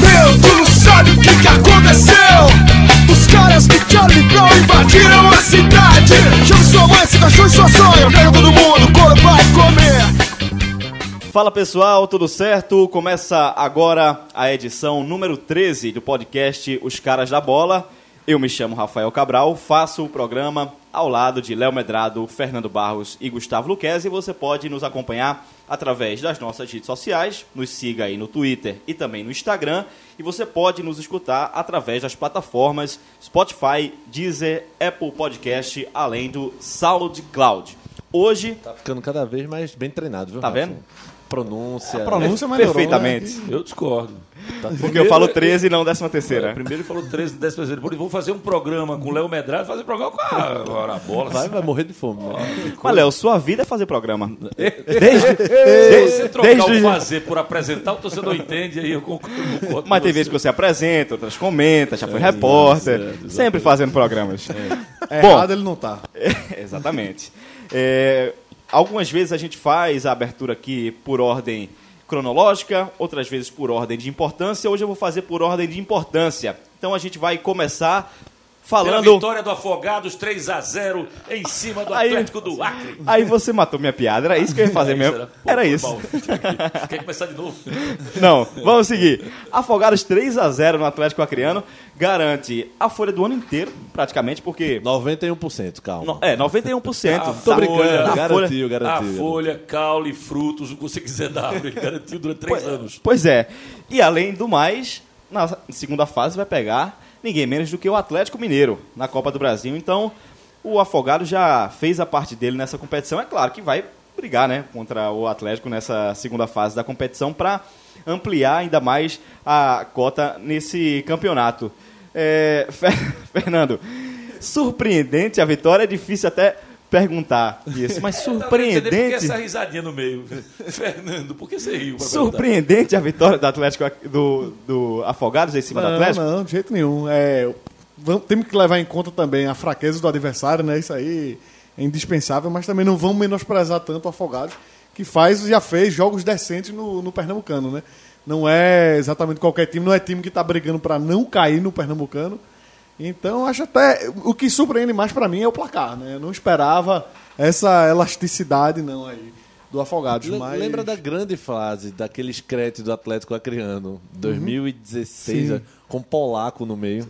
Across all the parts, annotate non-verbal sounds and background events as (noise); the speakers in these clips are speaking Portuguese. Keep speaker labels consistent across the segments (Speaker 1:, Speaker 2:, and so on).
Speaker 1: Meu, tu não sabe o que que aconteceu Os caras me tiraram de pau e invadiram a cidade Chama sua mãe, se cachorro e sua sonha Pega todo mundo, quando vai comer
Speaker 2: Fala pessoal, tudo certo? Começa agora a edição número 13 do podcast Os Caras da Bola. Eu me chamo Rafael Cabral, faço o programa ao lado de Léo Medrado, Fernando Barros e Gustavo Luquez e você pode nos acompanhar através das nossas redes sociais, nos siga aí no Twitter e também no Instagram e você pode nos escutar através das plataformas Spotify, Deezer, Apple Podcast, além do SoundCloud. Hoje,
Speaker 3: Tá ficando cada vez mais bem treinado, viu?
Speaker 2: Tá
Speaker 3: Rafa? Assim,
Speaker 2: vendo?
Speaker 3: Pronúncia.
Speaker 4: pronúncia melhorou,
Speaker 2: perfeitamente,
Speaker 4: Eu discordo.
Speaker 2: porque eu falo
Speaker 4: Primeiro-
Speaker 2: 13 e não 13 terceira.
Speaker 4: Primeiro ele falou 13, 10 vezes. Depois vou fazer um programa com o Léo Medrado, fazer um programa com a, a bola.
Speaker 3: Vai, vai morrer de fome. né?
Speaker 2: Mas, Léo, sua vida é fazer programa.
Speaker 4: Se você trocar
Speaker 2: desde-
Speaker 4: o fazer por apresentar, o torcedor entende, aí eu concordo. concordo
Speaker 2: Mas tem
Speaker 4: com
Speaker 2: vezes
Speaker 4: você.
Speaker 2: que você apresenta, outras comenta, já foi repórter, sempre fazendo programas. (laughs)
Speaker 3: É
Speaker 2: Bom,
Speaker 5: Errado ele não tá.
Speaker 2: exatamente. É, algumas vezes a gente faz a abertura aqui por ordem cronológica, outras vezes por ordem de importância. Hoje eu vou fazer por ordem de importância. Então a gente vai começar
Speaker 4: Pela
Speaker 2: falando.
Speaker 4: vitória do Afogados, 3x0 em cima do
Speaker 2: Aí-
Speaker 4: Atlético do Acre.
Speaker 2: Aí você matou minha piada, era isso que eu ia fazer mesmo. Era isso.
Speaker 4: Paulo, Quer começar de novo?
Speaker 2: Não, vamos seguir. Afogados 3 a 0 no Atlético Acreano garante a folha do ano inteiro, praticamente, porque
Speaker 3: 91%, calma.
Speaker 2: no- é 91%. da
Speaker 4: Ah, tô brincando,
Speaker 2: folha- da Tá folha-
Speaker 3: Garantiu,
Speaker 4: A
Speaker 3: garantiu.
Speaker 4: folha, caule, frutos, o que você quiser dar. (laughs) Ele garantiu durante três anos.
Speaker 2: Pois é. E além do mais, na segunda fase vai pegar ninguém menos do que o Atlético Mineiro na Copa do Brasil. Então, o Afogado já fez a parte dele nessa competição. É claro que vai brigar, né, contra o Atlético nessa segunda fase da competição para ampliar ainda mais a cota nesse campeonato. É, Fer- (laughs) Fernando, surpreendente a vitória, é difícil até perguntar isso, mas
Speaker 4: (laughs) Tá, Eu tava querendo entender Por que
Speaker 2: surpreendente.
Speaker 4: essa risadinha no meio? (laughs) Fernando, por que você riu? pra
Speaker 2: Surpreendente a vitória do Atlético do, do Afogados em cima do Atlético.
Speaker 5: Não, não, de jeito nenhum. É, vamos- temos que levar em conta também a fraqueza do adversário, né? Isso aí é indispensável, mas também não vamos menosprezar tanto o Afogados, que faz e já fez jogos decentes no, no Pernambucano, né? Não é exatamente qualquer time, não é time que tá brigando para não cair no Pernambucano. Então, acho até. O que surpreende mais para mim é o placar, né? Eu não esperava essa elasticidade, não, aí, do Afogados.
Speaker 3: Le-
Speaker 5: mas...
Speaker 3: Lembra da grande fase, daquele créditos do Atlético
Speaker 5: Uhum.
Speaker 3: Acreano, 2016, né, com polaco no meio.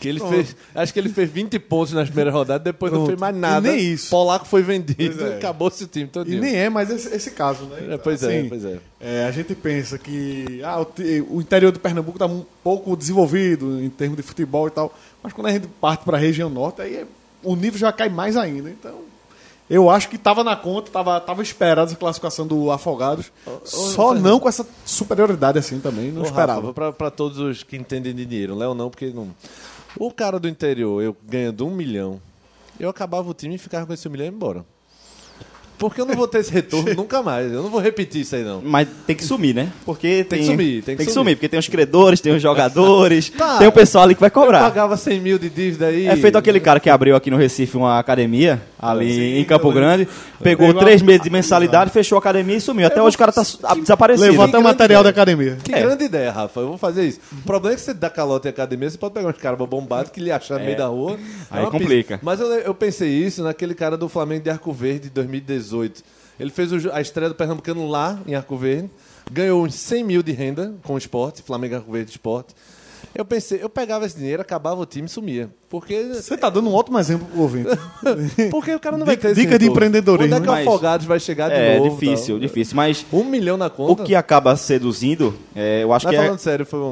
Speaker 3: Que ele fez, acho que ele fez 20 pontos nas primeiras rodadas, depois não
Speaker 5: Pronto.
Speaker 3: fez mais nada.
Speaker 5: E nem isso.
Speaker 3: Polaco foi vendido,
Speaker 5: Pois é.
Speaker 3: acabou-se o time todo.
Speaker 5: E nem é mais esse, esse caso, né?
Speaker 3: É, pois é, pois é.
Speaker 5: A gente pensa que ah, o, ti- o interior de Pernambuco está um pouco desenvolvido em termos de futebol e tal, mas quando a gente parte para a região norte, aí é- o nível já cai mais ainda. Então, eu acho que estava na conta, estava tava esperado essa classificação do Afogados, só
Speaker 3: Fernando.
Speaker 5: não com essa superioridade assim também, não
Speaker 3: Ô,
Speaker 5: esperava.
Speaker 3: Rafa, pra, pra todos os que entendem de dinheiro, Léo não, porque não. O cara do interior, eu ganhando um milhão, eu acabava o time e ficava com esse um milhão e ia embora. Porque eu não vou ter esse
Speaker 2: (laughs)
Speaker 3: retorno nunca mais. Eu não vou repetir isso aí, não.
Speaker 2: Mas tem que sumir, né? Porque tem,
Speaker 3: Tem que sumir, tem que sumir.
Speaker 2: porque tem os credores, tem os jogadores,
Speaker 3: (laughs) Tá.
Speaker 2: tem o pessoal ali que vai cobrar.
Speaker 3: Pagava 100 mil de dívida aí.
Speaker 2: É feito aquele cara que abriu aqui no Recife uma academia, ali em Campo Grande, pegou
Speaker 5: Pegou
Speaker 2: três
Speaker 5: a-
Speaker 2: meses de mensalidade, fechou a academia e sumiu. Até
Speaker 3: Eu
Speaker 2: hoje o
Speaker 3: vou-
Speaker 2: cara tá su- ah, desaparecido.
Speaker 5: Levou até o
Speaker 3: um grande
Speaker 5: material da
Speaker 3: ideia.
Speaker 5: academia.
Speaker 3: Que
Speaker 2: É. Uhum.
Speaker 3: grande ideia, Rafa. Eu vou fazer isso. O problema é que você dá calote em academia, você pode pegar uns caras bombados que lhe achar no meio da rua.
Speaker 2: Aí
Speaker 3: É uma
Speaker 2: complica.
Speaker 3: pista. Mas eu, eu pensei isso naquele cara do Flamengo de Arco Verde de 2018. Ele fez o jo- a estreia do Pernambucano lá em Arco Verde, ganhou uns 100 mil de renda com o esporte, Flamengo Arco Verde Esporte. Eu pensei, eu pegava esse dinheiro, acabava o time e sumia. Porque,
Speaker 5: Você está dando um ótimo exemplo pro ouvinte.
Speaker 3: porque o cara não vai
Speaker 5: Dica-
Speaker 3: ter esse
Speaker 5: dica de
Speaker 3: retorno.
Speaker 5: empreendedorismo,
Speaker 3: Quando é
Speaker 2: mas-
Speaker 3: que o Afogados vai chegar de
Speaker 2: É
Speaker 3: novo? e
Speaker 2: difícil,
Speaker 3: tal?
Speaker 2: difícil. Mas
Speaker 3: Um milhão na
Speaker 2: o
Speaker 3: conta.
Speaker 2: que acaba seduzindo, é, eu acho
Speaker 3: Mas
Speaker 2: que é.
Speaker 3: falando sério, foi um. é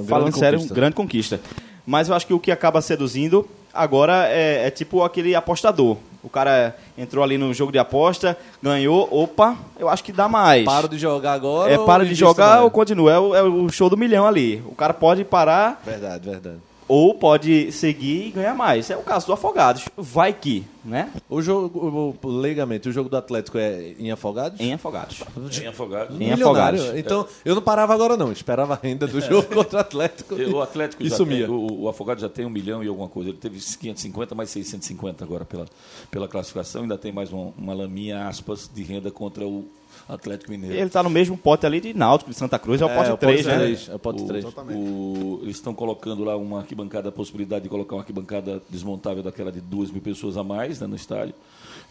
Speaker 3: um
Speaker 2: Falando
Speaker 3: grande
Speaker 2: sério,
Speaker 3: conquista.
Speaker 2: grande conquista. Mas eu acho que o que acaba seduzindo agora é, é tipo aquele apostador. O cara entrou ali no jogo de aposta, ganhou, opa, eu acho que dá mais.
Speaker 3: Paro de jogar agora.
Speaker 2: é,
Speaker 3: ou
Speaker 2: para de
Speaker 3: invisto
Speaker 2: jogar
Speaker 3: mais?
Speaker 2: ou continua. É o, é o show do milhão ali. O cara pode parar
Speaker 3: Verdade, verdade.
Speaker 2: ou pode seguir e ganhar mais. É o caso do Afogados. Vai que, né?
Speaker 3: O jogo, o- o- leigamente, o jogo do Atlético é em Afogados?
Speaker 2: Em Afogados.
Speaker 4: Em Afogados.
Speaker 2: Em
Speaker 3: Milionário.
Speaker 2: Afogados.
Speaker 3: Então, eu não parava agora, não. Esperava a renda
Speaker 4: (laughs)
Speaker 3: do jogo contra o Atlético.
Speaker 4: É. O Atlético
Speaker 3: E
Speaker 4: já
Speaker 3: sumia.
Speaker 4: tem- o, o Afogado já tem um milhão e alguma coisa. Ele teve 550 mais 650 agora pela, pela classificação. Ainda tem mais um, uma, uma laminha, aspas, de renda contra o Atlético Mineiro.
Speaker 2: Ele tá no mesmo pote ali de Náutico, de Santa Cruz. É o pote
Speaker 3: é, o
Speaker 2: 3,
Speaker 3: pote
Speaker 2: né?
Speaker 3: três, é o pote
Speaker 4: O- Então tá.
Speaker 3: 3.
Speaker 4: o- eles estão colocando lá uma arquibancada, a possibilidade de colocar uma arquibancada desmontável daquela de duas mil pessoas a mais né, no estádio.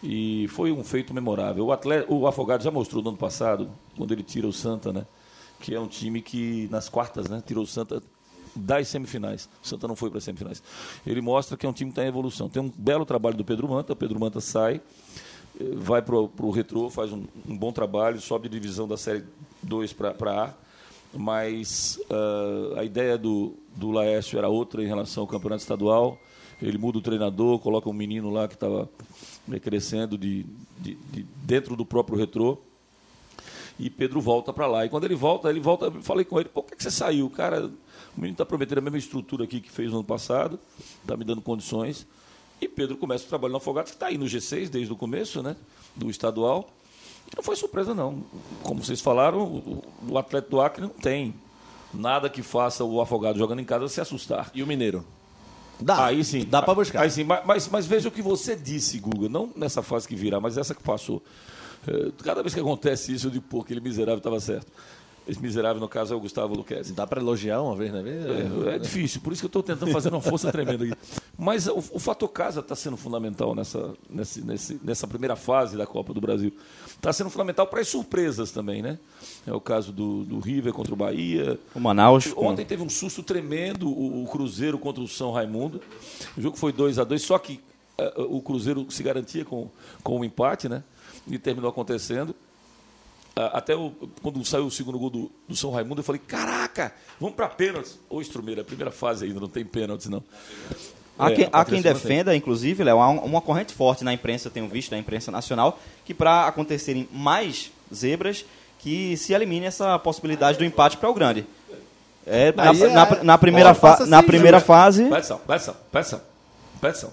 Speaker 4: E foi um feito memorável. O, atleta, o Afogado já mostrou no ano passado, quando ele tira o Santa, né? Que é um time que, nas quartas, né, tirou o Santa das semifinais. O Santa não foi para as semifinais. Ele mostra que é um time que está em evolução. Tem um belo trabalho do Pedro Manta, o Pedro Manta sai, eh, vai para o retrô, faz um, um bom trabalho, sobe de divisão da série 2 para A mas ah, a ideia do, do Laércio era outra em relação ao campeonato estadual. Ele muda o treinador, coloca um menino lá que estava né, crescendo de, de- de- dentro do próprio retrô. E Pedro volta para lá. E quando ele volta, ele volta, eu falei com ele, por que, que você saiu? Cara, o menino está prometendo a mesma estrutura aqui que fez no ano passado, está me dando condições. E Pedro começa o trabalho no Afogados, que está aí no G6 desde o começo, né? Do estadual. E não foi surpresa, não. Como vocês falaram, o, o atleta do Acre não tem nada que faça o Afogado jogando em casa se assustar.
Speaker 3: E o Mineiro? Dá.
Speaker 4: Aí sim.
Speaker 3: Tá, Dá pra buscar.
Speaker 4: Aí sim, mas, mas, mas veja o que você disse, Guga, não nessa fase que virá, mas essa que passou. Eh, Cada vez que acontece isso, eu digo, pô, aquele miserável estava certo. Esse miserável, no caso, é o Gustavo Luquezzi.
Speaker 3: Dá pra elogiar uma vez né? na vida?
Speaker 4: É, é difícil, por isso que eu estou tentando fazer uma força tremenda aqui. Mas o, o fator casa está sendo fundamental nessa, nesse- nesse- nessa primeira fase da Copa do Brasil. Está sendo fundamental para as surpresas também, né? É o caso do, do River contra o Bahia.
Speaker 2: O Manaus. com-
Speaker 4: Ontem teve um susto tremendo o, o Cruzeiro contra o São Raimundo. O jogo foi 2 a 2 só que eh, o Cruzeiro se garantia com, com o empate, né? E terminou acontecendo. Ah, Até o- quando saiu o segundo gol do, do São Raimundo, eu falei: Caraca, vamos para pênaltis. Ô, Estrumeira, é a primeira fase ainda, não tem pênaltis, não.
Speaker 2: Há
Speaker 4: É,
Speaker 2: quem,
Speaker 4: a
Speaker 2: há
Speaker 4: Patrícia
Speaker 2: quem
Speaker 4: não tem.
Speaker 2: defenda, inclusive, Léo, há um- uma corrente forte na imprensa, eu tenho visto, na imprensa nacional, que para acontecerem mais zebras, que se elimine essa possibilidade do empate para o grande. É, na,
Speaker 3: Aí é-
Speaker 2: na pr- na primeira,
Speaker 3: Ó,
Speaker 2: fa-
Speaker 3: faça
Speaker 2: na
Speaker 3: assim,
Speaker 2: primeira
Speaker 3: Júlio.
Speaker 2: fase,
Speaker 4: Petição, petição, petição, petição.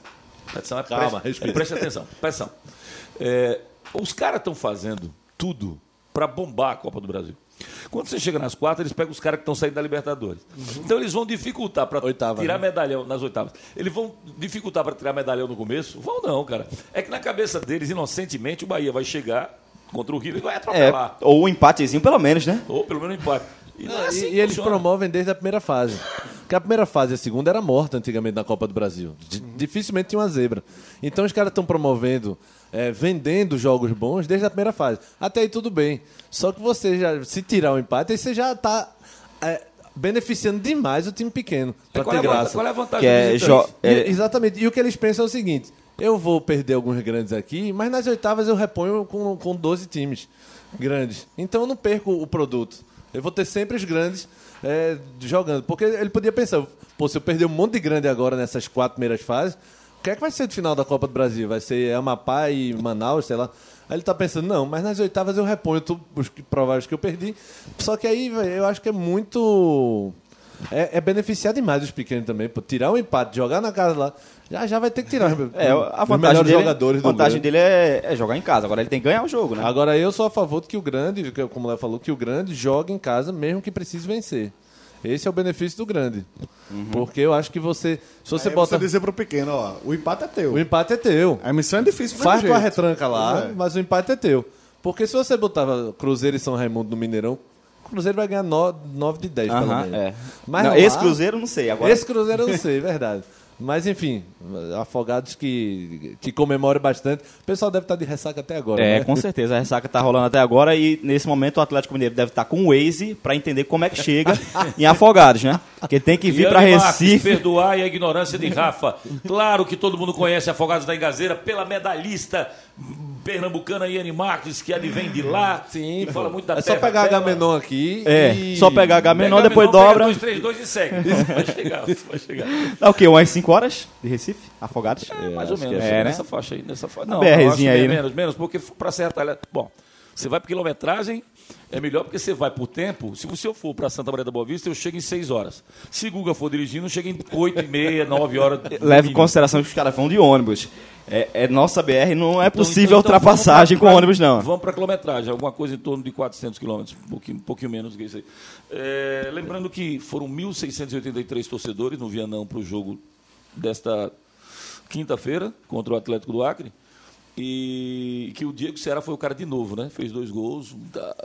Speaker 4: Petição é
Speaker 3: Calma,
Speaker 4: presta,
Speaker 3: respira.
Speaker 4: é presta atenção, petição. É, os caras estão fazendo tudo para bombar a Copa do Brasil. Quando você chega nas quartas, eles pegam os caras que estão saindo da Libertadores. Então eles vão dificultar para
Speaker 3: Uhum. Oitava,
Speaker 4: tirar
Speaker 3: né?
Speaker 4: medalhão nas oitavas. Eles vão dificultar para tirar medalhão no começo? Vão não, cara. É que na cabeça deles, inocentemente, o Bahia vai chegar contra o River e vai
Speaker 2: é,
Speaker 4: atropelar.
Speaker 2: ou um empatezinho pelo menos, né?
Speaker 4: Ou pelo menos um empate. E, não é
Speaker 3: E-
Speaker 4: assim
Speaker 3: e
Speaker 4: que
Speaker 3: eles
Speaker 4: funciona.
Speaker 3: promovem desde a primeira fase. Porque a primeira fase e a segunda era morta antigamente na Copa do Brasil. Di- Dificilmente tinha uma zebra. Então os caras estão promovendo, é, vendendo jogos bons desde a primeira fase. Até aí tudo bem. Só que você já, se tirar o empate, aí você já está beneficiando demais o time pequeno. Pra
Speaker 4: Qual é,
Speaker 3: ter
Speaker 4: a, van-
Speaker 3: graça.
Speaker 4: qual é a vantagem
Speaker 2: Que
Speaker 4: do
Speaker 2: é,
Speaker 4: visitante?
Speaker 2: jo- é-
Speaker 3: E- exatamente. E o que eles pensam é o seguinte: eu vou perder alguns grandes aqui, mas nas oitavas eu reponho com, com 12 times grandes. Então eu não perco o produto. Eu vou ter sempre os grandes é, jogando. Porque ele podia pensar: pô, se eu perder um monte de grande agora nessas quatro primeiras fases, o que é que vai ser do final da Copa do Brasil? Vai ser Amapá e Manaus, sei lá. Aí ele tá pensando, não, mas nas oitavas eu reponho tu- os que- prováveis que eu perdi. Só que aí véi, eu acho que é muito. É, é beneficiar demais os pequenos também, pô. Tirar um empate, jogar na casa lá, já, já vai ter que tirar os,
Speaker 2: É, a
Speaker 3: os
Speaker 2: vantagem
Speaker 3: Um melhores
Speaker 2: dele,
Speaker 3: jogadores do
Speaker 2: vantagem dele
Speaker 3: grande.
Speaker 2: é, é jogar em casa. Agora ele tem que ganhar o jogo, né?
Speaker 3: Agora eu sou a favor de que o grande, que- como o Léo falou, que o grande joga em casa mesmo que precise vencer. Esse é o benefício do grande.
Speaker 2: Uhum.
Speaker 3: Porque eu acho que você. Se você
Speaker 5: Aí
Speaker 3: bota.
Speaker 5: você dizer pro pequeno, ó, o empate é teu.
Speaker 3: O empate é teu.
Speaker 5: A missão é difícil, mas
Speaker 3: Faz
Speaker 5: do
Speaker 3: tua
Speaker 5: jeito.
Speaker 3: retranca lá,
Speaker 5: Pois é.
Speaker 3: mas o empate é teu. Porque se você botava Cruzeiro e São Raimundo no Mineirão, o Cruzeiro vai ganhar 9 de 10 pelo
Speaker 2: Aham,
Speaker 3: menos.
Speaker 2: é.
Speaker 3: Mas
Speaker 2: Não,
Speaker 3: lá-
Speaker 2: esse Cruzeiro, não sei. Agora,
Speaker 3: Esse Cruzeiro eu não sei, é verdade. Mas enfim, afogados que, que comemore bastante. O pessoal deve estar de ressaca até agora.
Speaker 2: É,
Speaker 3: né?
Speaker 2: com certeza. A ressaca tá rolando até agora e nesse momento o Atlético Mineiro deve estar com o Waze pra entender como é que
Speaker 4: (laughs)
Speaker 2: chega em Afogados, né? Porque tem que vir
Speaker 4: Liane
Speaker 2: pra
Speaker 4: Marques,
Speaker 2: Recife.
Speaker 4: perdoar e a ignorância de Rafa. Claro que todo mundo conhece Afogados da Engazeira pela medalhista pernambucana Iane Marques, que ali vem de lá.
Speaker 3: Sim,
Speaker 4: que fala muito da
Speaker 3: é só
Speaker 4: terra
Speaker 3: pegar
Speaker 4: dela.
Speaker 3: H menor aqui.
Speaker 2: É,
Speaker 3: e-
Speaker 2: só pegar H menor,
Speaker 4: Pega
Speaker 2: depois
Speaker 4: Menon,
Speaker 2: dobra.
Speaker 4: Pega 2, 3, 2 e segue.
Speaker 2: (laughs)
Speaker 4: Vai chegar, vai chegar.
Speaker 2: Dá o quê? Umas 5 horas de Recife? Afogados?
Speaker 4: É, mais ou
Speaker 2: acho que
Speaker 4: menos.
Speaker 2: É, né?
Speaker 4: nessa faixa aí. Nessa faixa. Não,
Speaker 2: BRzinha
Speaker 4: eu acho que
Speaker 2: aí,
Speaker 4: é
Speaker 2: né?
Speaker 4: menos, menos, porque pra Serra Talhada. Bom, Você vai por quilometragem, é melhor porque você vai por tempo. Se você for para Santa Maria da Boa Vista, eu chego em 6 horas. Se Guga for dirigindo, chega em 8 e meia, 9 horas.
Speaker 2: Leve em
Speaker 4: mínimo.
Speaker 2: consideração que os caras vão de ônibus. É, é nossa BR, não é possível
Speaker 4: Então, então,
Speaker 2: ultrapassagem
Speaker 4: vamos pra-
Speaker 2: com ônibus, não.
Speaker 4: Vamos para a quilometragem, alguma coisa em torno de 400 quilômetros, um pouquinho, um pouquinho menos do que isso aí. É, lembrando que foram 1.683 torcedores no Vianão para o jogo desta quinta-feira contra o Atlético do Acre. E que o Diego Ceará foi o cara de novo, né? Fez dois gols. tá-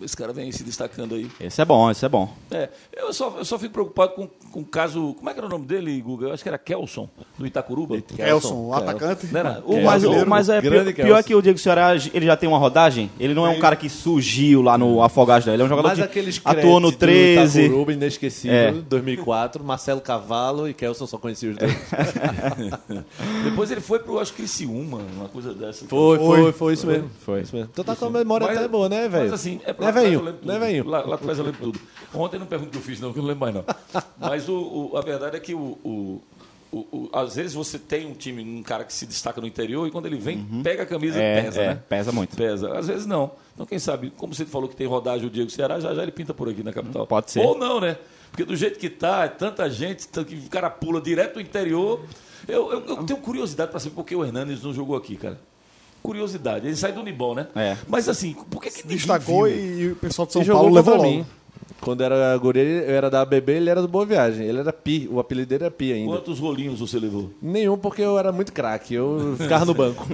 Speaker 4: Esse cara vem se destacando aí.
Speaker 2: Esse é bom, esse é bom.
Speaker 4: É, eu só, eu só fico preocupado com, com o caso. Como é que era o nome dele, Guga? Eu acho que era Kelson, do Itacuruba.
Speaker 5: Elson, o atacante. né,
Speaker 4: Não era?
Speaker 2: O-
Speaker 4: O,
Speaker 2: mas, o-
Speaker 5: brasileiro,
Speaker 2: mas é pior,
Speaker 3: grande que é
Speaker 2: pior
Speaker 3: o-
Speaker 2: que o Diego Ceará, ele já tem uma rodagem. Ele não é um cara que surgiu lá no Afogados, não. Ele é um jogador
Speaker 3: Mas aqueles
Speaker 2: que atuou no
Speaker 3: créditos do
Speaker 2: 13.
Speaker 3: Itacuruba, inesquecível,
Speaker 2: É.
Speaker 3: 2004, Marcelo Cavalo e Kelson só conhecia os dois.
Speaker 4: Depois ele foi pro, acho que Criciúma, uma coisa dessa.
Speaker 3: Foi, foi, foi isso mesmo.
Speaker 2: Foi.
Speaker 3: Isso mesmo. Então tá com a memória
Speaker 4: Mas-
Speaker 3: até boa, né, velho?
Speaker 4: Mas assim, é
Speaker 3: né,
Speaker 4: pra lá atrás eu
Speaker 3: velho?
Speaker 4: lembro tudo.
Speaker 3: Né, velho?
Speaker 4: Lá, lá atrás eu lembro tudo. Ontem não pergunto o que eu fiz, não, que eu não lembro
Speaker 3: (laughs)
Speaker 4: mais, não. Mas o- o- a verdade é que o, o- o- o- às vezes você tem um time, um cara que se destaca no interior e quando ele vem,
Speaker 3: Uhum.
Speaker 4: pega a camisa
Speaker 2: É,
Speaker 4: e pesa,
Speaker 2: é,
Speaker 4: né?
Speaker 2: pesa muito.
Speaker 4: Pesa. Às vezes não. Então, quem sabe, como você falou que tem rodagem o Diego Ceará, já já ele pinta por aqui na capital.
Speaker 2: Pode ser.
Speaker 4: Ou não, né? Porque do jeito que tá, é tanta gente, tanto que o cara pula direto do interior. Eu, eu- eu tenho curiosidade para saber por que o Hernandes não jogou aqui, cara. Curiosidade. Ele sai do Nibol, né?
Speaker 2: É.
Speaker 4: Mas assim, por que, que ninguém
Speaker 5: Destacou
Speaker 4: viu?
Speaker 5: e o pessoal de
Speaker 3: E
Speaker 5: São
Speaker 3: jogou
Speaker 5: Paulo levou
Speaker 3: contra
Speaker 5: logo.
Speaker 3: mim. Quando era guri, eu era da ABB, ele era do Boa Viagem. Ele era Pi, o apelido dele era Pi ainda.
Speaker 4: Quantos rolinhos você levou?
Speaker 3: Nenhum, porque eu era muito craque, eu ficava no banco.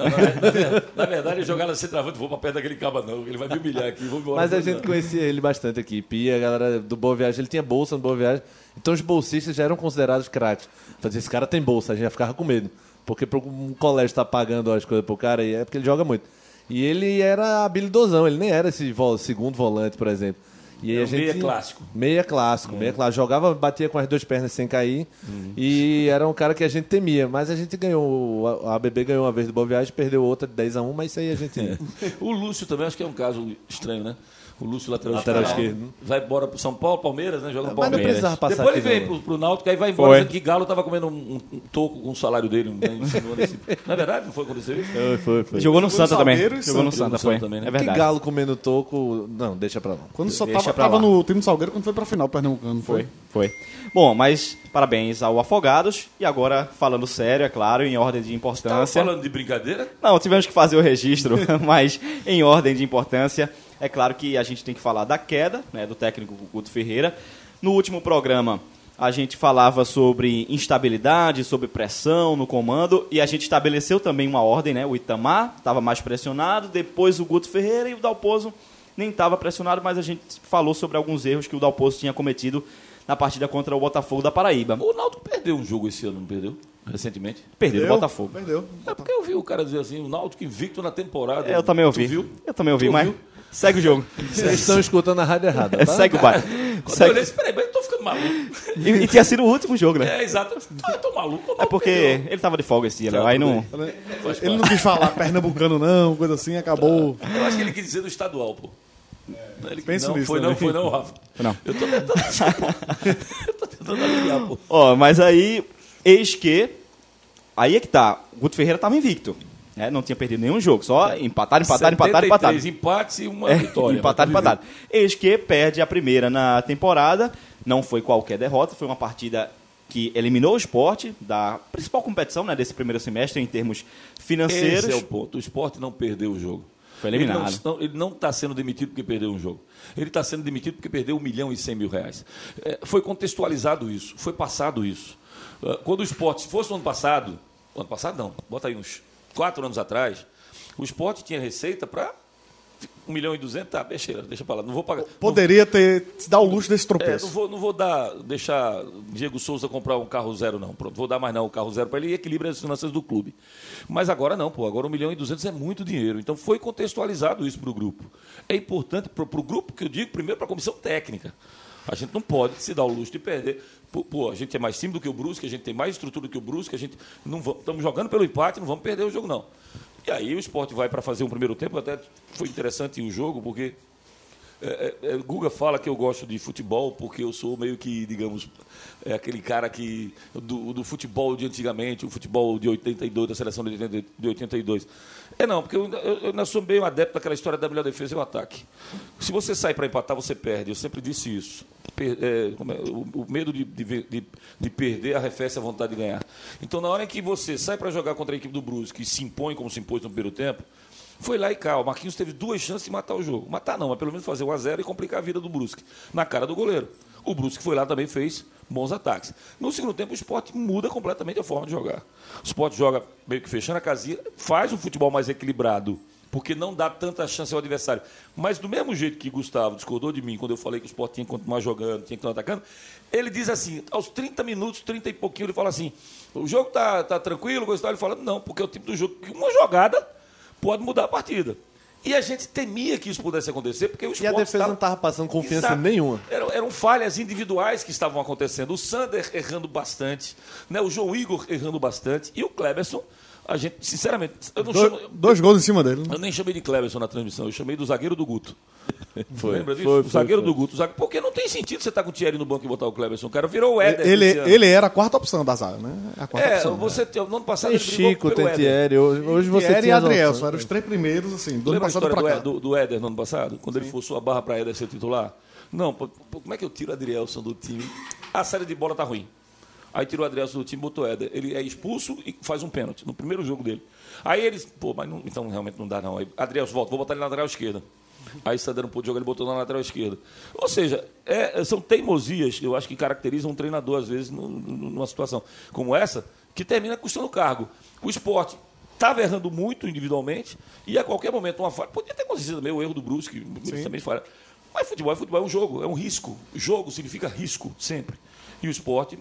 Speaker 4: Na verdade, eu jogava você travando, vou pra perto daquele caba, não. Ele vai me humilhar aqui, vou embora. é.
Speaker 3: Mas a
Speaker 4: Não.
Speaker 3: gente conhecia ele bastante aqui. Pi, a galera do Boa Viagem, ele tinha bolsa no Boa Viagem. Então os bolsistas já eram considerados craques. Fazia, esse cara tem bolsa, a gente já ficava com medo. Porque pro- um colégio tá pagando as coisas pro cara, e é porque ele joga muito. E ele era habilidosão, ele nem era esse vol- segundo volante, por exemplo. E aí a
Speaker 4: Era um
Speaker 3: gente,
Speaker 4: meia clássico. É.
Speaker 3: Meia clássico, meia clássico. Jogava, batia com as duas pernas sem cair.
Speaker 4: Uhum.
Speaker 3: E era um cara que a gente temia. Mas a gente ganhou. A a ABB ganhou uma vez do Boa Viagem, perdeu outra de 10 a 1 mas isso aí a gente.
Speaker 4: É. (laughs) O Lúcio também, acho que é um caso estranho, né? O Lúcio lateral,
Speaker 3: Lateral
Speaker 4: esquerdo.
Speaker 3: esquerdo.
Speaker 4: Vai embora pro São Paulo, Palmeiras, né? Joga no
Speaker 3: Mas não
Speaker 4: Palmeiras.
Speaker 3: precisava passar
Speaker 4: Depois
Speaker 3: aqui,
Speaker 4: ele vem
Speaker 3: não.
Speaker 4: pro, pro Náutico, aí vai embora.
Speaker 2: Foi.
Speaker 4: dizendo que Galo tava comendo um, um- um toco com o salário dele. Um, um,
Speaker 3: (laughs)
Speaker 4: insinuando esse- não é verdade? Não foi o que aconteceu isso?
Speaker 3: Foi, foi.
Speaker 2: Jogou no
Speaker 4: um
Speaker 2: Santa também.
Speaker 5: Salgueiro e
Speaker 2: Jogou no
Speaker 4: Santos. Jogou
Speaker 2: Santa,
Speaker 4: no
Speaker 2: foi.
Speaker 4: Santos também, né?
Speaker 2: É
Speaker 3: Que
Speaker 2: verdade.
Speaker 3: galo comendo toco. Não, deixa pra lá.
Speaker 5: Quando só
Speaker 2: Deixa
Speaker 5: tava,
Speaker 2: pra
Speaker 5: tava
Speaker 2: lá.
Speaker 5: no time do Salgueiro quando foi pra final do Pernambucano, não foi?
Speaker 2: Foi, foi. Bom, mas parabéns ao Afogados. E agora, falando sério, é claro, em ordem de
Speaker 4: Tava
Speaker 2: importância.
Speaker 4: falando de brincadeira?
Speaker 2: Não, tivemos que fazer o registro, (laughs) mas em ordem de importância. É claro que a gente tem que falar da queda né, do técnico Guto Ferreira. No último programa, a gente falava sobre instabilidade, sobre pressão no comando, e a gente estabeleceu também uma ordem, né? O Itamar estava mais pressionado, depois o Guto Ferreira e o Dalpozo nem estava pressionado, mas a gente falou sobre alguns erros que o Dalpozo tinha cometido na partida contra o Botafogo da Paraíba.
Speaker 4: O Náutico perdeu um jogo esse ano, não perdeu? Recentemente?
Speaker 2: Perdeu o Botafogo.
Speaker 5: Perdeu.
Speaker 4: É porque eu vi o cara dizer assim, o Náutico invicto na temporada.
Speaker 2: É, Eu também ouvi.
Speaker 4: Tu viu?
Speaker 2: Eu também ouvi,
Speaker 4: Tu
Speaker 2: mas
Speaker 4: viu?
Speaker 2: segue o jogo.
Speaker 3: Vocês estão escutando a rádio errada.
Speaker 2: É,
Speaker 3: Tá?
Speaker 2: segue o baile.
Speaker 4: (laughs) Quando eu
Speaker 2: Segue-
Speaker 4: olhei, espera aí, mas eu tô ficando maluco. (laughs)
Speaker 2: E, e tinha sido o último jogo, né?
Speaker 4: É, exato. Eu tô- Eu tô maluco. eu
Speaker 2: É
Speaker 4: não
Speaker 2: porque
Speaker 4: tenho.
Speaker 2: ele tava de folga esse dia,
Speaker 4: Tá,
Speaker 2: Léo. Aí
Speaker 4: tudo
Speaker 2: não.
Speaker 4: Faz
Speaker 5: Ele não quis falar Pernambucano, não, coisa assim, acabou.
Speaker 4: Eu acho que ele quis dizer do estadual, pô. Ele-
Speaker 5: Pensa
Speaker 4: não,
Speaker 5: nisso
Speaker 4: foi não,
Speaker 5: também.
Speaker 4: foi não, Rafa.
Speaker 2: Não.
Speaker 4: Eu tô tentando achar, pô. Eu tô tentando aliviar, pô.
Speaker 2: Ó, mas aí, eis que. Aí é que tá. O Guto Ferreira tava invicto. Né? Não tinha perdido nenhum jogo. Só empatar, empatar, empatar, empatar.
Speaker 4: 73 empates e né? uma
Speaker 2: É,
Speaker 4: vitória.
Speaker 2: empatado,
Speaker 4: Mas tudo
Speaker 2: empatado. Eis que perde a primeira na temporada. Não foi qualquer derrota, foi uma partida que eliminou o esporte da principal competição né, desse primeiro semestre em termos
Speaker 4: bem. Esse é o
Speaker 2: financeiros.
Speaker 4: ponto. O esporte não perdeu o jogo.
Speaker 2: Foi eliminado.
Speaker 4: Ele não- não- Ele não está sendo demitido porque perdeu um jogo. Ele está sendo demitido porque perdeu 1 milhão e 100 mil reais. É, foi contextualizado isso, foi passado isso. Ah, Quando o esporte, se fosse no ano passado, ano passado não, bota aí uns quatro anos atrás, o esporte tinha receita para 1 milhão e 200, tá, besteira, deixa pra lá, não vou pagar. não
Speaker 5: Poderia ter se dar o luxo desse
Speaker 4: É, não
Speaker 5: tropeço.
Speaker 4: vou, não vou dar, deixar Diego Souza comprar um carro zero, não. Pronto, vou dar mais não o carro zero para ele e equilibra as finanças do clube. Mas agora não, pô. Agora 1 milhão e 200 é muito dinheiro. Então foi contextualizado isso para o grupo. É importante para o grupo que eu digo, primeiro para a comissão técnica. A gente não pode se dar o luxo de perder. Pô, pô, a gente é mais time do que o Brusque, a gente tem mais estrutura do que o Brusque, a gente não estamos jogando pelo empate, não vamos perder o jogo, não. E aí o esporte vai para fazer um primeiro tempo, até foi interessante o jogo, porque É, é, é, Guga fala que eu gosto de futebol porque eu sou meio que, digamos, é aquele cara que. Do, do futebol de antigamente, o futebol de 82, da seleção de 80 de 82. É não, porque eu, eu, eu não sou meio adepto daquela história da melhor defesa e o ataque. Se você sai para empatar, você perde. Eu sempre disse isso. Per- é, como é, o, o medo de, de, ver- de- de perder arrefece a vontade de ganhar. Então, na hora em que você sai para jogar contra a equipe do Brusque e se impõe como se impôs no primeiro tempo, foi lá e cá. O Marquinhos teve duas chances de matar o jogo. Matar não, mas pelo menos fazer 1 a 0 e complicar a vida do Brusque. Na cara do goleiro. O Brusque foi lá também fez bons ataques. No segundo tempo, o esporte muda completamente a forma de jogar. O esporte joga meio que fechando a casinha, faz um futebol mais equilibrado, porque não dá tanta chance ao adversário. Mas do mesmo jeito que Gustavo discordou de mim quando eu falei que o esporte tinha que continuar jogando, tinha que continuar atacando, ele diz assim, aos 30 minutos, 30 e pouquinho, ele fala assim, o jogo tá, tá tranquilo, coisa e tal. ele fala, não, porque é o tipo do jogo que uma jogada pode mudar a partida. E a gente temia que isso pudesse acontecer, porque o
Speaker 3: E a
Speaker 4: esporte
Speaker 3: defesa não estava passando confiança
Speaker 4: Exato.
Speaker 3: nenhuma.
Speaker 4: Eram, eram falhas individuais que estavam acontecendo. O Sander errando bastante, né? o João Igor errando bastante e o Kleberson. A gente, sinceramente, eu não
Speaker 5: Dois,
Speaker 4: chamo-
Speaker 5: dois gols em cima dele. né?
Speaker 4: eu nem chamei de Cleverson na transmissão, eu chamei do zagueiro
Speaker 3: (laughs)
Speaker 4: do Guto. Lembra disso?
Speaker 3: foi,
Speaker 4: o zagueiro
Speaker 3: foi.
Speaker 4: do Guto. o zague- Porque não tem sentido você estar com o Thierry no banco e botar o Cleverson. O cara virou o Éder.
Speaker 5: Ele,
Speaker 4: esse ano.
Speaker 3: é,
Speaker 5: ele era a quarta opção da zaga, né? A quarta
Speaker 4: É,
Speaker 5: opção.
Speaker 4: você, tem- no ano passado
Speaker 3: Tem
Speaker 4: ele brigou
Speaker 3: Chico,
Speaker 4: pelo
Speaker 3: tem
Speaker 4: Éder.
Speaker 3: Thierry. Hoje, hoje você
Speaker 5: Thierry e
Speaker 3: tinha as
Speaker 5: Adrielson
Speaker 3: opções.
Speaker 5: eram os três primeiros, assim, do ano
Speaker 4: Lembra a
Speaker 5: passado
Speaker 4: história
Speaker 5: pra
Speaker 4: do,
Speaker 5: cá.
Speaker 4: Ed- do, do Éder no ano passado? Quando ele forçou a barra para Éder ser titular? Não, pô, pô, como é que eu tiro o Adrielson do time? A série de bola tá ruim. Aí tirou o Adrielson do time, botou o Éder. Ele é expulso e faz um pênalti no primeiro jogo dele. Aí eles, pô, mas não- então realmente não dá não. Aí, Adrielson, volta, vou botar ele na lateral esquerda. Aí Sander não pôde jogar, ele botou na lateral esquerda. Ou seja, é- são teimosias, eu acho que caracterizam um treinador, às vezes, num- numa situação como essa, que termina custando cargo. O esporte Estava errando muito individualmente e a qualquer momento uma falha. Podia ter acontecido também o erro do Brusque, eles também falha. Mas futebol é futebol, é um jogo, é um risco. Jogo significa risco, sempre. E o esporte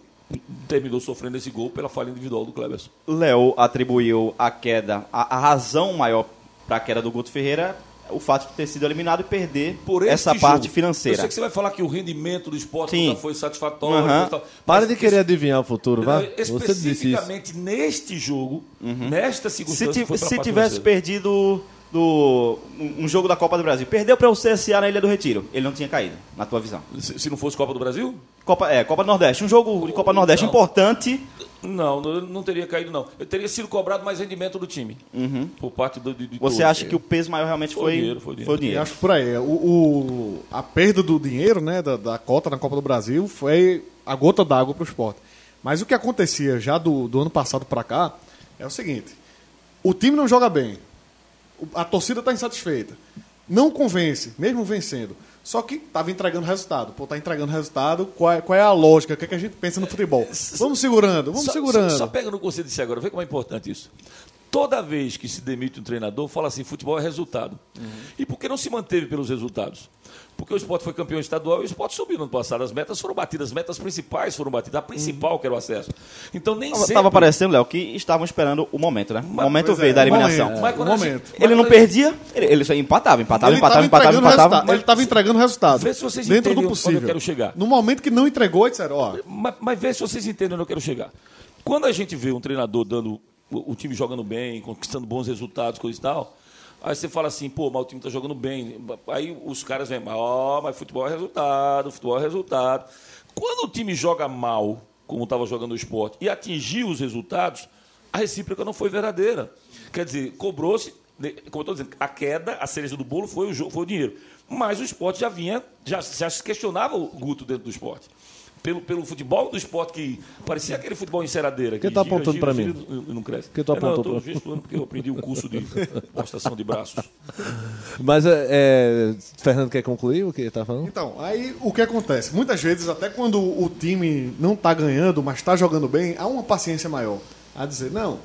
Speaker 4: terminou sofrendo esse gol pela falha individual do Cleberson.
Speaker 2: Léo atribuiu a queda, a, a razão maior para a queda do Guto Ferreira, o fato de ter sido eliminado e perder
Speaker 4: Por este
Speaker 2: essa parte
Speaker 4: jogo, Eu
Speaker 2: financeira.
Speaker 4: sei que você vai falar que o rendimento do esporte
Speaker 2: Sim.
Speaker 4: nunca foi satisfatório.
Speaker 2: Aham.
Speaker 4: coisa e tal.
Speaker 3: Para
Speaker 4: Mas
Speaker 3: de querer adivinhar o futuro, vá. Você disse isso.
Speaker 4: Especificamente neste jogo, nesta
Speaker 2: Se,
Speaker 4: circunstância.
Speaker 2: ti-
Speaker 4: foi pela
Speaker 2: Uhum. se
Speaker 4: parte
Speaker 2: tivesse
Speaker 4: financeira.
Speaker 2: perdido do, um um jogo da Copa do Brasil, perdeu para o CSA na Ilha do Retiro, ele não tinha caído, na tua visão.
Speaker 4: se, se não fosse Copa do Brasil?
Speaker 2: Copa, é, Copa do Nordeste, um jogo de Copa do Nordeste
Speaker 4: Não.
Speaker 2: importante,
Speaker 4: Não, não, não teria caído, não. Eu teria sido cobrado mais rendimento do time. Por parte do. De, de
Speaker 2: Uhum. você
Speaker 4: todos. É.
Speaker 2: acha que o peso maior realmente
Speaker 4: Foi
Speaker 2: foi,
Speaker 4: o dinheiro, foi o dinheiro.
Speaker 2: foi o
Speaker 5: Eu
Speaker 2: dinheiro.
Speaker 5: acho que por aí. O, o- a perda do dinheiro, né, da, da cota na Copa do Brasil, foi a gota d'água para o esporte. Mas o que acontecia já do, do ano passado para cá é o seguinte: o time não joga bem, o- a torcida está insatisfeita, não convence, mesmo vencendo. Só que estava entregando resultado. Pô, tá entregando resultado. Qual é, qual é a lógica? O que, é que a gente pensa no futebol? Vamos segurando, vamos
Speaker 4: Só-
Speaker 5: segurando.
Speaker 4: Só, só pega no que você disse agora, vê como é importante isso. Toda vez que se demite um treinador, fala assim: futebol é resultado.
Speaker 2: Uhum.
Speaker 4: E por que não se manteve pelos resultados? Porque o esporte foi campeão estadual e o esporte subiu no ano passado. As metas foram batidas, as metas principais foram batidas, a
Speaker 2: Uhum.
Speaker 4: principal que era o acesso. Então nem sempre.
Speaker 2: Estava parecendo, Léo, que estavam esperando o momento, né? O
Speaker 4: Mas-
Speaker 2: momento
Speaker 5: pois
Speaker 2: veio
Speaker 5: é,
Speaker 2: da
Speaker 5: o
Speaker 2: eliminação.
Speaker 5: momento.
Speaker 4: Mas quando
Speaker 5: Um
Speaker 4: a gente-
Speaker 5: momento.
Speaker 4: mas
Speaker 2: Ele não
Speaker 4: quando a gente-
Speaker 2: perdia, ele, ele só empatava, empatava,
Speaker 5: Ele
Speaker 2: empatava,
Speaker 5: estava
Speaker 2: empatava,
Speaker 5: entregando,
Speaker 2: empatava.
Speaker 5: resultado. Ele tava entregando resultado.
Speaker 4: Vê se vocês
Speaker 5: Dentro
Speaker 4: entendem
Speaker 5: do
Speaker 4: onde
Speaker 5: possível.
Speaker 4: eu quero chegar.
Speaker 5: No momento que não entregou, disseram, ó,
Speaker 4: Mas, mas vê se vocês entendem onde eu quero chegar. Quando a gente vê um treinador dando o, o time jogando bem, conquistando bons resultados, coisa e tal, aí você fala assim, pô, mas o time tá jogando bem. Aí os caras vêm, ó, mas futebol é resultado, futebol é resultado. Quando o time joga mal, como estava jogando o esporte, e atingiu os resultados, a recíproca não foi verdadeira. Quer dizer, cobrou-se, de- como eu estou dizendo, a queda, a cereja do bolo foi o, jogo, foi o dinheiro. Mas o esporte já vinha, já, já se questionava o Guto dentro do esporte. Pelo, pelo futebol do esporte que parecia aquele futebol em seradeira.
Speaker 3: Quem tá apontando pra mim?
Speaker 4: e- e não cresce.
Speaker 3: Quem tá
Speaker 4: É, não, eu
Speaker 3: apontando
Speaker 4: tô
Speaker 3: pra mim?
Speaker 4: gestionando porque eu aprendi um curso de postação de braços.
Speaker 3: Mas é, é, Fernando quer concluir o que ele tá falando?
Speaker 5: Então, aí o que acontece? Muitas vezes, até quando o time não tá ganhando, mas tá jogando bem, há uma paciência maior. A dizer, não,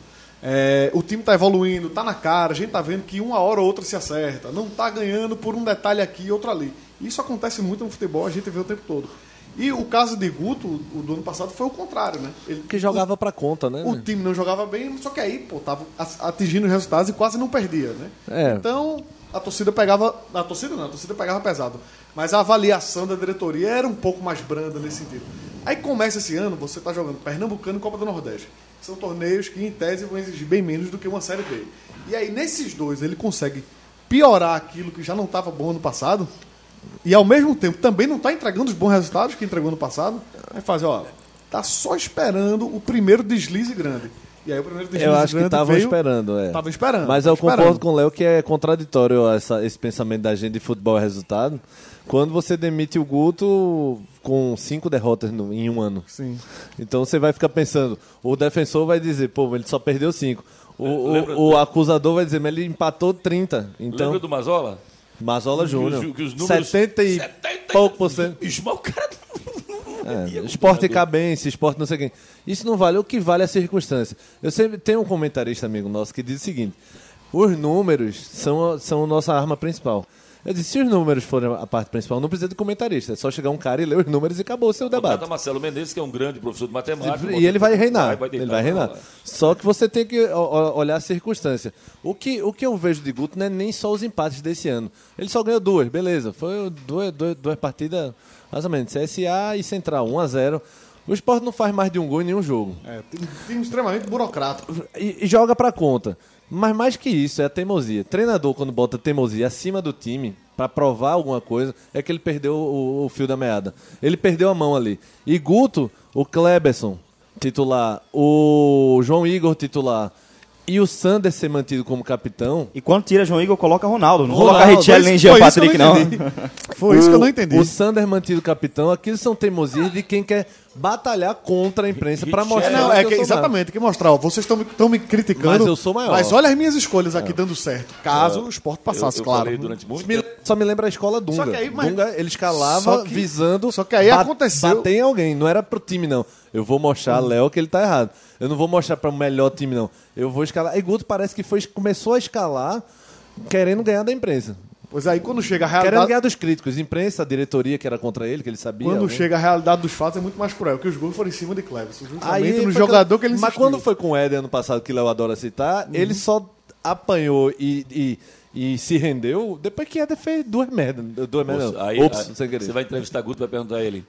Speaker 5: é, o time tá evoluindo, tá na cara, a gente tá vendo que uma hora ou outra se acerta, não tá ganhando por um detalhe aqui e outro ali. Isso acontece muito no futebol, a gente vê o tempo todo. E o caso de Guto, o do ano passado, foi o contrário, né? Ele
Speaker 3: Que jogava pra conta, né?
Speaker 5: o time não jogava bem, só que aí, pô, tava as- atingindo os resultados e quase não perdia, né?
Speaker 3: É.
Speaker 5: Então, a torcida pegava. A torcida não, a torcida pegava pesado. Mas a avaliação da diretoria era um pouco mais branda nesse sentido. Aí começa esse ano, você tá jogando Pernambucano e Copa do Nordeste. São torneios que, em tese, vão exigir bem menos do que uma Série B. E aí, nesses dois, ele consegue piorar aquilo que já não estava bom no passado. e ao mesmo tempo também não está entregando os bons resultados que entregou no passado, aí faz, ó, tá só esperando o primeiro deslize grande. E aí o primeiro deslize
Speaker 3: Eu acho que
Speaker 5: grande
Speaker 3: estavam
Speaker 5: veio-
Speaker 3: esperando, é.
Speaker 5: Estavam esperando,
Speaker 3: Mas
Speaker 5: estavam
Speaker 3: eu
Speaker 5: esperando.
Speaker 3: concordo com o Léo que é contraditório essa- esse pensamento da gente de futebol é resultado. Quando você demite o Guto com cinco derrotas no- em um ano.
Speaker 5: Sim.
Speaker 3: Então você vai ficar pensando, o defensor vai dizer, pô, ele só perdeu cinco. O, o- o acusador vai dizer, mas ele empatou 30.
Speaker 4: Lembra
Speaker 3: Então,
Speaker 4: do Mazola?
Speaker 3: Mazola Júnior,
Speaker 4: que os números-
Speaker 3: 70 e pouco por cento.
Speaker 4: Ismael, o cara. tá
Speaker 3: É, esporte cabense, esporte não sei quem. Isso não vale. O que vale é a circunstância. Eu sempre tenho um comentarista amigo nosso que diz o seguinte: os números são a, são a nossa arma principal. Eu disse, se os números forem a parte principal, não precisa de comentarista. É só chegar um cara e ler os números e acabou o seu debate.
Speaker 4: Contrata Marcelo Mendes, que é um grande professor de matemática.
Speaker 3: E ele vai reinar.
Speaker 4: deitar
Speaker 3: ele vai reinar.
Speaker 4: na bola.
Speaker 3: Só que você tem que o- o- olhar a circunstância. O que, o que eu vejo de Guto não é nem só os empates desse ano. Ele só ganhou duas, beleza. Foi duas, duas, duas partidas, mais ou menos, CSA e Central, 1 a 0 O esporte não faz mais de um gol em nenhum jogo.
Speaker 5: É, tem, tem um extremamente burocrático.
Speaker 3: E, e joga pra conta. Mas mais que isso, é a teimosia. Treinador, quando bota teimosia acima do time, pra provar alguma coisa, é que ele perdeu o, o fio da meada. Ele perdeu a mão ali. E Guto, o Kleberson, titular, o João Igor, titular, e o Sander ser mantido como capitão.
Speaker 2: E quando tira João Igor, coloca Ronaldo. Não
Speaker 3: Ronaldo,
Speaker 2: coloca Richelli nem
Speaker 5: mas
Speaker 2: Jean
Speaker 5: foi é isso que
Speaker 2: Patrick,
Speaker 5: eu não
Speaker 2: não.
Speaker 5: entendi. (laughs) Foi isso que eu não entendi.
Speaker 3: O Sander mantido capitão, aquilo são teimosias de quem quer batalhar contra a imprensa pra
Speaker 5: É,
Speaker 3: mostrar.
Speaker 5: não, é
Speaker 3: eu
Speaker 5: que,
Speaker 3: sou nada.
Speaker 5: exatamente, que mostrar, ó, vocês estão me, tão me criticando.
Speaker 3: Mas eu sou maior. É.
Speaker 5: Mas olha as minhas escolhas aqui dando certo. Caso o esporte passasse,
Speaker 4: eu, eu
Speaker 5: claro.
Speaker 4: Falei durante muito
Speaker 3: Me- Só me lembra a escola Dunga.
Speaker 5: Só que aí, mas-
Speaker 3: Dunga, ele
Speaker 5: Só
Speaker 3: escalava
Speaker 5: que-
Speaker 3: visando.
Speaker 5: só que aí
Speaker 3: ba-
Speaker 5: aconteceu- Hum.
Speaker 3: Bater em alguém, não era pro time, não. Eu vou mostrar a Léo que ele tá errado. Eu não vou mostrar pra o melhor time, não. Eu vou escalar. E Guto parece que foi, começou a escalar querendo ganhar da imprensa.
Speaker 5: Pois aí, quando chega a
Speaker 3: Querendo
Speaker 5: realidade.
Speaker 3: ganhar dos críticos. Imprensa, diretoria que era contra ele, que ele sabia.
Speaker 5: tá.
Speaker 3: né?
Speaker 5: Quando
Speaker 3: alguém.
Speaker 5: chega a realidade dos fatos é muito mais cruel, porque os gols foram em cima de Cleverson,
Speaker 3: Aí
Speaker 5: justamente no
Speaker 3: foi
Speaker 5: jogador
Speaker 3: quando-
Speaker 5: que ele
Speaker 3: Mas
Speaker 5: insistiu. Uhum.
Speaker 3: quando foi com o Éder ano passado, que Léo adora citar, ele só apanhou e. e- e se rendeu depois que Éder fez duas merdas. Duas merdas.
Speaker 4: Moço,
Speaker 3: não.
Speaker 4: aí,
Speaker 3: Ops,
Speaker 4: aí
Speaker 3: sem querer.
Speaker 4: Você vai entrevistar Guto e vai perguntar a ele.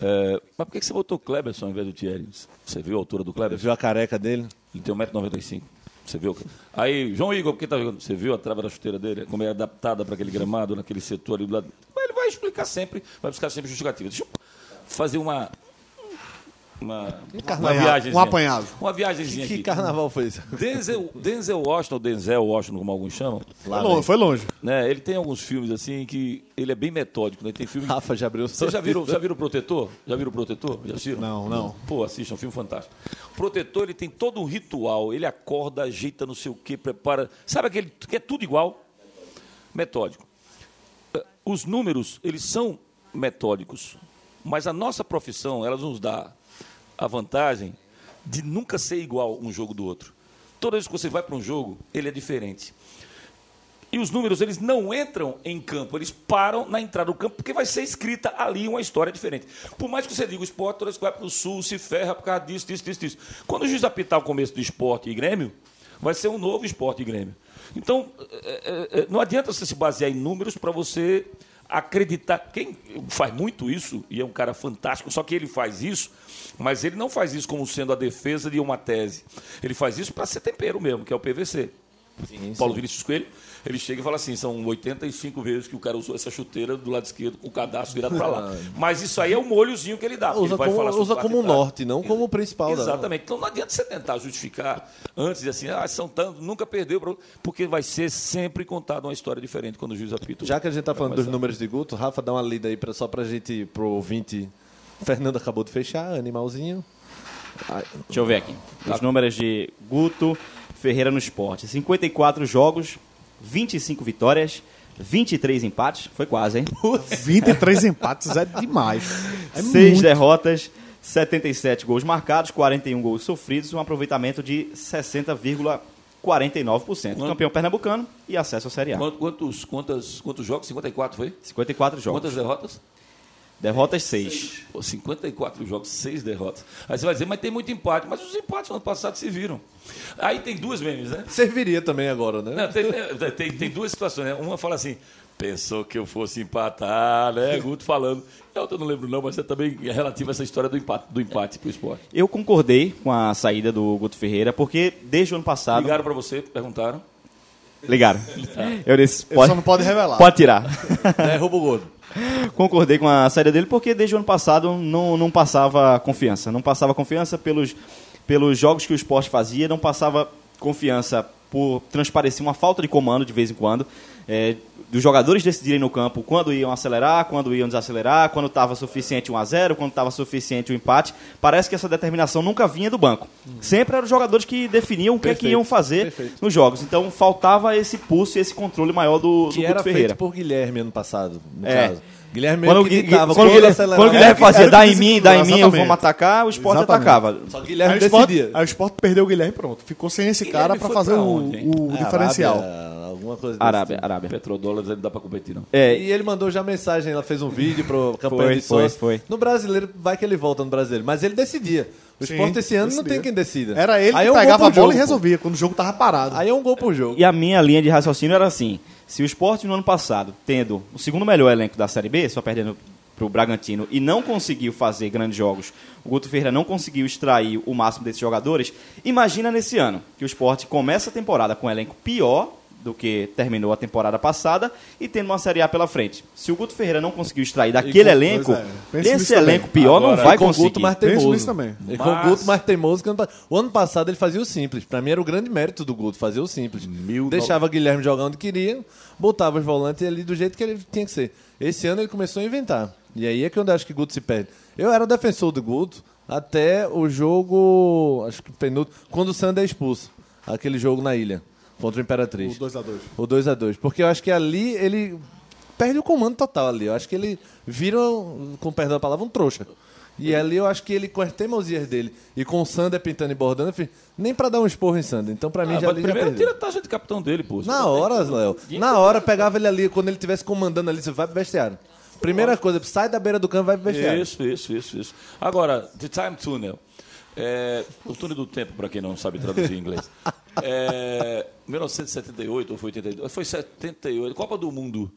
Speaker 4: eh, mas por que que você botou o Kleberson ao invés do Thierry? Você viu a altura do Kleberson?
Speaker 3: Viu a careca dele?
Speaker 4: Ele tem 1,95m. Você viu? cara? Aí, João Igor, por que tá jogando? Você viu a trava da chuteira dele? Como é adaptada para aquele gramado, naquele setor ali do lado. Mas ele vai explicar sempre, vai buscar sempre justificativa. Deixa eu fazer uma. Uma, uma
Speaker 5: apanhado,
Speaker 4: viagem.
Speaker 5: um apanhado.
Speaker 4: Uma viagemzinha
Speaker 3: Que
Speaker 4: aqui.
Speaker 3: carnaval foi isso?
Speaker 4: Denzel, Denzel Washington, ou Denzel Washington, como alguns chamam,
Speaker 5: Foi longe, foi longe.
Speaker 4: né? Ele tem alguns filmes assim que ele é bem metódico, né? Tem filme
Speaker 3: Rafa já abriu o
Speaker 4: Vocês já viram, já viram o Protetor? Já viram o Protetor? Já assistiram?
Speaker 5: Não, não.
Speaker 4: Pô, assistam, é um filme fantástico. O Protetor, ele tem todo um ritual. Ele acorda, ajeita não sei o quê, prepara. Sabe aquele que é tudo igual? Metódico. Eh, Os números, eles são metódicos. Mas a nossa profissão, ela nos dá a vantagem de nunca ser igual um jogo do outro. Toda vez que você vai para um jogo, ele é diferente. E os números, eles não entram em campo, eles param na entrada do campo, porque vai ser escrita ali uma história diferente. Por mais que você diga, o esporte toda vez que vai para o sul, se ferra por causa disso, disso, disso, disso. Quando o juiz apitar o começo do esporte e Grêmio, vai ser um novo esporte e Grêmio. Então, é, é, é, não adianta você se basear em números para você acreditar. Quem faz muito isso, e é um cara fantástico, só que ele faz isso, mas ele não faz isso como sendo a defesa de uma tese. Ele faz isso para ser tempero mesmo, que é o PVC. Paulo Vinícius Coelho, ele chega e fala assim: são 85 vezes que o cara usou essa chuteira do lado esquerdo com o cadastro virado para
Speaker 3: (laughs)
Speaker 4: lá. Mas isso aí é o molhozinho que ele dá. porque
Speaker 3: Usa
Speaker 4: ele vai
Speaker 3: como,
Speaker 4: falar sobre
Speaker 3: usa
Speaker 4: quarta
Speaker 3: como um
Speaker 4: etapa.
Speaker 3: norte, né? não como o principal da-
Speaker 4: Exatamente. Então não adianta você tentar justificar antes assim, ah, são tantos, nunca perdeu, porque vai ser sempre contada uma história diferente quando o juiz apita.
Speaker 3: Já que a gente tá falando
Speaker 4: Vai
Speaker 3: dos
Speaker 4: começar.
Speaker 3: números de Guto, Rafa, dá uma lida aí pra, só pra gente, pro ouvinte. Fernando acabou de fechar, animalzinho.
Speaker 2: Deixa eu ver aqui. Os números de Guto Ferreira no esporte. 54 jogos, 25 vitórias, 23 empates. Foi quase, hein?
Speaker 5: 23 empates é demais. É
Speaker 2: 6
Speaker 5: muito.
Speaker 2: derrotas, 77 gols marcados, 41 gols sofridos, um aproveitamento de 60,49%.
Speaker 4: Quanto?
Speaker 2: Campeão pernambucano e acesso à Série A.
Speaker 4: Quantos, quantos, quantas- quantos jogos? 54 foi?
Speaker 2: 54 jogos.
Speaker 4: Quantas derrotas?
Speaker 2: Derrotas 6.
Speaker 4: Pô, 54 jogos, 6 derrotas. Aí você vai dizer, mas tem muito empate. Mas os empates no ano passado se viram. Aí tem duas memes, né?
Speaker 3: Serviria também agora, né?
Speaker 4: Não, tem, tem- tem- tem duas situações, né? Uma fala assim, pensou que eu fosse empatar, né? Guto falando. E a outra eu não lembro não, mas é também relativa a essa história do empate, do empate pro esporte.
Speaker 2: Eu concordei com a saída do Guto Ferreira, porque desde o ano
Speaker 3: Tá,
Speaker 2: passado.
Speaker 4: Ligaram para você, perguntaram.
Speaker 2: Ligaram. Eu disse,
Speaker 5: Ele só não pode revelar.
Speaker 2: Pode tirar.
Speaker 3: Derruba o gordo.
Speaker 2: Concordei com a saída dele porque desde o ano passado não, não passava confiança. Não passava confiança pelos, pelos jogos que o esporte fazia, não passava confiança por transparecer uma falta de comando de vez em quando. é, dos jogadores decidirem no campo quando iam acelerar, quando iam desacelerar, quando estava suficiente 1 a 0 quando estava suficiente o empate. Parece que essa determinação nunca vinha do banco. Sempre eram os jogadores que definiam o que, é que
Speaker 3: Uhum. Perfeito,
Speaker 2: iam fazer
Speaker 3: perfeito.
Speaker 2: nos jogos. Então faltava esse pulso e esse controle maior do, do
Speaker 3: Que
Speaker 2: Guto
Speaker 3: era
Speaker 2: Ferreira.
Speaker 3: feito por Guilherme ano passado, no
Speaker 2: É.
Speaker 3: caso. Guilherme
Speaker 2: Quando,
Speaker 3: meio
Speaker 2: o
Speaker 3: que
Speaker 2: Gui-
Speaker 3: ditava,
Speaker 2: quando, o Guilherme-
Speaker 3: acelerava-
Speaker 2: quando o
Speaker 3: É,
Speaker 2: Guilherme fazia,
Speaker 5: era o que
Speaker 2: dá em mim, dá em mim, eu vou
Speaker 5: exatamente.
Speaker 2: me atacar, o esporte
Speaker 5: Exatamente.
Speaker 2: atacava.
Speaker 3: Só que
Speaker 5: Aí
Speaker 3: Guilherme
Speaker 5: o, Sport,
Speaker 3: decidia.
Speaker 5: aí o Sport perdeu o Guilherme, pronto. Ficou sem esse
Speaker 4: Guilherme
Speaker 5: cara pra
Speaker 4: foi
Speaker 5: fazer
Speaker 4: pra
Speaker 5: o-
Speaker 4: onde, hein?
Speaker 5: o,
Speaker 3: É,
Speaker 5: diferencial.
Speaker 3: Arábia, alguma coisa desse
Speaker 2: Arábia,
Speaker 3: tipo.
Speaker 2: Arábia.
Speaker 4: Petrodólares ele não dá para competir, não.
Speaker 2: É,
Speaker 3: E ele mandou já mensagem, ela fez um
Speaker 2: (laughs)
Speaker 3: vídeo pro campanha
Speaker 2: Foi,
Speaker 3: de
Speaker 2: foi,
Speaker 3: sócio.
Speaker 2: foi.
Speaker 3: No brasileiro, vai que ele volta no brasileiro. Mas ele decidia. O
Speaker 5: Sim,
Speaker 3: esporte esse ano não
Speaker 5: decidia.
Speaker 3: tem quem decida.
Speaker 5: Era ele
Speaker 3: Aí é
Speaker 5: que
Speaker 3: um gol
Speaker 5: pegava a
Speaker 3: pro jogo,
Speaker 5: bola e
Speaker 3: pô.
Speaker 5: resolvia, quando o jogo tava parado.
Speaker 3: Aí é um gol pro jogo.
Speaker 2: E a minha linha de raciocínio era assim: se o esporte no ano passado, tendo o segundo melhor elenco da Série B, só perdendo para o Bragantino, e não conseguiu fazer grandes jogos, o Guto Ferreira não conseguiu extrair o máximo desses jogadores, imagina nesse ano que o esporte começa a temporada com um elenco pior do que terminou a temporada passada e tendo uma Série A pela frente. Se o Guto Ferreira não conseguiu extrair daquele elenco,
Speaker 5: é, pense
Speaker 2: esse
Speaker 5: nisso também.
Speaker 2: elenco pior
Speaker 4: Agora,
Speaker 2: não vai
Speaker 3: é com o
Speaker 2: conseguir.
Speaker 3: Guto mais
Speaker 5: Penso
Speaker 3: teimoso.
Speaker 5: nisso também.
Speaker 3: E com o
Speaker 4: Mas-
Speaker 3: Guto mais teimoso. Que ano... pa- O ano passado ele fazia o simples. Pra mim era o grande mérito do Guto, fazer o simples. Deixava Guilherme jogar onde queria, botava os volantes ali do jeito que ele tinha que ser. Esse ano ele começou a inventar. E aí é que eu acho que o Guto se perde. Eu era defensor do Guto até o jogo, acho que penúltimo, quando o Sander é expulso. Aquele jogo na ilha, contra o Imperatriz.
Speaker 5: O 2x2.
Speaker 3: O 2 a 2 Porque eu acho que ali ele perde o comando total ali. Eu acho que ele vira, um- com perdão da palavra, um trouxa. E ali eu acho que ele, com as teimosias dele e com o Sander pintando e bordando, eu fiz, nem pra dar um esporro em Sander. Então pra mim
Speaker 4: Ah,
Speaker 3: já,
Speaker 4: mas
Speaker 3: ali, já
Speaker 4: primeiro
Speaker 3: perdeu.
Speaker 4: tira a taxa de capitão dele, pô.
Speaker 3: Na hora, Léo. Na hora pegava ele ali, quando ele estivesse comandando ali, você vai pro vestiário. Primeira coisa, sai da beira do campo e vai pro vestiário.
Speaker 4: Isso, isso, isso, isso. Agora, The Time Tunnel. É, o túnel do tempo, para quem não sabe traduzir em inglês.
Speaker 3: (laughs)
Speaker 4: É, 1978 ou foi 82? Foi 78, Copa do Mundo.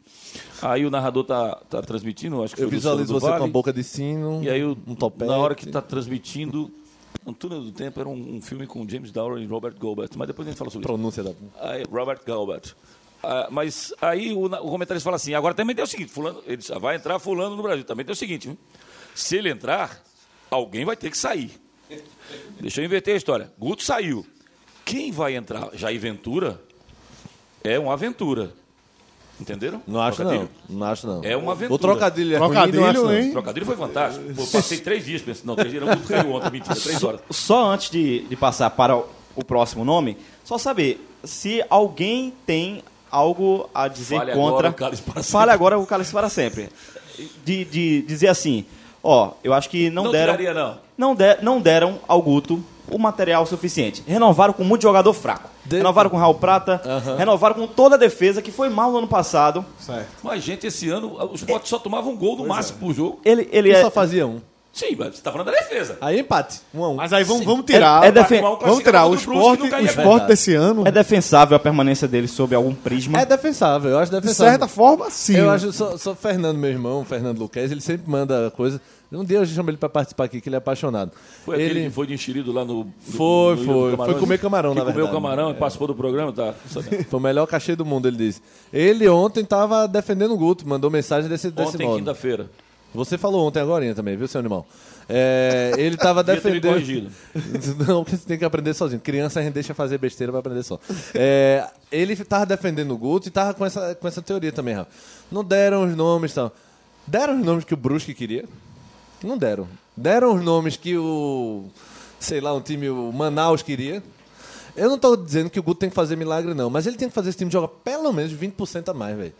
Speaker 4: Aí o narrador tá, tá transmitindo, acho que
Speaker 3: Eu
Speaker 4: foi do
Speaker 3: visualizo
Speaker 4: Solo do
Speaker 3: você com a
Speaker 4: Vale.
Speaker 3: boca de sino,
Speaker 4: E aí, o-
Speaker 3: um topete.
Speaker 4: na hora que está transmitindo, O Túnel do Tempo era um, um filme com James Downer e Robert Goldberg. Mas depois a gente fala sobre isso.
Speaker 3: Pronúncia da...
Speaker 4: Aí, Robert Galbert. Ah, mas aí o, na- o comentarista fala assim: agora também tem o seguinte, fulano, ele disse, "Ah, vai entrar fulano no Brasil. Também tem o seguinte: viu? se ele entrar, alguém vai ter que sair. Deixa eu inverter a história. Guto saiu. Quem vai entrar? Jair Ventura é uma aventura. Entenderam?
Speaker 3: Não acho não,
Speaker 4: Trocadilho.
Speaker 3: não acho não.
Speaker 4: É uma
Speaker 3: O
Speaker 4: aventura.
Speaker 3: trocadilho é ruim, não acho
Speaker 5: Trocadilho,
Speaker 3: não.
Speaker 5: hein?
Speaker 4: Trocadilho foi fantástico. Pô, passei três dias pensando, não, três dias não, Guto caiu ontem, mentira, três horas.
Speaker 2: Só antes de, de passar para o, o próximo nome, só saber se alguém tem algo a dizer
Speaker 4: Fale agora
Speaker 2: contra.
Speaker 4: o cálice para sempre.
Speaker 2: Fale agora o cálice para sempre. De, de dizer assim, ó, eu acho que não,
Speaker 4: Não
Speaker 2: deram.
Speaker 4: tiraria, não.
Speaker 2: Não, de- não deram ao Guto o material suficiente. Renovaram com muito jogador fraco.
Speaker 3: De-
Speaker 2: Renovaram com Raul Prata, renovaram com toda a defesa, que foi mal no ano passado.
Speaker 5: Certo.
Speaker 4: Mas, gente, esse ano os potes só tomavam um gol no máximo por jogo.
Speaker 2: Ele, ele
Speaker 3: Ele
Speaker 2: é.
Speaker 3: só fazia um.
Speaker 4: Sim, mas você está falando da defesa.
Speaker 3: Aí empate, um a um.
Speaker 5: Mas aí vamos, vamos tirar.
Speaker 2: É- é defen-
Speaker 4: Arrumar um
Speaker 5: Vamos tirar o
Speaker 4: classificador do Brusque
Speaker 5: esporte,
Speaker 4: que não
Speaker 5: o
Speaker 4: caía bem.
Speaker 5: esporte desse ano.
Speaker 2: É defensável a permanência dele sob algum prisma.
Speaker 3: É defensável, eu acho
Speaker 5: de
Speaker 3: defensável.
Speaker 5: certa forma, sim.
Speaker 3: Eu acho, só, só Fernando, meu irmão, o Fernando Luquez, ele sempre manda coisa. Um dia eu chamo ele pra participar aqui, que ele é apaixonado.
Speaker 4: Foi
Speaker 3: ele
Speaker 4: aquele que foi de enxerido lá no. no-
Speaker 3: Foi,
Speaker 4: no Ilha do
Speaker 3: foi.
Speaker 4: Camarões?
Speaker 3: Foi comer camarão,
Speaker 4: que
Speaker 3: na
Speaker 4: comeu
Speaker 3: verdade.
Speaker 4: camarão e participou do programa, tá?
Speaker 3: foi o melhor cachê do mundo, ele disse. Ele ontem tava defendendo o Guto, mandou mensagem desse, desse
Speaker 4: Ontem,
Speaker 3: modo.
Speaker 4: quinta-feira.
Speaker 3: Você falou ontem agora também, viu, seu animal? É,
Speaker 4: (laughs)
Speaker 3: ele tava
Speaker 4: Devia ter me
Speaker 3: defendendo. (laughs)
Speaker 4: corrigido.
Speaker 3: Não, porque você tem que aprender sozinho. Criança a gente deixa fazer besteira pra aprender só. É, ele tava defendendo o Guto e tava com essa, com essa teoria também, Rafa. Não deram os nomes e tal. Deram os nomes que o Brusque queria? Não deram. Deram os nomes que o. Sei lá, um time, o Manaus queria. Eu não tô dizendo que o Guto tem que fazer milagre, não, mas ele tem que fazer esse time jogar pelo menos 20% a mais, velho.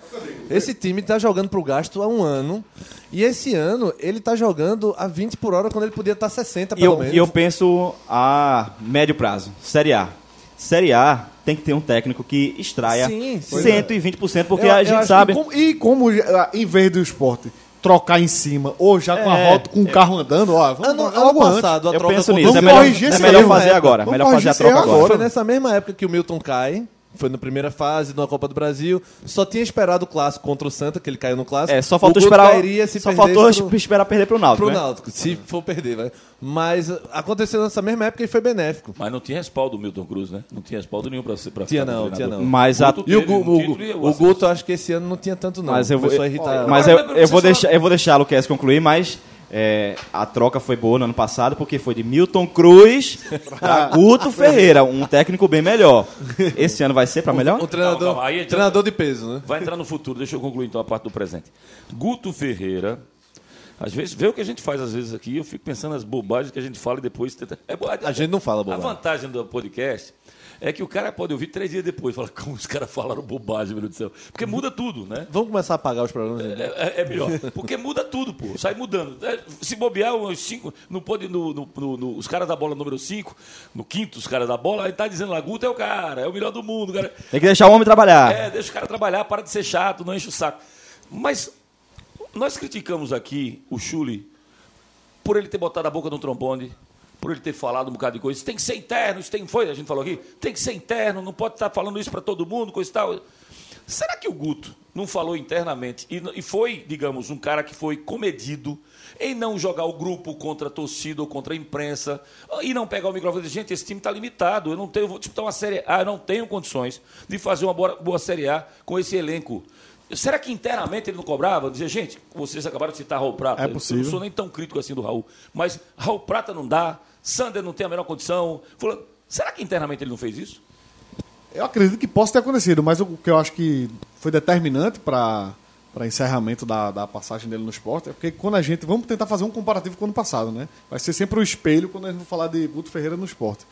Speaker 3: Esse time tá jogando pro gasto há um ano. E esse ano ele tá jogando a 20 por hora quando ele podia estar 60
Speaker 2: E
Speaker 3: É, pelo
Speaker 2: eu,
Speaker 3: menos.
Speaker 2: e eu penso a médio prazo, Série A. Série A tem que ter um técnico que extraia
Speaker 3: Sim, sim.
Speaker 2: 120%, porque
Speaker 3: Eu-
Speaker 2: a
Speaker 3: eu acho
Speaker 2: gente
Speaker 3: que
Speaker 2: sabe.
Speaker 5: E como, e como, ah, em vez do esporte trocar em cima, ou já com a
Speaker 2: É.
Speaker 5: rota, com o carro andando, ó, vamos
Speaker 3: Ano,
Speaker 5: trocar
Speaker 3: ano
Speaker 5: logo antes.
Speaker 3: passado, a
Speaker 2: Eu
Speaker 3: troca
Speaker 2: penso
Speaker 3: com-
Speaker 2: nisso. É
Speaker 5: Vamos
Speaker 2: melhor,
Speaker 5: corrigir
Speaker 2: é
Speaker 5: esse
Speaker 2: melhor
Speaker 5: erro,
Speaker 2: fazer
Speaker 5: né?
Speaker 2: agora. É
Speaker 5: Vamos
Speaker 2: melhor fazer
Speaker 5: corrigir
Speaker 2: a
Speaker 5: esse
Speaker 2: troca
Speaker 5: erro
Speaker 2: agora.
Speaker 5: agora.
Speaker 3: Foi nessa mesma época que o Milton cai Foi na primeira fase da Copa do Brasil. Só tinha esperado o clássico contra o Santa, que ele caiu no clássico.
Speaker 2: É, só
Speaker 3: O
Speaker 2: faltou
Speaker 3: Guto
Speaker 2: esperar.
Speaker 3: cairia se
Speaker 2: só
Speaker 3: perdesse
Speaker 2: faltou
Speaker 3: pro-
Speaker 2: esperar perder pro Náutico.
Speaker 3: pro
Speaker 2: né?
Speaker 3: Náutico, se for perder, né? Mas uh, aconteceu nessa mesma época e foi benéfico.
Speaker 4: Mas não tinha respaldo o Milton Cruz, né? Não tinha respaldo nenhum para ser para
Speaker 3: Tinha não, tinha não.
Speaker 2: Mas a-
Speaker 3: E o, Gu- o, Gu- o
Speaker 4: assim.
Speaker 3: Guto, acho que esse ano não tinha tanto, não.
Speaker 2: Mas eu vou, é,
Speaker 3: Começou a irritar.
Speaker 2: mas eu,
Speaker 4: Agora,
Speaker 2: eu vou
Speaker 4: você
Speaker 2: deixar,
Speaker 4: fala-
Speaker 2: eu vou deixar a Luquez concluir, mas é, a troca foi boa no ano passado porque foi de Milton Cruz
Speaker 3: (laughs)
Speaker 2: para Guto Ferreira, um técnico bem melhor. Esse ano vai ser para melhor?
Speaker 3: O treinador,
Speaker 4: Calma, calma, aí adianta-
Speaker 3: treinador de peso, né?
Speaker 4: Vai entrar no futuro, deixa eu concluir então a parte do presente. Guto Ferreira, às vezes, vê o que a gente faz às vezes aqui, eu fico pensando nas bobagens que a gente fala e depois tenta. É bo-
Speaker 3: A gente não fala
Speaker 4: A
Speaker 3: bobagem.
Speaker 4: vantagem do podcast é que o cara pode ouvir três dias depois e falar como os caras falaram bobagem, meu Deus do céu. Porque muda tudo, né?
Speaker 3: Vamos começar a apagar os problemas. né? gente?
Speaker 4: É, é- é melhor. Porque muda tudo, pô. Sai mudando. É, Se bobear, os cinco. Não pode. No, no- no- no- os caras da bola número 5, no quinto, os caras da bola, aí tá dizendo lá, Guto é o cara, é o melhor do mundo, cara.
Speaker 2: Tem que deixar o homem trabalhar.
Speaker 4: É, deixa o cara trabalhar, para de ser chato, não enche o saco. Mas nós criticamos aqui o Chuli por ele ter botado a boca no trombone, por ele ter falado um bocado de coisa. Isso tem que ser interno, isso tem, foi, a gente falou aqui, tem que ser interno, não pode estar falando isso para todo mundo, coisa e tal. Será que o Guto não falou internamente e, n- e foi, digamos, um cara que foi comedido em não jogar o grupo contra a torcida ou contra a imprensa e não pegar o microfone e dizer, gente, esse time está limitado, eu não tenho, eu vou disputar uma Série A, eu não tenho condições de fazer uma boa, boa Série A com esse elenco. Será que internamente ele não cobrava? Dizer, gente, vocês acabaram de citar Raul Prata.
Speaker 5: É
Speaker 4: eu- Eu
Speaker 5: possível.
Speaker 4: não sou nem tão crítico assim do Raul. Mas Raul Prata não dá, Sander não tem a menor condição. fulano- Será que internamente ele não fez isso?
Speaker 5: Eu acredito que possa ter acontecido, mas o que eu acho que foi determinante para para encerramento da, da passagem dele no esporte é porque quando a gente. Vamos tentar fazer um comparativo com o ano passado, né? Vai ser sempre o espelho quando a gente for falar de Guto Ferreira no esporte.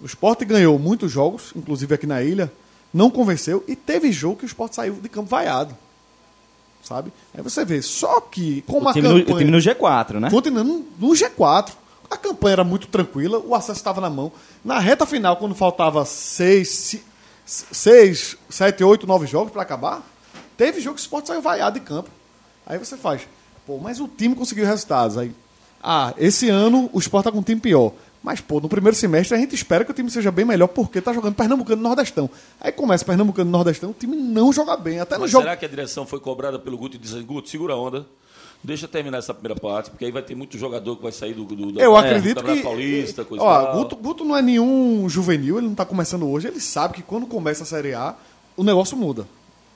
Speaker 5: O esporte ganhou muitos jogos, inclusive aqui na ilha, não convenceu e teve jogo que o esporte saiu de campo vaiado. Sabe? Aí você vê, só que com
Speaker 2: O
Speaker 5: uma
Speaker 2: time, no,
Speaker 5: campanha.
Speaker 2: o time no G4, né?
Speaker 5: Continuando no G4. A campanha era muito tranquila, o acesso estava na mão. Na reta final, quando faltava 6, 6 7, 8, 9 jogos para acabar, teve jogo que o Sport saiu vaiado de campo. Aí você faz, pô, mas o time conseguiu resultados. Aí, ah, esse ano o Sport tá com um time pior. Mas, pô, no primeiro semestre a gente espera que o time seja bem melhor porque tá jogando Pernambucano e Nordestão. Aí começa Pernambucano e Nordestão, o time não joga bem. Até É, no
Speaker 4: Mas
Speaker 5: jogo.
Speaker 4: será que a direção foi cobrada pelo Guto e disse, assim, Guto, segura a onda. Deixa eu terminar essa primeira parte, porque aí vai ter muito jogador que vai sair do, do, da-
Speaker 5: Eu
Speaker 4: do
Speaker 5: acredito
Speaker 4: Campeonato
Speaker 5: que.
Speaker 4: Paulista, coisa e
Speaker 5: Ó,
Speaker 4: tal.
Speaker 5: Guto, Guto não é nenhum juvenil, ele não tá começando hoje, ele sabe que quando começa a Série A, o negócio muda.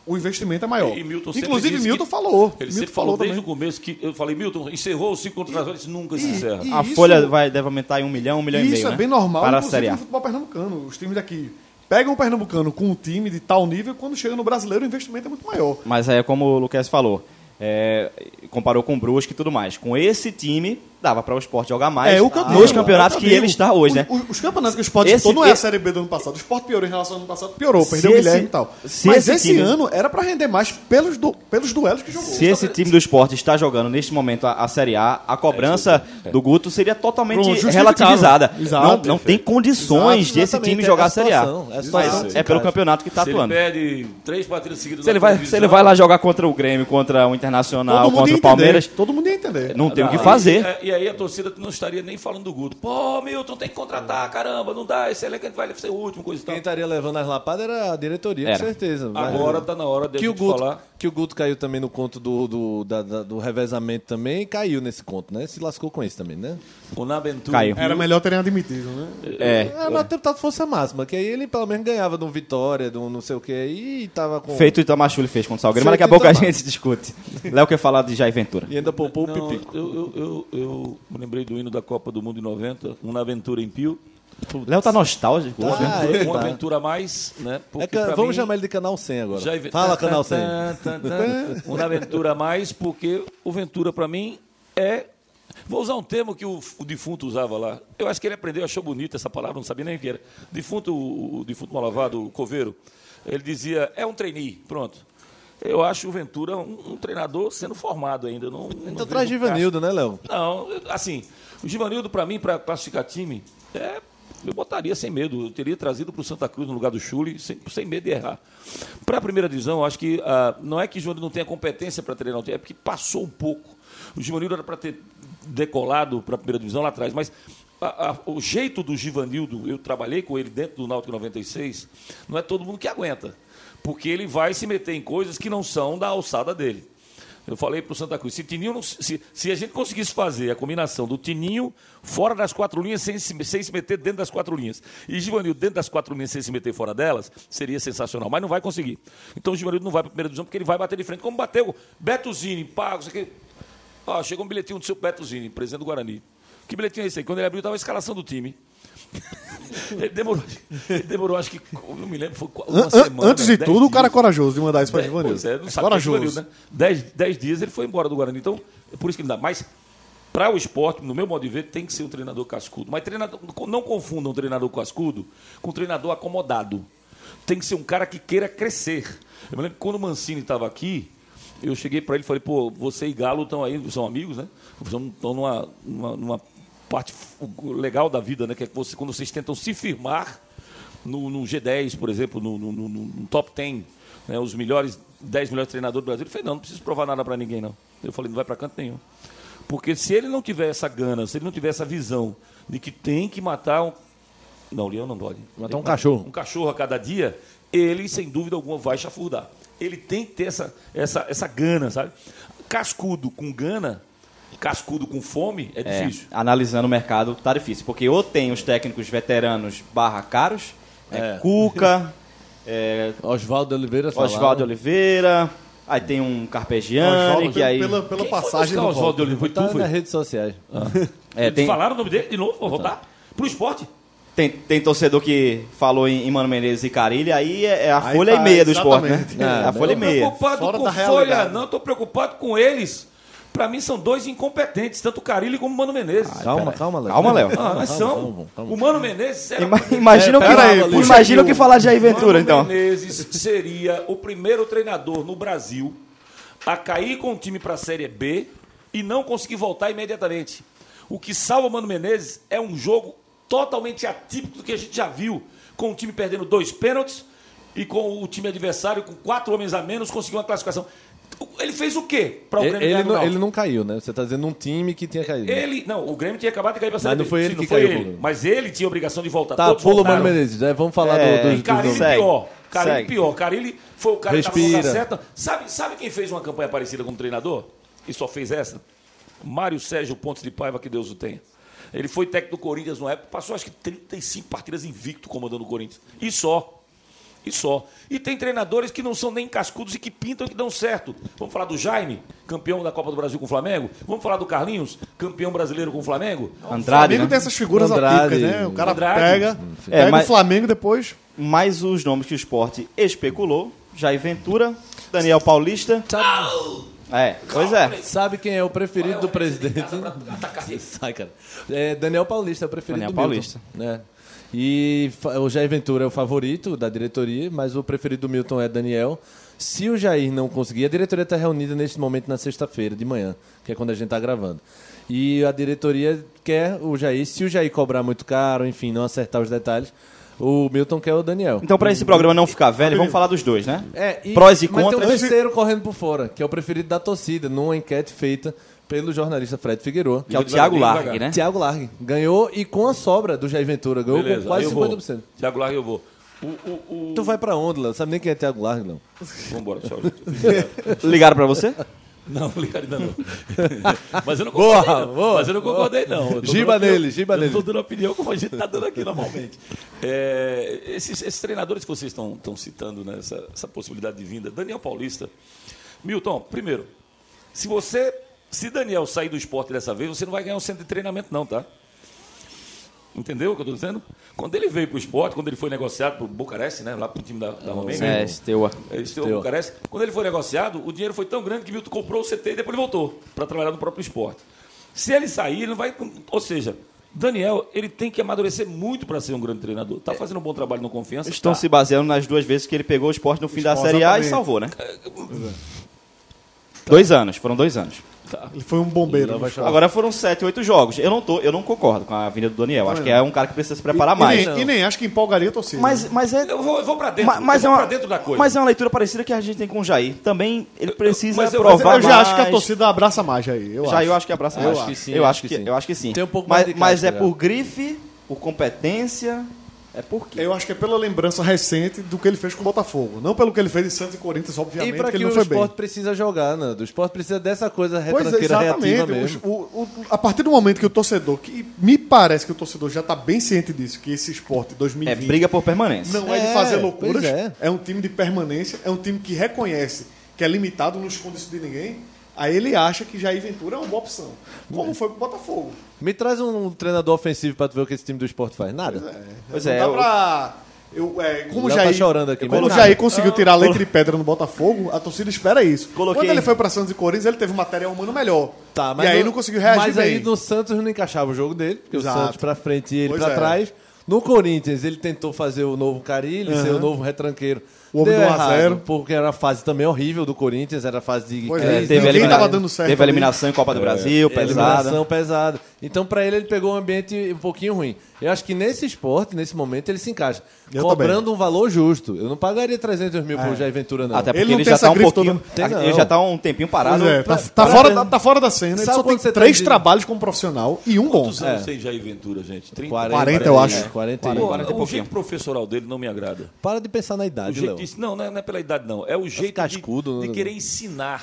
Speaker 5: O investimento é maior.
Speaker 4: E Milton sempre
Speaker 5: Inclusive,
Speaker 4: disse
Speaker 5: Milton
Speaker 4: que-
Speaker 5: falou.
Speaker 4: Ele
Speaker 5: Milton
Speaker 4: sempre falou, desde
Speaker 5: também.
Speaker 4: o começo que eu falei, Milton, encerrou os cinco contratações, Ele disse, nunca se encerra.
Speaker 5: e
Speaker 2: A
Speaker 5: isso-
Speaker 2: folha vai, deve aumentar em um milhão, um milhão
Speaker 5: E
Speaker 2: e meio.
Speaker 5: isso é
Speaker 2: né?
Speaker 5: bem normal,
Speaker 2: Para a
Speaker 5: inclusive,
Speaker 2: Série A.
Speaker 5: no futebol pernambucano. Os times daqui pegam o pernambucano com um time de tal nível, quando chega no brasileiro, o investimento é muito maior.
Speaker 2: Mas é como o Luquez falou. é, comparou com o Brusque e tudo mais. Com esse time, dava para o esporte jogar mais
Speaker 5: É o que eu
Speaker 2: nos
Speaker 5: digo,
Speaker 2: campeonatos
Speaker 5: é o
Speaker 2: que
Speaker 5: eu digo.
Speaker 2: ele está hoje,
Speaker 5: Os-
Speaker 2: né?
Speaker 5: Os, os campeonatos que o Sport
Speaker 2: Esse-
Speaker 5: disputou não é a
Speaker 2: esse-
Speaker 5: Série B do ano passado. O Sport piorou em relação ao ano passado, piorou,
Speaker 2: Se
Speaker 5: perdeu o
Speaker 2: esse-
Speaker 5: Guilherme e tal.
Speaker 2: se
Speaker 5: Mas
Speaker 2: esse
Speaker 5: esse,
Speaker 2: time-
Speaker 5: ano era pra render mais pelos, du- pelos duelos que jogou.
Speaker 2: Se esse time do esporte está jogando neste momento a, a Série A, a cobrança
Speaker 4: É,
Speaker 2: do Guto seria totalmente
Speaker 5: Pronto, justificável.
Speaker 2: relativizada.
Speaker 5: Exato,
Speaker 2: não não tem condições
Speaker 3: Exato,
Speaker 2: de esse
Speaker 3: exatamente,
Speaker 2: time
Speaker 3: é
Speaker 2: jogar
Speaker 3: a
Speaker 2: a Série A.
Speaker 3: situação, é a
Speaker 2: Mas
Speaker 3: situação que se
Speaker 2: é pelo
Speaker 3: encaixa.
Speaker 2: campeonato que está
Speaker 4: Se ele
Speaker 2: atuando.
Speaker 4: perde três partidas seguidas
Speaker 2: Se ele,
Speaker 4: na
Speaker 2: vai,
Speaker 4: televisão,
Speaker 2: se ele vai lá jogar contra o Grêmio, contra o Internacional,
Speaker 5: mundo
Speaker 2: contra
Speaker 5: ia
Speaker 2: o Palmeiras,
Speaker 5: Entender, todo mundo ia entender.
Speaker 2: não tem o que
Speaker 4: Aí,
Speaker 2: fazer.
Speaker 4: é, E, aí a torcida não estaria nem falando do Guto. Pô, Milton, tem que contratar, caramba, não dá, esse elenco vai ser o último, coisa e
Speaker 3: Quem
Speaker 4: tal.
Speaker 3: estaria levando as lapadas era a diretoria,
Speaker 2: Era.
Speaker 3: com certeza. Mas-
Speaker 4: Agora tá na hora de
Speaker 3: né? que
Speaker 4: a
Speaker 3: o
Speaker 4: gente
Speaker 3: Guto,
Speaker 4: falar.
Speaker 3: que o Guto caiu também no conto do, do, da- da- do revezamento também e caiu nesse conto, né? Se lascou com isso também, né?
Speaker 4: O Naventura.
Speaker 2: Caiu.
Speaker 5: Era melhor terem admitido, né?
Speaker 2: É.
Speaker 3: É, mas o deputado força máxima, que aí ele pelo menos ganhava de um vitória, de um não sei o que, e tava com.
Speaker 2: Feito o Itamachule fez contra o Salgueiro, mas
Speaker 3: é. Feito
Speaker 2: daqui a pouco a
Speaker 3: Itamar.
Speaker 2: gente discute. Léo quer falar de Jair Ventura.
Speaker 3: E ainda poupou o
Speaker 4: Não, eu,
Speaker 3: pipico.
Speaker 4: eu, eu, eu me lembrei do hino da Copa do Mundo em 90, um Naventura em Pio.
Speaker 2: Léo tá nostálgico.
Speaker 3: Tá.
Speaker 2: hoje, né?
Speaker 3: Ah, ele
Speaker 4: uma
Speaker 3: tá.
Speaker 4: aventura a mais, né?
Speaker 3: É
Speaker 4: Porque
Speaker 3: ca-
Speaker 4: pra
Speaker 3: Vamos
Speaker 4: mim,
Speaker 3: chamar ele de canal 100 agora.
Speaker 4: já inve-
Speaker 3: Fala,
Speaker 4: Tá,
Speaker 3: canal
Speaker 4: tá,
Speaker 3: 100.
Speaker 4: tá, tá, tá. Uma aventura a mais, porque o Ventura, pra mim, é. Vou usar um termo que o, o defunto usava lá. Eu acho que ele aprendeu, achou bonita essa palavra, não sabia nem o que era. Defunto, o, o defunto malavado, o coveiro, ele dizia: é um trainee, pronto. Eu acho o Ventura um, um treinador sendo formado ainda. Não,
Speaker 3: Então traz Givanildo, né, Léo?
Speaker 4: não, eu- assim, o Givanildo, pra mim, pra classificar time, é, eu botaria sem medo. Eu teria trazido pro Santa Cruz no lugar do Chuli, sem, sem medo de errar. Pra primeira divisão, eu acho que ah, não é que o Givanildo não tenha competência para treinar o time, é porque passou um pouco. O Givanildo era para ter decolado para a primeira divisão lá atrás, mas a- a- o jeito do Givanildo, eu trabalhei com ele dentro do Náutico 96, não é todo mundo que aguenta. Porque ele vai se meter em coisas que não são da alçada dele. Eu falei para o Santa Cruz, se, Tininho não- se, se a gente conseguisse fazer a combinação do Tininho fora das quatro linhas, sem se, sem se meter dentro das quatro linhas, e Givanildo dentro das quatro linhas, sem se meter fora delas, seria sensacional. Mas não vai conseguir. Então o Givanildo não vai para a primeira divisão, porque ele vai bater de frente. Como bateu Betuzini, Pagos, aquele... Ó, chegou um bilhetinho do seu Petuzini, presidente do Guarani. Que bilhetinho é esse aí? Quando ele abriu, estava a escalação do time. (laughs) ele, demorou, ele demorou, acho que, eu não me lembro, foi qua- uma
Speaker 5: An- an-
Speaker 4: semana.
Speaker 5: antes de
Speaker 4: dez
Speaker 5: tudo, o cara é
Speaker 4: dias.
Speaker 5: corajoso de mandar isso pra
Speaker 4: Dez-
Speaker 5: Givanildo.
Speaker 4: Pois é, não
Speaker 5: É
Speaker 4: sabe quem é
Speaker 5: corajoso.
Speaker 4: Givanildo, né? Dez, dez dias ele foi embora do Guarani. Então, é por isso que ele dá. Mas, para o esporte, no meu modo de ver, tem que ser um treinador cascudo. Mas treinador, não confunda um treinador cascudo com um treinador acomodado. Tem que ser um cara que queira crescer. Eu me lembro que quando o Mancini estava aqui, eu cheguei para ele e falei, pô, você e Galo estão aí, são amigos, né? Estão numa, numa, numa parte f- legal da vida, né? Que é que você, quando vocês tentam se firmar no, no G10, por exemplo, no, no- no- no top 10, né, os melhores, 10 melhores treinadores do Brasil. Ele falou, não, não preciso provar nada para ninguém, não. Eu falei, não vai para canto nenhum. Porque se ele não tiver essa gana, se ele não tiver essa visão de que tem que matar um... Não, o leão não pode.
Speaker 3: Matar um cachorro.
Speaker 4: Um cachorro a cada dia, ele, sem dúvida alguma, vai chafurdar. Ele tem que ter essa, essa, essa gana, sabe? Cascudo com gana, cascudo com fome, é
Speaker 2: É,
Speaker 4: difícil.
Speaker 2: analisando o mercado, tá difícil. Porque ou tem os técnicos veteranos barra caros, né, Cuca, é,
Speaker 3: Oswaldo Oliveira falaram.
Speaker 2: Oswaldo Oliveira, aí tem um Carpegiani,
Speaker 5: Oswaldo,
Speaker 2: que aí...
Speaker 5: pela, pela
Speaker 4: Quem foi
Speaker 5: passagem
Speaker 4: buscar
Speaker 5: não
Speaker 4: o Oswaldo
Speaker 5: volta. né?
Speaker 4: Oliveira? Foi tu,
Speaker 3: Tá
Speaker 4: foi? Ah,
Speaker 3: nas redes sociais.
Speaker 2: é, tem, Então.
Speaker 4: Falaram o nome dele de novo? Vou voltar? Pro esporte?
Speaker 2: tem, tem torcedor que falou em, em Mano Menezes e Carilha, aí é, é a
Speaker 5: Aí
Speaker 2: folha
Speaker 5: tá,
Speaker 2: e meia do esporte, né?
Speaker 5: exatamente.
Speaker 2: É, a folha e
Speaker 4: Tô
Speaker 2: meia.
Speaker 4: preocupado
Speaker 5: Fora
Speaker 4: com
Speaker 5: da
Speaker 4: Folha,
Speaker 5: realidade.
Speaker 4: não. Tô preocupado com eles. Pra mim são dois incompetentes, tanto o Carilli como o Mano Menezes.
Speaker 2: Ah,
Speaker 3: Calma,
Speaker 2: peraí.
Speaker 3: calma, Léo.
Speaker 2: Calma, Léo.
Speaker 4: Ah, mas são.
Speaker 3: calma, calma.
Speaker 4: O Mano Menezes era... um
Speaker 2: Ima- Imagina o que,
Speaker 5: É, pera aí, puxa
Speaker 2: imagina o
Speaker 5: aqui
Speaker 2: que
Speaker 5: o-
Speaker 2: falar de Jair Ventura,
Speaker 4: Mano
Speaker 2: então.
Speaker 4: Menezes seria o primeiro treinador no Brasil a cair com o time para a Série B e não conseguir voltar imediatamente. O que salva o Mano Menezes é um jogo totalmente atípico do que a gente já viu, com o time perdendo dois pênaltis e com o time adversário com quatro homens a menos conseguiu uma classificação. Ele fez o quê para o
Speaker 3: Ele,
Speaker 4: Grêmio ganhar
Speaker 3: ele
Speaker 4: do
Speaker 3: não,
Speaker 4: Náutico?
Speaker 3: ele não caiu, né? Você tá dizendo um time que tinha caído.
Speaker 4: Ele- não, o Grêmio tinha acabado de cair para a Série
Speaker 3: Mas não
Speaker 4: B.
Speaker 3: foi ele
Speaker 4: Sim,
Speaker 3: que caiu, Paulo.
Speaker 4: mas ele tinha a obrigação de voltar.
Speaker 3: Tá,
Speaker 4: Todos
Speaker 3: pula o
Speaker 4: voltaram.
Speaker 3: Mano Menezes. Aí vamos falar
Speaker 2: É,
Speaker 3: do, dos,
Speaker 2: e
Speaker 3: dos
Speaker 4: Carilli
Speaker 3: nomes.
Speaker 2: Segue.
Speaker 4: pior. Carilli
Speaker 2: Segue.
Speaker 4: pior. Carilli foi o cara que
Speaker 3: Respira.
Speaker 4: estava na certa. Sabe, sabe quem fez uma campanha parecida como treinador? E só fez essa? Mário Sérgio Pontes de Paiva, que Deus o tenha. Ele foi técnico do Corinthians na época, passou acho que 35 partidas invicto comandando o Corinthians. E só. E só. E tem treinadores que não são nem cascudos e que pintam e que dão certo. Vamos falar do Jaime, campeão da Copa do Brasil com o Flamengo? Vamos falar do Carlinhos, campeão brasileiro com o Flamengo?
Speaker 2: Andrade,
Speaker 5: Flamengo
Speaker 2: né?
Speaker 5: tem essas figuras
Speaker 3: Andrade.
Speaker 5: atípicas, né? O cara
Speaker 4: Andrade.
Speaker 5: pega,
Speaker 2: É,
Speaker 5: pega
Speaker 2: mas-
Speaker 5: o Flamengo depois.
Speaker 2: Mas os nomes que o esporte especulou, Jair Ventura, Daniel Paulista...
Speaker 3: Sabe,
Speaker 2: É, pois é.
Speaker 3: sabe quem é o preferido do presidente?
Speaker 4: Atacar ele.
Speaker 3: Sai, cara. É, Daniel Paulista é o preferido
Speaker 2: Daniel
Speaker 3: do Milton,
Speaker 2: Paulista.
Speaker 3: né? E fa- o Jair Ventura é o favorito da diretoria, mas o preferido do Milton é Daniel. Se o Jair não conseguir, a diretoria está reunida neste momento na sexta-feira de manhã, que é quando a gente está gravando. E a diretoria quer o Jair. Se o Jair cobrar muito caro, enfim, não acertar os detalhes, o Milton quer o Daniel.
Speaker 2: Então, pra esse programa não ficar velho, vamos falar dos dois, né?
Speaker 3: É, e,
Speaker 2: Prós e
Speaker 3: mas tem um
Speaker 2: contras.
Speaker 3: terceiro correndo por fora, que é o preferido da torcida, numa enquete feita pelo jornalista Fred Figueiredo.
Speaker 2: Que é o Thiago
Speaker 4: Devagar,
Speaker 2: Largue, né?
Speaker 3: Thiago Largue ganhou e com a sobra do Jair Ventura, ganhou
Speaker 4: Beleza,
Speaker 3: com quase
Speaker 4: eu vou.
Speaker 3: 50%.
Speaker 4: Thiago Largue, eu vou. O, o, o...
Speaker 3: Tu vai pra onde, Léo? Sabe nem quem é Thiago Largue, não.
Speaker 4: Vambora, tchau.
Speaker 2: Ligaram pra você?
Speaker 4: Não, (laughs) Licardo ainda
Speaker 3: (laughs)
Speaker 4: não. Mas eu não
Speaker 3: Boa,
Speaker 4: concordei, não.
Speaker 3: boa.
Speaker 4: Mas eu não concordei, não. Eu tô
Speaker 3: Giba
Speaker 4: dando opinião-
Speaker 3: nele, giba
Speaker 4: eu
Speaker 3: nele.
Speaker 4: tô dando opinião como a gente tá dando aqui normalmente. É, esses, esses treinadores que vocês estão estão citando, né, essa, essa possibilidade de vinda, Daniel Paulista. Milton, primeiro, se você. Se Daniel sair do esporte dessa vez, você não vai ganhar um centro de treinamento, não, tá? Entendeu o que eu tô dizendo? Quando ele veio pro esporte, quando ele foi negociado pro Bucareste, né? Lá pro time da, da Romênia.
Speaker 2: É, Esteua.
Speaker 4: É, Estevão
Speaker 3: Teu.
Speaker 4: Bucareste. Quando ele foi negociado, o dinheiro foi tão grande que Milton comprou o CT e depois ele voltou para trabalhar no próprio esporte. Se ele sair, ele não vai. Ou seja, Daniel, ele tem que amadurecer muito para ser um grande treinador. Tá fazendo um bom trabalho no confiança.
Speaker 2: Estão
Speaker 4: tá.
Speaker 2: se baseando nas duas vezes que ele pegou o esporte no fim da
Speaker 5: Esporte,
Speaker 2: Série A e
Speaker 5: exatamente.
Speaker 2: salvou, né? Dois anos, foram dois anos.
Speaker 5: Ele foi um bombeiro. no esporte.
Speaker 2: Agora foram sete, oito jogos. Eu não, tô, eu não concordo com a vinda do Daniel. Acho que é um cara que precisa se preparar mais.
Speaker 5: e, nem, e nem acho que empolgaria a torcida.
Speaker 2: então. Mas, mas é.
Speaker 4: Eu vou, eu vou pra dentro.
Speaker 2: ma- Mas
Speaker 4: eu
Speaker 2: é,
Speaker 4: vou
Speaker 2: uma,
Speaker 4: pra dentro da coisa.
Speaker 2: mas é uma leitura parecida que a gente tem com o Jair. Também ele precisa
Speaker 4: mas eu- mas
Speaker 5: Mas
Speaker 2: provar
Speaker 5: eu já acho que a
Speaker 2: mais.
Speaker 5: torcida abraça mais aí. Eu
Speaker 2: Já
Speaker 5: acho.
Speaker 2: eu acho que abraça
Speaker 3: Eu
Speaker 2: mais.
Speaker 3: acho que sim,
Speaker 2: Eu acho que, eu acho que sim.
Speaker 3: Tem um pouco
Speaker 2: mas,
Speaker 3: mais de
Speaker 2: mas é
Speaker 3: casca, já.
Speaker 2: por grife, por competência, é por quê?
Speaker 5: Eu acho que é pela lembrança recente do que ele fez com o Botafogo. Não pelo que ele fez em Santos e Corinthians,
Speaker 3: E
Speaker 5: obviamente,
Speaker 3: pra
Speaker 5: que
Speaker 3: que
Speaker 5: ele
Speaker 3: o
Speaker 5: não foi
Speaker 3: esporte
Speaker 5: bem.
Speaker 3: precisa jogar, Nando? O esporte precisa dessa coisa
Speaker 5: Pois é,
Speaker 3: retranqueira reativa
Speaker 5: exatamente.
Speaker 3: mesmo.
Speaker 5: O- o- o- a partir do momento que o torcedor, que me parece que o torcedor já está bem ciente disso, que esse esporte
Speaker 2: É
Speaker 5: 2020
Speaker 2: briga por permanência.
Speaker 5: não é, de
Speaker 3: É,
Speaker 5: fazer loucuras,
Speaker 3: pois é.
Speaker 5: é. um time de permanência, é um time que reconhece que é limitado, não esconde isso de ninguém. Aí ele acha que Jair Ventura é uma boa opção. Como foi pro Botafogo.
Speaker 3: Me traz um treinador ofensivo pra tu ver o que esse time do esporte faz. Nada.
Speaker 2: Pois
Speaker 5: não
Speaker 2: é,
Speaker 5: dá
Speaker 2: eu-
Speaker 5: pra. Eu, é, como o
Speaker 3: Léo tá
Speaker 5: Jair,
Speaker 3: chorando aqui,
Speaker 5: como o
Speaker 3: mas Ah. nada.
Speaker 5: Jair conseguiu tirar a letra de pedra no Botafogo, a torcida espera isso.
Speaker 2: Coloquei-
Speaker 5: Quando ele foi pra Santos e Corinthians, ele teve um material humano melhor. e aí não, conseguiu reagir
Speaker 3: Tá, Mas
Speaker 5: bem.
Speaker 3: aí no Santos não encaixava o jogo dele, porque
Speaker 5: Exato.
Speaker 3: o Santos pra frente e ele
Speaker 5: Pois
Speaker 3: pra
Speaker 5: é.
Speaker 3: trás. No Corinthians, ele tentou fazer o novo Carilli, ser o novo retranqueiro.
Speaker 5: Uhum. O homem
Speaker 3: Deu
Speaker 5: do 1 a
Speaker 3: errado,
Speaker 5: 0.
Speaker 3: Porque era a fase também horrível do Corinthians, era a fase de
Speaker 5: Pois
Speaker 2: É,
Speaker 5: é,
Speaker 3: crise. né?
Speaker 2: teve, a
Speaker 5: ninguém
Speaker 2: elimina-
Speaker 5: tava dando certo
Speaker 2: teve a
Speaker 5: ali.
Speaker 2: eliminação em Copa do Brasil, pesada.
Speaker 3: Eliminação pesada. Então, pra ele, ele pegou um ambiente um pouquinho ruim. Eu acho que nesse esporte, nesse momento, ele se encaixa.
Speaker 5: Eu É.
Speaker 3: cobrando um valor justo. Eu não pagaria 300 mil pro Jair Ventura, não.
Speaker 2: Até porque
Speaker 5: Ele
Speaker 2: ele,
Speaker 5: não tem
Speaker 2: já
Speaker 5: essa
Speaker 2: tá um
Speaker 5: grife
Speaker 2: pouquinho.
Speaker 5: toda.
Speaker 3: Tem,
Speaker 2: ele
Speaker 3: não.
Speaker 2: já tá um tempinho parado.
Speaker 5: Pois é, tá,
Speaker 2: Pra-
Speaker 5: tá fora, da- tá fora da cena. Ele
Speaker 3: Sabe
Speaker 5: só tem
Speaker 3: quando você tá
Speaker 5: três
Speaker 3: de-
Speaker 5: trabalhos como profissional e um bom.
Speaker 4: Quantos anos
Speaker 2: é.
Speaker 4: tem Jair Ventura, gente? 30?
Speaker 5: 40, eu acho.
Speaker 3: 40,
Speaker 4: Pô,
Speaker 2: 40 e um.
Speaker 4: o
Speaker 2: pouquinho. Tá
Speaker 4: jeito professoral dele não me agrada.
Speaker 3: um. Para de pensar na idade,
Speaker 4: O
Speaker 3: Léo.
Speaker 4: jeito de, não, não é, não é pela idade, não. É o jeito de-
Speaker 3: cascudo,
Speaker 4: de,
Speaker 3: né?
Speaker 4: querer ensinar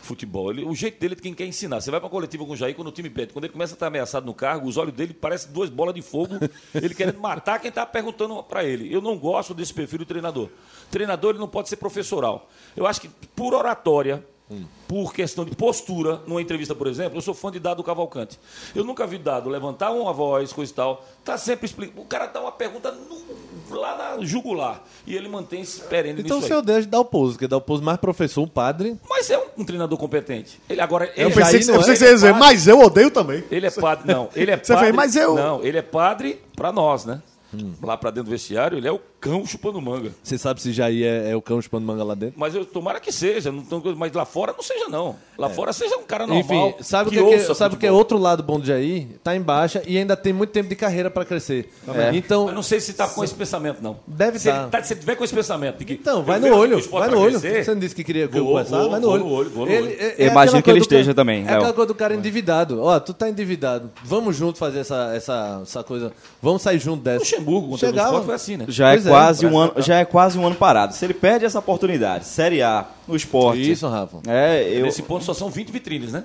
Speaker 4: futebol. Ele- o jeito dele é de quem quer ensinar. Você vai pra coletiva com o Jair, quando o time perde, quando ele começa a estar ameaçado no cargo, os olhos dele parecem duas bolas de fogo, ele querendo matar quem tá perguntando pra ele. Eu não gosto desse perfil do treinador. Treinador, ele não pode ser professoral. Eu acho que por oratória, por questão de postura, numa entrevista, por exemplo, eu sou fã de Dado Cavalcante. Eu nunca vi Dado levantar uma voz, coisa e tal. Tá sempre explicando. O cara dá uma pergunta no- lá na jugular. E ele mantém-se perene
Speaker 3: Então
Speaker 4: nisso
Speaker 3: você
Speaker 4: aí.
Speaker 3: odeia de dar o pouso, porque dá o pouso mais professor, um padre.
Speaker 4: Mas é um, um treinador competente. Ele agora ele
Speaker 5: Eu
Speaker 4: é-
Speaker 5: pensei, que,
Speaker 3: não
Speaker 5: eu
Speaker 4: é?
Speaker 5: pensei que você ia dizer,
Speaker 4: Ele é
Speaker 5: mas eu odeio também.
Speaker 4: ele é padre, não.
Speaker 3: (laughs)
Speaker 4: Ele é
Speaker 5: Você
Speaker 4: padre.
Speaker 5: fez, mas eu-
Speaker 4: Não, ele é padre pra nós, né?
Speaker 3: Hum.
Speaker 4: Lá pra dentro do vestiário, ele é o cão chupando manga.
Speaker 3: Você sabe se Jair é, é o cão chupando manga lá dentro?
Speaker 4: Mas eu tomara que seja, não tô- mas lá fora não seja não. Lá fora seja um cara normal.
Speaker 3: É. Enfim, sabe o que, é que-
Speaker 4: ouça
Speaker 3: sabe o que é
Speaker 4: futebol.
Speaker 3: outro lado bom do Jair? Tá em baixa e ainda tem muito tempo de carreira pra crescer. Então,
Speaker 4: Eu não sei se tá com esse pensamento não.
Speaker 3: Deve
Speaker 4: se ele
Speaker 3: tá.
Speaker 4: tá- se ele tiver com esse pensamento de que
Speaker 3: então, vai
Speaker 4: eu
Speaker 3: no
Speaker 4: vejo
Speaker 3: olho,
Speaker 4: o esporte
Speaker 3: vai no
Speaker 4: pra
Speaker 3: olho.
Speaker 4: crescer,
Speaker 3: Você não disse que queria que eu
Speaker 4: Vou,
Speaker 3: conversasse?
Speaker 4: vou,
Speaker 3: Vai no
Speaker 4: vou
Speaker 3: olho. é,
Speaker 4: no olho, vou no olho.
Speaker 2: Imagino
Speaker 3: aquela
Speaker 2: que
Speaker 3: coisa
Speaker 2: ele
Speaker 3: do cara-
Speaker 2: esteja também,
Speaker 3: É
Speaker 2: Léo.
Speaker 3: aquela coisa do cara endividado. Ó, tu tá endividado. Vamos junto fazer essa, essa, essa coisa. Vamos sair junto dessa.
Speaker 4: Luxemburgo, quando teve no
Speaker 3: Chegava.
Speaker 4: esporte, foi assim, né?
Speaker 2: Já é,
Speaker 3: Pois é,
Speaker 2: quase um ano,
Speaker 5: tá.
Speaker 4: parece
Speaker 2: já é quase um ano parado. Se ele perde essa oportunidade, Série A, no esporte.
Speaker 3: Isso, Rafa.
Speaker 2: É, eu.
Speaker 4: Nesse ponto só são 20 vitrines, né?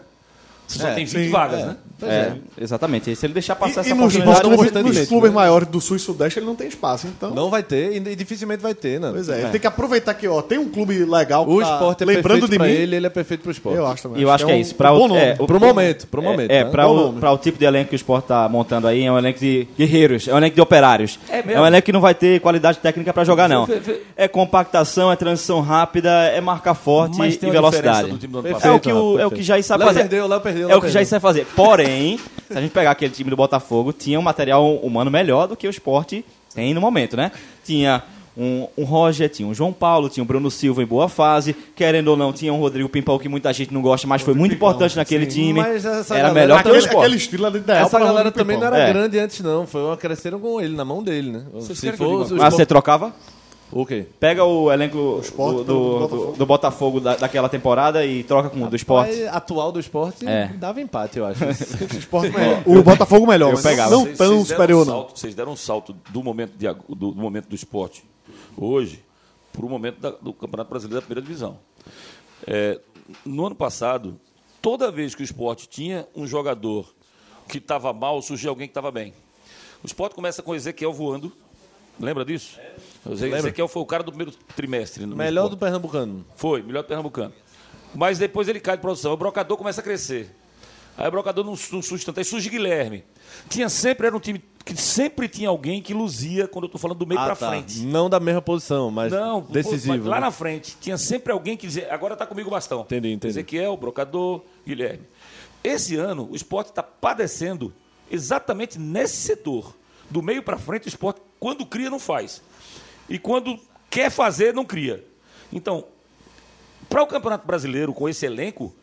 Speaker 4: Só
Speaker 3: É,
Speaker 4: tem 20
Speaker 5: sim,
Speaker 4: vagas,
Speaker 3: É,
Speaker 4: né?
Speaker 3: pois
Speaker 2: é, exatamente. E se ele deixar
Speaker 5: E,
Speaker 2: passar
Speaker 5: e
Speaker 2: essa
Speaker 5: nos,
Speaker 2: oportunidade.
Speaker 5: nos
Speaker 3: não
Speaker 5: clubes,
Speaker 3: constantemente,
Speaker 5: nos clubes
Speaker 3: né?
Speaker 5: maiores do Sul e Sudeste ele não tem espaço, então.
Speaker 3: Não vai ter e e dificilmente vai ter, né?
Speaker 5: Pois é, ele tem que aproveitar que ó, tem um clube legal que
Speaker 3: O
Speaker 5: tá
Speaker 3: esporte é
Speaker 5: lembrando
Speaker 3: perfeito
Speaker 5: de
Speaker 3: pra
Speaker 5: mim.
Speaker 3: ele, ele é perfeito pro esporte.
Speaker 5: Eu acho também.
Speaker 2: E eu acho que é
Speaker 5: um-
Speaker 2: isso. Pra
Speaker 5: um
Speaker 2: o-
Speaker 5: bom nome.
Speaker 2: é, o-
Speaker 3: Pro momento, pro
Speaker 2: é,
Speaker 3: momento,
Speaker 2: É,
Speaker 3: né?
Speaker 2: pra,
Speaker 5: Bom
Speaker 2: o,
Speaker 5: nome.
Speaker 2: pra o tipo de elenco que o Sport tá montando aí, é um elenco de guerreiros, é um elenco de operários.
Speaker 4: É mesmo?
Speaker 2: um elenco que não vai ter qualidade técnica pra jogar, não.
Speaker 4: Vê, vê, vê.
Speaker 2: É compactação, é transição rápida, é marcar forte
Speaker 4: Mas tem
Speaker 2: e
Speaker 4: uma
Speaker 2: velocidade.
Speaker 4: diferença do time do ano
Speaker 2: é, o
Speaker 3: passado.
Speaker 2: que o, é o que
Speaker 3: Perfeito.
Speaker 2: Jair sabe
Speaker 3: Léo
Speaker 2: fazer.
Speaker 3: perdeu, Léo perdeu,
Speaker 2: é
Speaker 3: Léo
Speaker 2: o que Jair
Speaker 3: perdeu.
Speaker 2: sabe fazer. Porém, se a gente pegar aquele time do Botafogo, tinha um material humano melhor do que o Sport tem no momento, né? Tinha. Um, um Roger, tinha um João Paulo, tinha um Bruno Silva em boa fase, querendo ou não, tinha um Rodrigo Pimpão que muita gente não gosta, mas foi muito importante naquele time.
Speaker 3: Mas essa
Speaker 2: Era
Speaker 3: galera-
Speaker 2: melhor que o
Speaker 5: Aquele,
Speaker 2: Sport.
Speaker 5: aquele estilo era ideal
Speaker 3: Essa
Speaker 5: pra
Speaker 3: galera
Speaker 5: Rodrigo
Speaker 3: também não
Speaker 5: Pimpão.
Speaker 3: era
Speaker 2: É.
Speaker 3: grande antes, não. Foi uma cresceram com ele, na mão dele, né? Se
Speaker 4: querem que eu
Speaker 3: fosse
Speaker 4: diga
Speaker 3: o
Speaker 2: Ah, você
Speaker 3: esporte...
Speaker 2: trocava?
Speaker 3: O quê?
Speaker 2: Pega o elenco
Speaker 5: Sport
Speaker 2: do, do,
Speaker 5: pelo
Speaker 2: do-
Speaker 5: Botafogo.
Speaker 2: do Botafogo da- daquela temporada e troca com o do esporte.
Speaker 3: Aí, atual do esporte,
Speaker 2: É.
Speaker 3: dava empate, eu acho.
Speaker 5: Esporte melhor. O Botafogo melhor,
Speaker 2: Eu
Speaker 5: mas
Speaker 2: pegava.
Speaker 5: não
Speaker 4: Vocês-
Speaker 5: tão
Speaker 4: vocês deram
Speaker 5: superior
Speaker 4: um
Speaker 5: não.
Speaker 4: salto- Vocês deram um salto do momento, de ag- do, do momento do esporte hoje para o momento da- do Campeonato Brasileiro da Primeira Divisão. É, no ano passado, toda vez que o esporte tinha um jogador que estava mal, surgia alguém que estava bem. O esporte começa com Ezequiel voando. Lembra disso? Ezequiel foi o cara do primeiro trimestre. No
Speaker 3: Melhor do
Speaker 4: Sport.
Speaker 3: Pernambucano.
Speaker 4: Foi, melhor do Pernambucano. Mas depois ele cai de produção. O brocador começa a crescer. Aí o brocador não, su- não sustenta. Aí surge Guilherme. Tinha sempre, era um time que sempre tinha alguém que luzia quando eu tô falando do meio pra frente.
Speaker 3: Não da mesma posição, mas
Speaker 4: Não, pô,
Speaker 3: decisivo.
Speaker 4: mas lá
Speaker 3: né?
Speaker 4: na frente tinha sempre alguém que dizia, agora tá comigo o bastão.
Speaker 3: Entendi, entendi.
Speaker 4: Ezequiel, brocador, Guilherme. Esse ano o esporte está padecendo exatamente nesse setor. Do meio pra frente o esporte, quando cria, não faz. E quando quer fazer, não cria. Então, Para o Campeonato Brasileiro, com esse elenco,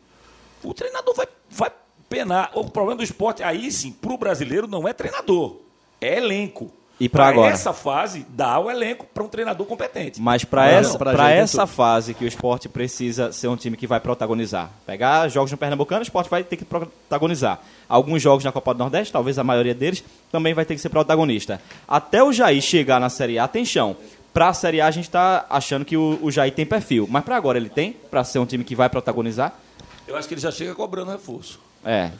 Speaker 4: o treinador vai, vai penar. O problema do esporte, aí sim, para o brasileiro não é treinador, é elenco.
Speaker 2: E pra
Speaker 4: Pra
Speaker 2: agora?
Speaker 4: essa fase, dá o elenco para um treinador competente.
Speaker 2: Mas para
Speaker 3: Não,
Speaker 2: essa,
Speaker 3: não, pra
Speaker 2: pra
Speaker 3: gente é
Speaker 2: essa fase que o esporte precisa ser um time que vai protagonizar, pegar jogos no Pernambucano, o esporte vai ter que protagonizar. Alguns jogos na Copa do Nordeste, talvez a maioria deles, também vai ter que ser protagonista. Até o Jair chegar na Série A, tem chão. Pra Série A, a gente tá achando que o, o Jair tem perfil. Mas pra agora ele tem? Pra ser um time que vai protagonizar?
Speaker 4: Eu acho que ele já chega cobrando reforço.
Speaker 2: É.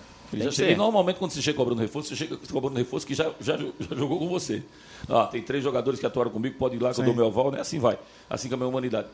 Speaker 2: tem
Speaker 4: Ele já
Speaker 2: que
Speaker 4: chega,
Speaker 2: ser.
Speaker 4: e normalmente quando você chega cobrando reforço, você chega cobrando reforço que já, já, já jogou com você. Ah, tem três jogadores que atuaram comigo, pode ir lá que eu dou meu aval, né? Assim vai. Assim que a minha humanidade.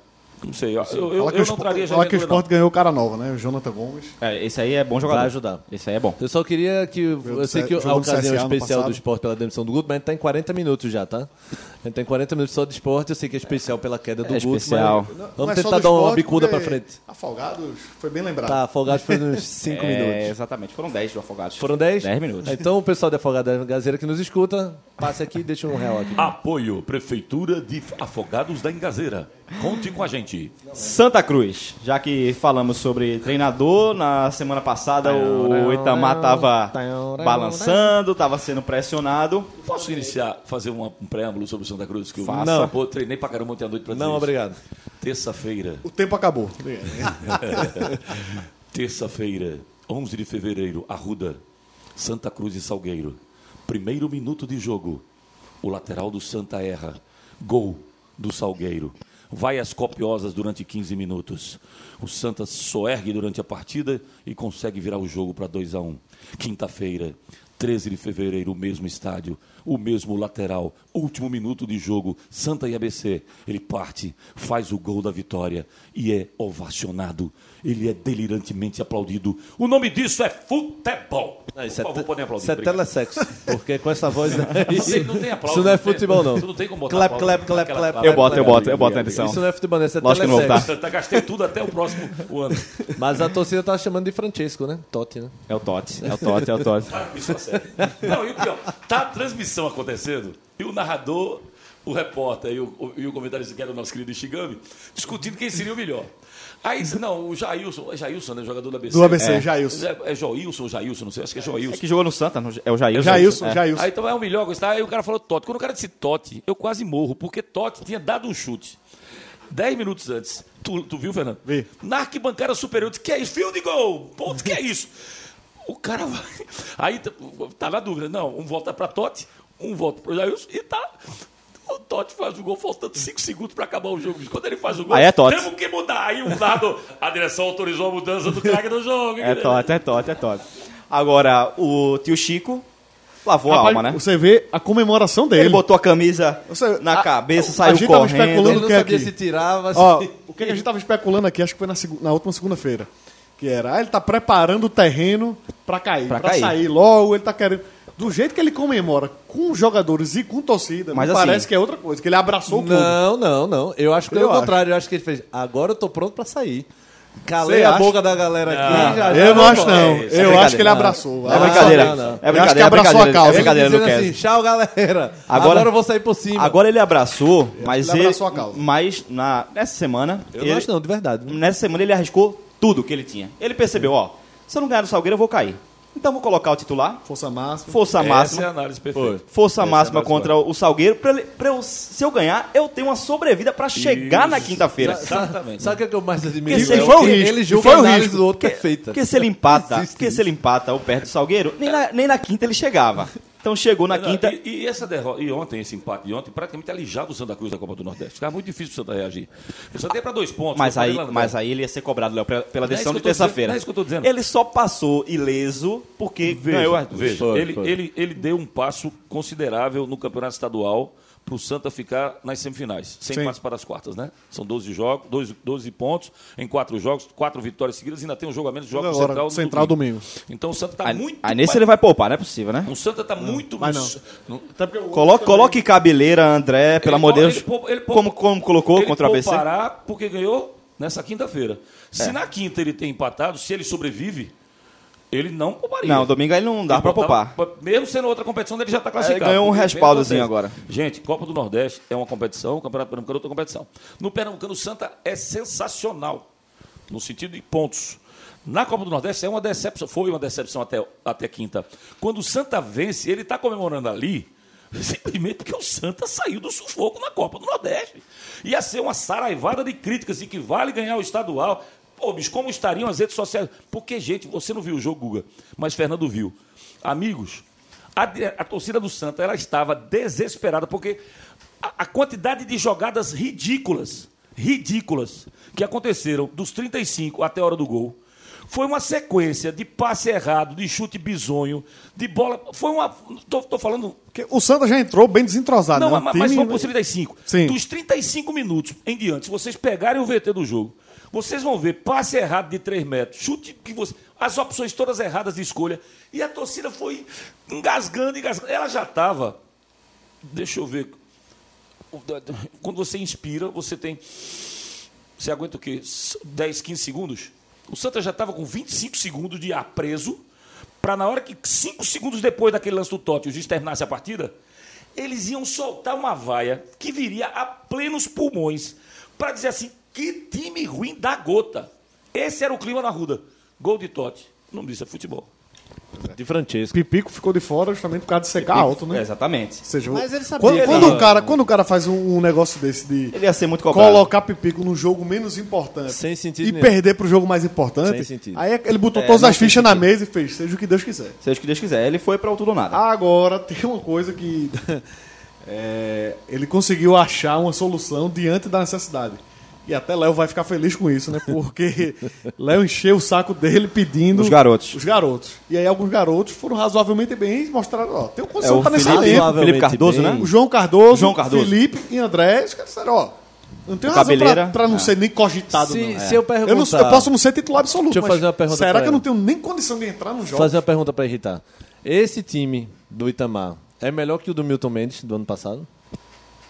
Speaker 4: Não sei, ó, eu, eu,
Speaker 5: Fala que
Speaker 4: eu
Speaker 5: o
Speaker 4: não
Speaker 5: Sport-
Speaker 4: traria já
Speaker 5: Fala que o Sport ganhou o cara nova, né? O Jonathan Gomes.
Speaker 2: É, esse aí é bom jogador.
Speaker 3: Vai ajudar.
Speaker 2: Esse aí é bom.
Speaker 3: Eu só queria que. Eu sei que
Speaker 5: Jogou
Speaker 3: a
Speaker 5: no
Speaker 3: ocasião
Speaker 5: CSA no
Speaker 3: especial do
Speaker 5: passado.
Speaker 3: esporte pela demissão do Guto, mas a gente tá em 40 minutos já, tá? A gente tá em 40 minutos só de esporte, eu sei que é especial pela queda do
Speaker 2: É
Speaker 3: Guto,
Speaker 2: especial.
Speaker 3: mas.
Speaker 2: Não,
Speaker 3: Vamos
Speaker 5: é só
Speaker 3: tentar
Speaker 5: do
Speaker 3: dar uma
Speaker 5: esporte,
Speaker 3: bicuda pra
Speaker 5: porque
Speaker 3: frente.
Speaker 5: Afogados, foi bem lembrado.
Speaker 3: Tá, Afogados foi uns 5
Speaker 2: É,
Speaker 3: minutos.
Speaker 2: Exatamente. Foram 10 do Afogados.
Speaker 3: Foram 10?
Speaker 2: 10 minutos.
Speaker 3: Então, o pessoal da Afogada Gazeira que nos escuta, passe aqui e deixa um real aqui.
Speaker 4: Apoio Prefeitura de Afogados da Engazeira. Conte com a gente.
Speaker 2: Santa Cruz, já que falamos sobre treinador, na semana passada o Itamar estava balançando, estava sendo pressionado.
Speaker 4: Posso iniciar, fazer uma- um preâmbulo sobre o Santa Cruz? Que eu
Speaker 2: Faça.
Speaker 4: Não. Pô, treinei pra caramba ontem à noite pra dizer
Speaker 3: Não,
Speaker 4: isso.
Speaker 3: obrigado.
Speaker 4: Terça-feira,
Speaker 5: O tempo acabou.
Speaker 4: terça-feira, 11 de fevereiro, Arruda, Santa Cruz e Salgueiro. Primeiro minuto de jogo, o lateral do Santa erra. Gol do Salgueiro. Vai às copiosas durante 15 minutos. O Santa só ergue durante a partida e consegue virar o jogo para 2 a 1 Quinta-feira, 13 de fevereiro, o mesmo estádio, o mesmo lateral, último minuto de jogo, Santa e ABC. Ele parte, faz o gol da vitória e é ovacionado. Ele é delirantemente aplaudido. O nome disso é futebol.
Speaker 3: Não,
Speaker 4: Por favor, podem aplaudir.
Speaker 3: isso é
Speaker 4: obrigado.
Speaker 3: telesexo, porque com essa voz aí,
Speaker 4: Não tem- não tem
Speaker 3: (laughs)
Speaker 4: aplauso,
Speaker 3: Isso não é
Speaker 4: não tem-
Speaker 3: futebol, não.
Speaker 4: tu não tem como botar
Speaker 3: clap,
Speaker 4: aplauso,
Speaker 3: clap,
Speaker 4: não tem
Speaker 3: clap,
Speaker 4: aquela
Speaker 3: clap,
Speaker 4: claro,
Speaker 2: Eu boto, eu
Speaker 4: claro,
Speaker 2: boto, eu boto na
Speaker 4: obrigado.
Speaker 2: edição.
Speaker 3: Isso não é futebol, não, isso é
Speaker 2: Lógico que não vou
Speaker 3: telesexo.
Speaker 4: Santa, gastei tudo até o próximo o ano.
Speaker 3: Mas a torcida tá chamando de Francesco, né? Totti, né?
Speaker 2: É o Totti, é o Totti, é o (laughs) Totti.
Speaker 4: Para com Ah, isso, a sério. Não, e o pior, tá a transmissão acontecendo e o narrador, o repórter e o, o- e o comentarista que era o nosso querido Ishigami discutindo quem seria o melhor. Aí, disse, não, o Jailson, é Jailson, né? Jogador do ABC.
Speaker 5: Do ABC,
Speaker 4: é.
Speaker 5: Jailson.
Speaker 4: É, é Joilson, Jailson, não sei, acho que é
Speaker 2: É
Speaker 4: Joilson.
Speaker 2: que jogou no Santa, no- é o Jailson.
Speaker 5: Jailson,
Speaker 2: É.
Speaker 5: Jailson.
Speaker 4: Aí então é o melhor gostar. Aí o cara falou Totti. Quando o cara disse Totti, eu quase morro, porque Totti tinha dado um chute. Dez minutos antes. Tu, tu viu, Fernando?
Speaker 5: Vi.
Speaker 4: Na arquibancada superior, eu disse, que é isso? Field goal! Ponto, que é isso? O cara vai. (laughs) Aí tá- tá na dúvida. Não, um volta pra Totti, um volta pro Jailson e tá. O Totti faz o gol faltando cinco segundos pra acabar o jogo. Quando ele faz o gol,
Speaker 2: Aí é Totti.
Speaker 4: temos que mudar. Aí o lado, a direção autorizou a mudança do craque do jogo.
Speaker 2: É Totti, é Totti, é Totti. Agora, o tio Chico lavou a
Speaker 5: Rapaz,
Speaker 2: alma, né?
Speaker 5: Você vê a comemoração dele.
Speaker 2: Ele botou a camisa
Speaker 5: Você-
Speaker 2: na
Speaker 5: a-
Speaker 2: cabeça,
Speaker 5: a
Speaker 2: saiu
Speaker 5: gente tava
Speaker 2: correndo.
Speaker 5: especulando-
Speaker 3: Ele
Speaker 5: Ele
Speaker 3: não
Speaker 2: é
Speaker 5: quer
Speaker 3: sabia
Speaker 5: que-
Speaker 3: se tirava, se...
Speaker 2: assim.
Speaker 5: Ó, o que a gente tava especulando aqui, acho que foi na, segu- na última segunda-feira. Que era, ah, ele tá preparando o terreno pra cair,
Speaker 2: Pra
Speaker 5: pra,
Speaker 2: cair.
Speaker 5: sair logo, ele tá querendo. Do jeito que ele comemora com os jogadores e com torcida,
Speaker 2: Mas
Speaker 5: me
Speaker 2: assim-
Speaker 5: parece que é outra coisa, que ele abraçou o clube.
Speaker 3: Não, não, não. Eu acho que é
Speaker 5: Eu
Speaker 3: o
Speaker 5: acho.
Speaker 3: contrário. Eu acho que ele fez. Agora eu tô pronto pra sair. Calei
Speaker 5: Você
Speaker 3: a
Speaker 5: acha?
Speaker 3: boca da galera aqui. já, já,
Speaker 5: Eu não
Speaker 3: vou
Speaker 5: acho,
Speaker 3: embora.
Speaker 5: não.
Speaker 4: é isso, é
Speaker 5: eu acho que ele
Speaker 2: brincadeira.
Speaker 5: abraçou.
Speaker 2: É
Speaker 3: Não,
Speaker 2: brincadeira.
Speaker 3: não, não.
Speaker 2: É
Speaker 5: Eu acho que
Speaker 2: brincadeira, é
Speaker 5: abraçou a
Speaker 2: brincadeira.
Speaker 5: causa.
Speaker 2: É brincadeira,
Speaker 3: Ele
Speaker 2: não
Speaker 3: dizendo
Speaker 2: quer.
Speaker 3: assim, tchau, galera. Agora,
Speaker 2: Agora-
Speaker 3: eu vou sair por cima.
Speaker 2: Agora ele abraçou, mas
Speaker 5: Ele
Speaker 2: ele.
Speaker 5: abraçou a causa.
Speaker 2: Mas na, nessa semana.
Speaker 3: eu
Speaker 2: ele-
Speaker 3: não acho, não, de verdade.
Speaker 2: Nessa semana ele arriscou tudo que ele tinha. Ele percebeu, ó, se eu não ganhar do Salgueiro, eu vou cair. Então vou colocar o titular,
Speaker 5: Força máxima.
Speaker 2: força
Speaker 4: Essa é a
Speaker 2: máxima,
Speaker 4: análise perfeita.
Speaker 2: força
Speaker 4: Essa é a
Speaker 2: máxima
Speaker 4: análise
Speaker 2: contra o Salgueiro. Pra ele, pra eu, se eu ganhar, eu tenho uma sobrevida pra chegar na quinta-feira.
Speaker 4: Exatamente.
Speaker 3: Sabe o que, é que eu mais admiro?
Speaker 2: Porque
Speaker 3: É
Speaker 2: se-
Speaker 3: o
Speaker 2: foi o
Speaker 3: que
Speaker 5: risco,
Speaker 3: Ele
Speaker 5: e
Speaker 3: julga
Speaker 5: foi
Speaker 3: a
Speaker 5: o
Speaker 3: análise
Speaker 5: risco.
Speaker 3: do outro né? perfeita.
Speaker 2: Porque se ele empata,
Speaker 3: Existe
Speaker 2: porque se ele empata ou perde o Salgueiro, nem na, nem na quinta ele chegava. Então chegou na
Speaker 4: Não,
Speaker 2: quinta.
Speaker 4: E, e essa derrota, e ontem, esse empate de ontem, praticamente alijava o Santa Cruz da Copa do Nordeste. Ficava muito difícil o Santa reagir. O Santa ia para dois pontos.
Speaker 2: Mas
Speaker 4: foi
Speaker 2: aí,
Speaker 4: pra
Speaker 2: mas aí ele ia ser cobrado, Léo, pela- pela
Speaker 4: Não é isso
Speaker 2: decisão
Speaker 4: que
Speaker 2: de
Speaker 4: eu tô dizendo,
Speaker 2: terça-feira.
Speaker 4: não é isso que eu tô dizendo.
Speaker 2: Ele só passou ileso porque ganhou as duas.
Speaker 4: Veja,
Speaker 3: Foi,
Speaker 4: ele,
Speaker 3: foi.
Speaker 4: Ele, ele deu um passo considerável no campeonato estadual para o Santa ficar nas semifinais, sem
Speaker 5: Sim.
Speaker 4: passo para as quartas, né? São 12 jogos, 12, 12 pontos em quatro jogos, quatro vitórias seguidas, ainda tem um jogo a menos, joga com o
Speaker 5: Agora,
Speaker 4: Central no
Speaker 5: Central
Speaker 4: domingo.
Speaker 5: domingo.
Speaker 4: Então o Santa está
Speaker 2: Aí,
Speaker 4: muito.
Speaker 2: aí nesse
Speaker 4: mais-
Speaker 2: ele vai poupar, não é possível, né?
Speaker 4: O Santa está muito.
Speaker 5: mas não. Até porque o
Speaker 2: Coloque, coloque cabeleira, André, pelo
Speaker 4: Ele
Speaker 2: amor de
Speaker 4: poupa-
Speaker 2: Deus.
Speaker 4: ele poupa- ele poupa-
Speaker 2: como, como colocou
Speaker 4: ele
Speaker 2: contra o ABC?
Speaker 4: poupará porque ganhou nessa
Speaker 2: É.
Speaker 4: quinta-feira. Se na quinta ele tem empatado, se ele sobrevive, ele não pouparia.
Speaker 2: Não, domingo aí não dá
Speaker 4: Ele
Speaker 2: pra
Speaker 4: botava-
Speaker 2: poupar.
Speaker 4: Mesmo sendo outra competição, ele já tá está classificado.
Speaker 2: ganhou um
Speaker 4: Porque
Speaker 2: respaldozinho
Speaker 4: vem do
Speaker 2: agora.
Speaker 4: Nordeste. Gente, Copa do Nordeste é uma competição, o Campeonato Pernambucano é outra competição. No Pernambucano, o Santa é sensacional. no sentido de pontos. Na Copa do Nordeste é uma decepção, foi uma decepção até, até quinta. Quando o Santa vence, ele está comemorando ali, simplesmente porque o Santa saiu do sufoco na Copa do Nordeste. Ia ser uma saraivada de críticas e que vale ganhar o estadual. Pô, bicho, como estariam as redes sociais? Porque, gente, você não viu o jogo, Guga, mas Fernando viu. Amigos, a, dire- a torcida do Santa ela estava desesperada porque a, a quantidade de jogadas ridículas, ridículas, que aconteceram dos 35 até a hora do gol. Foi uma sequência de passe errado, de chute bizonho, de bola. Foi uma. Tô, tô falando
Speaker 5: Porque o Santa já entrou bem desentrosado.
Speaker 4: não,
Speaker 5: né? O
Speaker 4: mas, mas
Speaker 5: time-
Speaker 4: vamos por 35.
Speaker 5: Sim.
Speaker 4: Dos 35 minutos em diante, se vocês pegarem o VT do jogo, vocês vão ver passe errado de 3 metros, chute que você. As opções todas erradas de escolha. E a torcida foi engasgando, engasgando. Ela já estava. Deixa eu ver. Quando você inspira, você tem. Você aguenta o quê? 10, 15 segundos? O Santa já estava com 25 segundos de ar preso, para na hora que 5 segundos depois daquele lance do Totti, o juiz terminasse a partida, eles iam soltar uma vaia que viria a plenos pulmões, para dizer assim: que time ruim da gota. Esse era o clima na Ruda. Gol de Totti. O nome disso é futebol.
Speaker 3: De Francesco.
Speaker 5: Pipico ficou de fora justamente por causa de secar
Speaker 4: um
Speaker 5: alto, né?
Speaker 2: É, exatamente.
Speaker 5: Ou seja,
Speaker 6: Mas
Speaker 5: o-
Speaker 6: ele sabia
Speaker 5: quando,
Speaker 6: que
Speaker 5: quando
Speaker 2: ele-
Speaker 5: o cara, quando o cara faz um, um negócio desse de
Speaker 2: Ele ia ser muito cobrado.
Speaker 5: colocar Pipico num jogo menos importante
Speaker 3: Sem sentido
Speaker 5: e
Speaker 3: nenhum.
Speaker 5: perder pro jogo mais importante,
Speaker 3: Sem sentido.
Speaker 5: aí ele botou
Speaker 2: É,
Speaker 5: todas
Speaker 2: não
Speaker 5: as
Speaker 2: tem
Speaker 5: fichas na
Speaker 2: sentido.
Speaker 5: mesa e fez, seja o que Deus quiser.
Speaker 2: Seja o que Deus quiser. Ele foi para o tudo ou
Speaker 5: Ah,
Speaker 2: nada.
Speaker 5: Agora (laughs) tem uma coisa que é, ele conseguiu achar uma solução diante da necessidade. E até Léo vai ficar feliz com isso, né? Porque (laughs) Léo encheu o saco dele pedindo.
Speaker 2: Os garotos.
Speaker 5: Os garotos. E aí alguns garotos foram razoavelmente bem e mostraram, ó, tem condição
Speaker 2: É, o
Speaker 5: pra nesse
Speaker 2: Felipe-
Speaker 5: elenco.
Speaker 2: Felipe Cardoso, né?
Speaker 5: tá O João Cardoso,
Speaker 2: João Cardoso.
Speaker 5: Felipe e André, os caras disseram, ó. Não tem
Speaker 2: O
Speaker 5: razão pra,
Speaker 2: Cabeleira.
Speaker 5: pra não
Speaker 2: Ah.
Speaker 5: ser nem cogitado,
Speaker 3: Se-
Speaker 5: não.
Speaker 3: se eu perguntar-
Speaker 5: não sou- eu posso não ser titular absoluto.
Speaker 3: Deixa eu
Speaker 5: mas
Speaker 3: fazer uma pergunta
Speaker 5: Será
Speaker 3: pra
Speaker 5: que eu
Speaker 3: ela.
Speaker 5: não tenho nem condição de entrar no jogo?
Speaker 3: Fazer uma pergunta pra irritar. Esse time do Itamar é melhor que o do Milton Mendes do ano passado?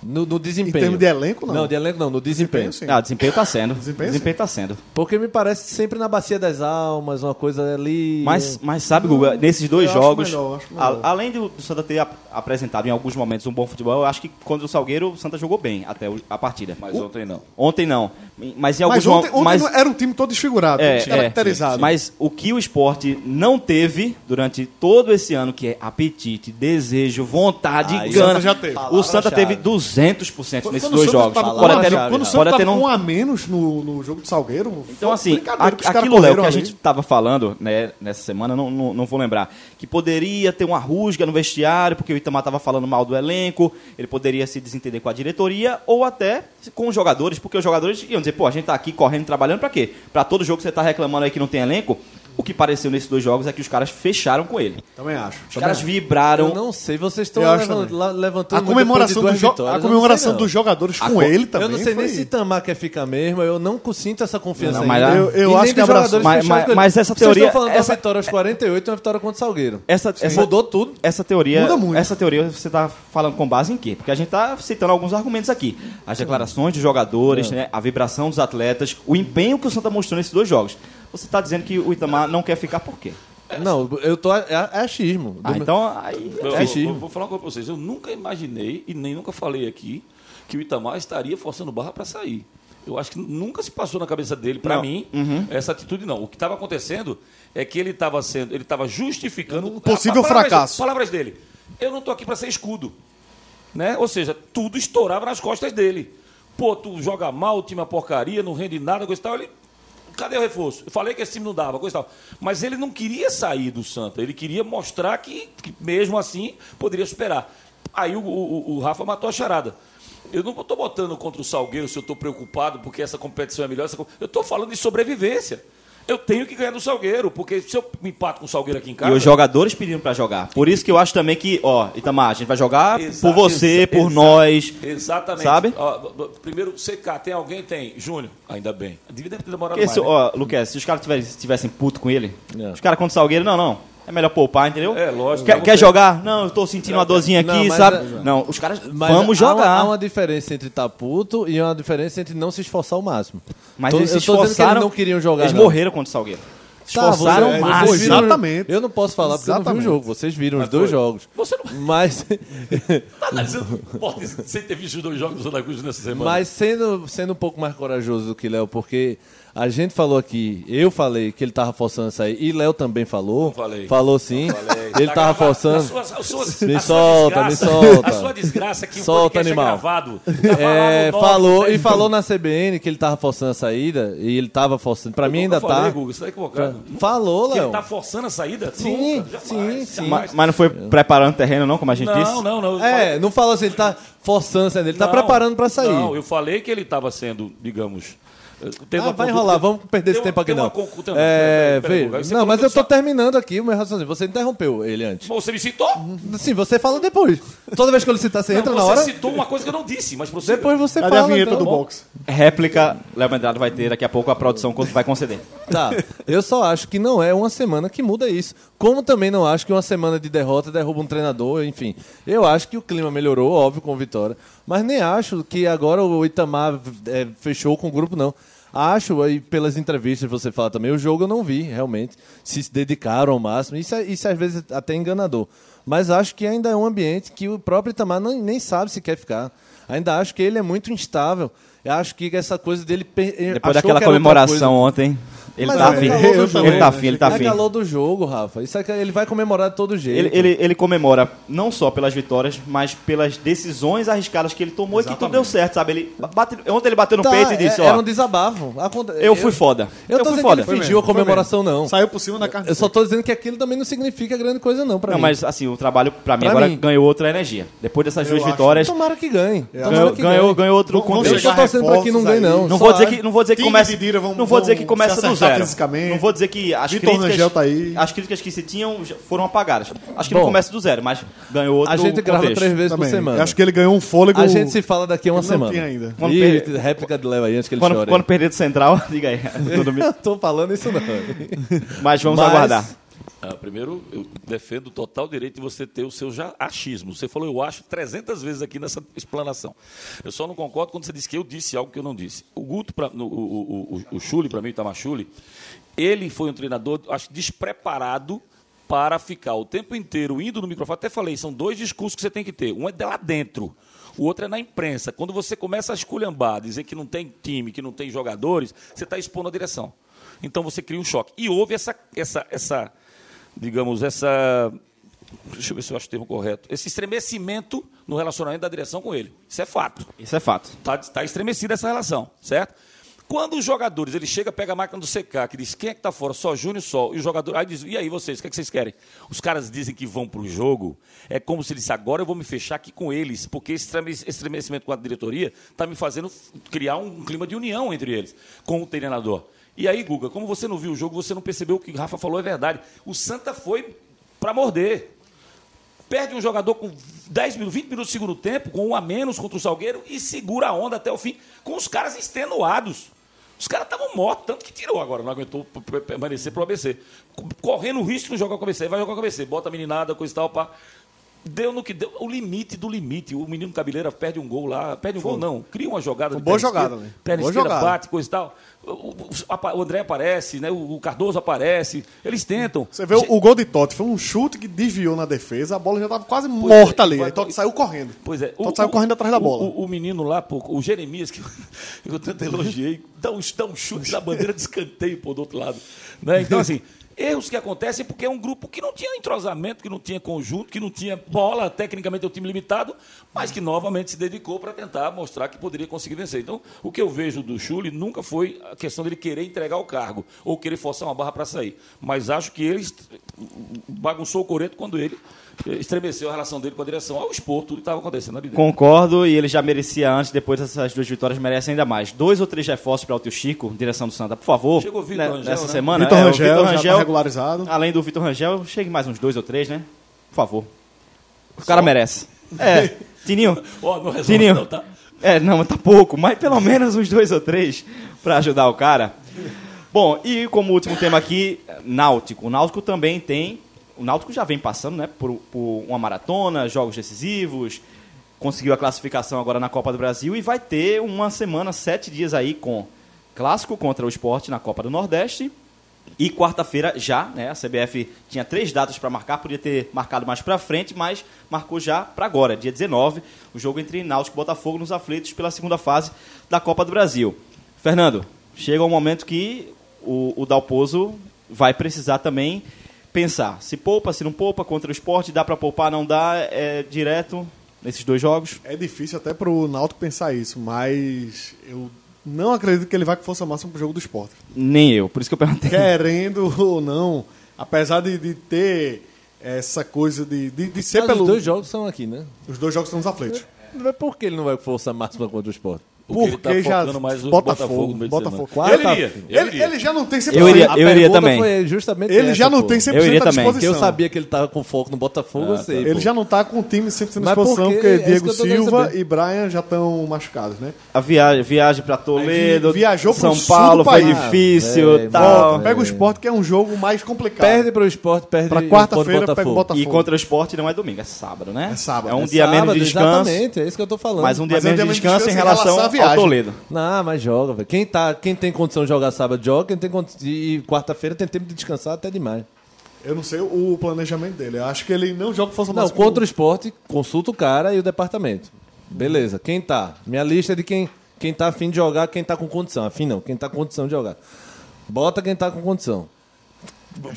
Speaker 3: No, no desempenho.
Speaker 5: termos de elenco, não.
Speaker 3: Não, de elenco não, no desempenho.
Speaker 5: Sim.
Speaker 2: Ah, desempenho tá sendo.
Speaker 5: Desempenho,
Speaker 2: Desempenho,
Speaker 5: sim.
Speaker 2: tá sendo.
Speaker 3: Porque me parece sempre na bacia das almas, uma coisa ali.
Speaker 2: Mas, mas sabe, Guga, nesses dois
Speaker 5: eu acho
Speaker 2: jogos,
Speaker 5: melhor, eu acho
Speaker 2: a-
Speaker 5: melhor.
Speaker 2: além do do Santa ter ap- apresentado em alguns momentos um bom futebol, eu acho que contra o Salgueiro o Santa jogou bem até o- a partida.
Speaker 4: Mas
Speaker 2: O-
Speaker 4: ontem não.
Speaker 2: ontem não. Mas em alguns
Speaker 5: Mas ontem,
Speaker 2: mo-
Speaker 5: ontem
Speaker 2: mas-
Speaker 5: não- era um time todo desfigurado,
Speaker 2: É,
Speaker 5: descaracterizado.
Speaker 2: é. mas o que o esporte não teve durante todo esse ano, que é apetite, desejo, vontade,
Speaker 3: Ah,
Speaker 2: e
Speaker 3: isso
Speaker 2: gana.
Speaker 5: o Santa já teve.
Speaker 2: O Santa teve 200% nesses dois jogos.
Speaker 5: Tava,
Speaker 2: Pode até
Speaker 5: quando,
Speaker 2: não-
Speaker 5: quando o
Speaker 2: pode
Speaker 5: Santos
Speaker 2: até
Speaker 5: tava
Speaker 2: não-
Speaker 5: com um a menos no, no jogo do Salgueiro, foi
Speaker 2: Então, assim,
Speaker 5: brincadeira
Speaker 2: a,
Speaker 5: que os caras
Speaker 2: aquilo, Léo,
Speaker 5: correram
Speaker 2: que a
Speaker 5: ali.
Speaker 2: gente tava falando né, nessa semana, não, não, não vou lembrar, que poderia ter uma rusga no vestiário, porque o Itamar tava falando mal do elenco, ele poderia se desentender com a diretoria, ou até com os jogadores, porque os jogadores iam dizer, pô, a gente tá aqui correndo, trabalhando pra quê? Pra todo jogo que você tá reclamando aí que não tem elenco, o que pareceu nesses dois jogos é que os caras fecharam com ele.
Speaker 5: Também acho.
Speaker 2: Os caras
Speaker 3: Eu
Speaker 2: vibraram.
Speaker 3: não sei, vocês estão
Speaker 5: Tá Eu acho
Speaker 3: levan-
Speaker 5: também.
Speaker 3: la- levantando
Speaker 5: A
Speaker 3: muito
Speaker 5: comemoração,
Speaker 3: depois
Speaker 5: do
Speaker 3: de duas
Speaker 5: jo-
Speaker 3: vitórias,
Speaker 5: a
Speaker 3: eu não sei,
Speaker 5: comemoração
Speaker 3: não.
Speaker 5: dos jogadores
Speaker 2: A
Speaker 5: com
Speaker 2: co-
Speaker 5: ele também
Speaker 3: Eu não sei
Speaker 5: foi...
Speaker 3: nem se Itamar quer ficar mesmo, eu não sinto essa confiança
Speaker 2: Não,
Speaker 3: ainda.
Speaker 2: mas-
Speaker 5: Eu- eu
Speaker 3: E nem
Speaker 5: acho que
Speaker 3: dos
Speaker 5: abraçou.
Speaker 3: jogadores
Speaker 2: Mas-
Speaker 3: fechados
Speaker 2: mas-
Speaker 3: com ele.
Speaker 2: mas essa
Speaker 3: Vocês
Speaker 2: teoria-
Speaker 3: estão falando
Speaker 2: essa-
Speaker 3: da vitória aos 48 e uma vitória contra o Salgueiro.
Speaker 2: Essa, essa
Speaker 3: Mudou tudo.
Speaker 2: Essa teoria.
Speaker 5: Muda muito.
Speaker 2: Essa teoria você está falando com base em quê? Porque a gente está citando alguns argumentos aqui. As declarações dos jogadores, né, a vibração dos atletas, o empenho que o Santa mostrou nesses dois jogos. Você está dizendo que o Itamar não quer ficar por quê?
Speaker 3: Não, eu tô. É, é achismo. Do
Speaker 2: Ah,
Speaker 3: meu-
Speaker 2: então aí.
Speaker 4: Eu,
Speaker 3: É
Speaker 4: eu,
Speaker 3: sim.
Speaker 4: eu vou falar uma coisa pra vocês. Eu nunca imaginei e nem nunca falei aqui que o Itamar estaria forçando barra para sair. Eu acho que nunca se passou na cabeça dele, para
Speaker 2: Não.
Speaker 4: mim, essa atitude não. O que estava acontecendo é que ele estava sendo, ele estava justificando um
Speaker 5: possível fracasso.
Speaker 4: Palavras dele. Eu não tô aqui para ser escudo, né? Ou seja, tudo estourava nas costas dele. Pô, tu joga mal, o time é uma porcaria, não rende nada, coisa e tal. Ele, cadê o reforço? Eu falei que esse time não dava, coisa e tal. Mas ele não queria sair do Santa, ele queria mostrar que, que mesmo assim poderia superar. Aí o, o- o Rafa matou a charada. Eu não estou botando contra o Salgueiro se eu estou preocupado porque essa competição é melhor. essa co- Eu estou falando de sobrevivência. Eu tenho que ganhar do Salgueiro, porque se eu me empato com o Salgueiro aqui em casa.
Speaker 2: E os jogadores pediram para jogar. Por isso que eu acho também que, ó, Itamar, a gente vai jogar
Speaker 4: Exa-
Speaker 2: por você,
Speaker 4: exa-
Speaker 2: por
Speaker 4: exa-
Speaker 2: nós.
Speaker 4: Exatamente.
Speaker 2: Sabe?
Speaker 4: Ó, b- b- primeiro, CK, tem alguém? Tem. Júnior, ainda bem. Devia ter demorado
Speaker 2: Porque se,
Speaker 4: mais. né?
Speaker 2: ó, Lucas, se os caras tivessem, tivessem puto com ele,
Speaker 3: Tá É.
Speaker 2: os caras contra o Salgueiro, não, não. É melhor poupar, entendeu?
Speaker 4: É, lógico.
Speaker 2: Quer,
Speaker 4: Não,
Speaker 2: quer
Speaker 4: não.
Speaker 2: jogar? Não, eu tô sentindo uma dorzinha
Speaker 3: não,
Speaker 2: aqui,
Speaker 3: mas
Speaker 2: sabe?
Speaker 3: é-
Speaker 2: Não, os caras,
Speaker 3: Mas
Speaker 2: vamos
Speaker 3: há uma-
Speaker 2: jogar.
Speaker 3: Há uma diferença entre estar puto e uma diferença entre não se esforçar o máximo.
Speaker 2: Mas
Speaker 3: Tô-
Speaker 2: eles se
Speaker 3: eu tô dizendo que
Speaker 2: esforçaram.
Speaker 3: eles não queriam jogar.
Speaker 2: Eles
Speaker 3: não.
Speaker 2: morreram contra o Salgueiro. esforçaram
Speaker 3: vocês-
Speaker 2: mais.
Speaker 3: vocês viram-
Speaker 5: Exatamente.
Speaker 3: Eu não posso falar porque eu não vi o
Speaker 5: Exatamente.
Speaker 3: jogo. Vocês viram os dois jogos.
Speaker 4: Você não
Speaker 2: (laughs)
Speaker 3: Mas,
Speaker 4: está analisando esporte sem ter visto os dois jogos do Santa Cruz nessa semana.
Speaker 3: mas sendo, sendo um pouco mais corajoso do que Léo, porque a gente falou aqui, eu falei que ele tava forçando a sair e Léo também falou.
Speaker 4: falei.
Speaker 3: Falou sim. Ele
Speaker 4: Tá
Speaker 3: tava
Speaker 4: gravado.
Speaker 3: forçando.
Speaker 4: A sua, a sua- a
Speaker 3: Me
Speaker 4: sua
Speaker 3: solta, me
Speaker 4: desgraça,
Speaker 3: solta.
Speaker 4: A sua desgraça é que o
Speaker 3: Solta,
Speaker 4: podcast
Speaker 3: animal.
Speaker 4: é gravado.
Speaker 3: (laughs) É,
Speaker 4: né?
Speaker 3: falou e falou na CBN que ele tava forçando a saída e ele tava forçando. Pra mim ainda
Speaker 4: falei,
Speaker 3: tá.
Speaker 4: Guga, você tá equivocado.
Speaker 3: Falou,
Speaker 4: Que ele
Speaker 3: Léo.
Speaker 4: tá forçando a saída?
Speaker 3: Sim,
Speaker 4: Nunca, jamais,
Speaker 3: sim, sim.
Speaker 2: Ma- Mas não foi preparando terreno, não, como a gente disse?
Speaker 4: Não, não, não. eu falei-
Speaker 3: É, não falou assim, ele tá forçando a saída, ele tá
Speaker 4: Não,
Speaker 3: preparando pra sair.
Speaker 4: Não, eu falei que ele estava sendo, digamos. eh, Tendo
Speaker 3: Ah,
Speaker 4: uma
Speaker 3: vai
Speaker 4: conduta-
Speaker 3: enrolar, vamos perder esse
Speaker 4: tem uma-
Speaker 3: tempo aqui
Speaker 4: tem uma
Speaker 3: não.
Speaker 4: concu- Não,
Speaker 3: É,
Speaker 4: peraí, peraí,
Speaker 3: veio.
Speaker 4: Guga, você
Speaker 3: Não,
Speaker 4: falou
Speaker 3: mas
Speaker 4: que
Speaker 3: eu tô
Speaker 4: só-
Speaker 3: terminando aqui o meu raciocínio. Você interrompeu ele antes.
Speaker 4: Você me citou?
Speaker 3: Sim, você fala depois. Toda vez que ele citar, você entra
Speaker 4: você
Speaker 3: na hora.
Speaker 4: citou uma coisa que eu não disse, mas prossiga.
Speaker 3: Depois você
Speaker 5: Cadê
Speaker 3: fala.
Speaker 5: a vinheta
Speaker 3: então.
Speaker 5: do box?
Speaker 2: Réplica, Léo Medrado vai ter daqui a pouco a produção quando vai conceder.
Speaker 3: Tá. Eu só acho que não é uma semana que muda isso. Como também não acho que uma semana de derrota derruba um treinador, enfim. Eu acho que o clima melhorou, óbvio, com vitória. Mas nem acho que agora o Itamar é, fechou com o grupo, não. Acho, aí pelas entrevistas que você fala também, o jogo eu não vi, realmente. Se se dedicaram ao máximo. Isso, é- isso às vezes é até enganador. Mas acho que ainda é um ambiente que o próprio Itamar nem- nem sabe se quer ficar. Ainda acho que ele é muito instável. Eu acho que essa coisa dele. per- achou
Speaker 2: Depois daquela
Speaker 3: que era outra coisa.
Speaker 2: comemoração ontem, ele
Speaker 3: Mas
Speaker 2: tá
Speaker 3: é
Speaker 2: afim.
Speaker 3: calor do jogo,
Speaker 2: Ele tá
Speaker 5: né,
Speaker 2: afim, ele tá
Speaker 3: é
Speaker 2: afim.
Speaker 3: calor do jogo, Rafa. Isso é que ele vai comemorar de todo jeito.
Speaker 2: Ele, ele, ele comemora não só pelas vitórias, mas pelas decisões arriscadas que ele tomou e que tudo deu certo, sabe? Ele bate, ontem ele bateu no
Speaker 3: Tá,
Speaker 2: peito e disse,
Speaker 3: é-
Speaker 2: ó,
Speaker 3: Era um desabafo. Aconte-
Speaker 2: eu fui foda.
Speaker 3: Eu,
Speaker 2: Eu,
Speaker 3: tô
Speaker 2: fui
Speaker 3: dizendo
Speaker 2: foda.
Speaker 3: que ele fingiu a comemoração, não.
Speaker 5: Saiu por cima da carne.
Speaker 3: Eu só tô dizendo que aquilo também não significa grande coisa, não, pra
Speaker 2: Não,
Speaker 3: mim.
Speaker 2: mas assim, o trabalho pra mim
Speaker 3: Pra
Speaker 2: agora
Speaker 3: mim.
Speaker 2: ganhou outra energia. Depois dessas duas
Speaker 5: acho.
Speaker 2: vitórias,
Speaker 3: Tomara que ganhe. Tomara
Speaker 2: ganhou,
Speaker 3: que
Speaker 2: ganhou,
Speaker 3: ganhe.
Speaker 2: ganhou outro
Speaker 5: Vamos
Speaker 3: Eu
Speaker 2: contexto.
Speaker 3: tô
Speaker 5: chegar
Speaker 3: torcendo pra que não ganhe,
Speaker 5: É. reforços aí.
Speaker 3: não.
Speaker 2: Não
Speaker 3: Só
Speaker 2: vou dizer que não vou dizer que
Speaker 5: Tigre
Speaker 2: começa,
Speaker 5: e Didira vão-
Speaker 2: não vou dizer que
Speaker 5: vão
Speaker 2: começa
Speaker 5: se
Speaker 2: do
Speaker 5: acertar
Speaker 2: zero.
Speaker 5: fisicamente.
Speaker 2: Não vou dizer que as
Speaker 5: Vitor Rangel
Speaker 2: críticas
Speaker 5: tá aí.
Speaker 2: as críticas que se tinham já foram apagadas. Acho que
Speaker 3: Bom,
Speaker 2: não começa do zero, mas ganhou outro
Speaker 3: A gente grava
Speaker 2: contexto.
Speaker 3: três vezes por
Speaker 5: Também.
Speaker 3: semana.
Speaker 5: Eu Acho que ele ganhou um fôlego.
Speaker 3: A gente se fala daqui a uma
Speaker 5: Ele não
Speaker 3: semana.
Speaker 5: tinha ainda.
Speaker 2: Quando
Speaker 3: E
Speaker 2: per-
Speaker 3: réplica de Leva aí antes que ele
Speaker 2: Quando,
Speaker 3: chore.
Speaker 2: quando perder do central, (laughs) diga aí. no domingo.
Speaker 3: (laughs) Eu tô falando isso, não.
Speaker 2: Mas vamos
Speaker 3: Mas-
Speaker 2: aguardar.
Speaker 4: Ah, primeiro, eu defendo o total direito de você ter o seu já achismo. Você falou, eu acho, 300 vezes aqui nessa explanação. Eu só não concordo quando você disse que eu disse algo que eu não disse. O Guto, pra, no- o, o, o, o Chuli, para mim, o Tamachule, ele foi um treinador, acho, despreparado para ficar o tempo inteiro indo no microfone. Até falei, são dois discursos que você tem que ter. Um é de lá dentro. O outro é na imprensa. Quando você começa a esculhambar, dizer que não tem time, que não tem jogadores, você está expondo a direção. Então você cria um choque. E houve essa, essa, essa, digamos, essa. Deixa eu ver se eu acho o termo correto. Esse estremecimento no relacionamento da direção com ele. Isso é fato.
Speaker 2: Isso é fato.
Speaker 4: Está tá estremecida essa relação, certo? Quando os jogadores, ele chega, pega a máquina do CK, que diz quem é que tá fora, só Júnior só. E o jogador, aí diz, e aí vocês, o que, é que vocês querem? Os caras dizem que vão pro jogo, é como se ele disse, agora eu vou me fechar aqui com eles, porque esse estreme- estremecimento com a diretoria tá me fazendo f- criar um clima de união entre eles, com o treinador. E aí, Guga, como você não viu o jogo, você não percebeu o que o Rafa falou é verdade. O Santa foi para morder. Perde um jogador com 10 minutos, 20 minutos do segundo tempo, com um a menos contra o Salgueiro e segura a onda até o fim, com os caras extenuados. Os caras estavam mortos, tanto que tirou agora, não aguentou p- p- permanecer pro ABC. Co- Correndo o risco de não jogar com o ABC, vai jogar com o ABC, bota a meninada, coisa e tal, pá. Deu no que deu, o limite do limite. O menino Cabeleira perde um gol lá, perde um gol não, cria uma jogada. de
Speaker 5: boa
Speaker 4: perna
Speaker 5: jogada,
Speaker 4: esquerda,
Speaker 5: né?
Speaker 4: Perna
Speaker 5: Boa
Speaker 4: esquerda,
Speaker 5: jogada.
Speaker 4: bate, coisa e tal. O, o- o- o André aparece, né? o, o Cardoso aparece, eles tentam.
Speaker 5: Você vê o,
Speaker 4: Che-
Speaker 5: o gol de Totti, foi um chute que desviou na defesa, a bola já tava quase morta
Speaker 4: é,
Speaker 5: ali.
Speaker 4: vai-
Speaker 5: Aí Totti saiu correndo.
Speaker 4: Pois é.
Speaker 5: Totti saiu correndo atrás da
Speaker 4: o-
Speaker 5: bola.
Speaker 4: O, o menino lá, pô, o Jeremias, que (laughs) eu, eu tanto elogiei, dá um, dá um chute da bandeira de escanteio, pô, do outro lado. Né? Então, assim, erros que acontecem porque é um grupo que não tinha entrosamento, que não tinha conjunto, que não tinha bola, tecnicamente é um time limitado, mas que novamente se dedicou para tentar mostrar que poderia conseguir vencer. Então, o que eu vejo do Chuli nunca foi a questão dele querer entregar o cargo ou querer forçar uma barra para sair. Mas acho que ele est- bagunçou o coreto quando ele eh, estremeceu a relação dele com a direção ao expor tudo que estava acontecendo na vida.
Speaker 2: Concordo, e ele já merecia antes, depois dessas duas vitórias, merece ainda mais. Dois ou três reforços para o tio Chico, direção do Santa, por favor.
Speaker 4: Chegou o Vitor
Speaker 2: né,
Speaker 4: Rangel,
Speaker 2: Nessa
Speaker 4: né?
Speaker 2: semana.
Speaker 5: Vitor
Speaker 2: é, o
Speaker 5: Rangel já tá regularizado.
Speaker 2: Além do Vitor Rangel, chegue mais uns dois ou três, né? Por favor. O cara merece. É, Tininho.
Speaker 4: Ó, não resolve
Speaker 2: Tininho.
Speaker 4: não, tá?
Speaker 2: É, não, tá pouco, mas pelo menos uns dois ou três para ajudar o cara. Bom, e como último tema aqui, Náutico. O Náutico também tem. O Náutico já vem passando, né, por, por uma maratona, jogos decisivos, conseguiu a classificação agora na Copa do Brasil e vai ter uma semana, sete dias aí com clássico contra o esporte na Copa do Nordeste E quarta-feira já, né? A CBF tinha três datas para marcar, podia ter marcado mais para frente, mas marcou já para agora, dia 19, o jogo entre Náutico e Botafogo nos aflitos pela segunda fase da Copa do Brasil. Fernando, chega um momento que o, o Dalpozo vai precisar também pensar se poupa, se não poupa, contra o esporte, dá para poupar, não dá, é direto nesses dois jogos.
Speaker 5: É difícil até pro Náutico pensar isso, mas eu não acredito que ele vai com força máxima pro jogo do esporte.
Speaker 4: (laughs)
Speaker 2: Nem eu, por isso que eu perguntei.
Speaker 5: É. Querendo ou não, apesar de, de ter essa coisa de, de, de ser
Speaker 3: Mas
Speaker 5: pelo.
Speaker 3: Os dois jogos são aqui, né?
Speaker 5: os dois jogos são nos aflitos.
Speaker 2: é
Speaker 3: Mas por que ele não vai com força máxima contra o esporte?
Speaker 4: Porque ele tá
Speaker 5: Porque já-
Speaker 4: focando mais o
Speaker 5: Botafogo,
Speaker 4: Botafogo no meio de
Speaker 5: Botafogo,
Speaker 4: semana. Ele
Speaker 5: quarta-
Speaker 4: iria, eu
Speaker 5: Ele,
Speaker 4: iria.
Speaker 5: ele já não tem 100%
Speaker 2: Eu iria-
Speaker 3: A
Speaker 2: eu
Speaker 3: pergunta
Speaker 2: também.
Speaker 3: Foi justamente
Speaker 5: ele já
Speaker 3: essa,
Speaker 5: não
Speaker 3: pô. Ah,
Speaker 5: tem 100%
Speaker 2: Eu iria
Speaker 5: à
Speaker 2: também, que eu
Speaker 5: disposição.
Speaker 3: Eu sabia que ele tava com foco no Botafogo, eu sei.
Speaker 5: Ele
Speaker 3: pô.
Speaker 5: já não tá com o time 100% à
Speaker 3: Tipo, Mas por
Speaker 5: disposição,
Speaker 3: quê?
Speaker 5: porque
Speaker 3: É isso
Speaker 5: Diego
Speaker 3: que eu tô querendo
Speaker 5: Silva
Speaker 3: saber.
Speaker 5: e Brian já estão machucados, né?
Speaker 2: A viagem, viagem para
Speaker 5: Aí
Speaker 2: Toledo,
Speaker 5: vi- viajou pro
Speaker 2: São
Speaker 5: sul do
Speaker 2: Paulo foi
Speaker 5: país. É,
Speaker 2: difícil,
Speaker 3: Ah, velho,
Speaker 2: tal.
Speaker 5: Volta, pega o esporte, que é um jogo mais complicado.
Speaker 3: Perde pro esporte, perde
Speaker 5: Pra
Speaker 3: contra
Speaker 5: quarta-feira
Speaker 3: o
Speaker 5: pega o
Speaker 3: Botafogo.
Speaker 5: Botafogo.
Speaker 2: E contra o esporte não é domingo, é sábado, né?
Speaker 5: É sábado.
Speaker 2: É um
Speaker 5: É
Speaker 2: dia menos de descanso,
Speaker 3: Exatamente, é isso que eu tô falando.
Speaker 2: mas um dia
Speaker 5: Mas é um
Speaker 2: menos
Speaker 5: dia
Speaker 2: de
Speaker 5: menos
Speaker 2: descanso
Speaker 5: de
Speaker 2: em
Speaker 5: descanso em relação
Speaker 2: relação
Speaker 5: à
Speaker 2: ao
Speaker 5: viagem.
Speaker 2: Toledo.
Speaker 3: Não, mas joga, velho. Quem, tá, quem tem condição de jogar sábado, joga. Quem tem condição de... E quarta-feira tem tempo de descansar até demais.
Speaker 5: Eu não sei o planejamento dele. Eu acho que ele não joga com força
Speaker 3: Não,
Speaker 5: máxima.
Speaker 3: contra o esporte, consulta o cara e o departamento. Beleza, quem tá? Minha lista é de quem, quem tá afim de jogar, quem tá com condição. Afim não, quem tá com condição de jogar. Bota quem tá com condição.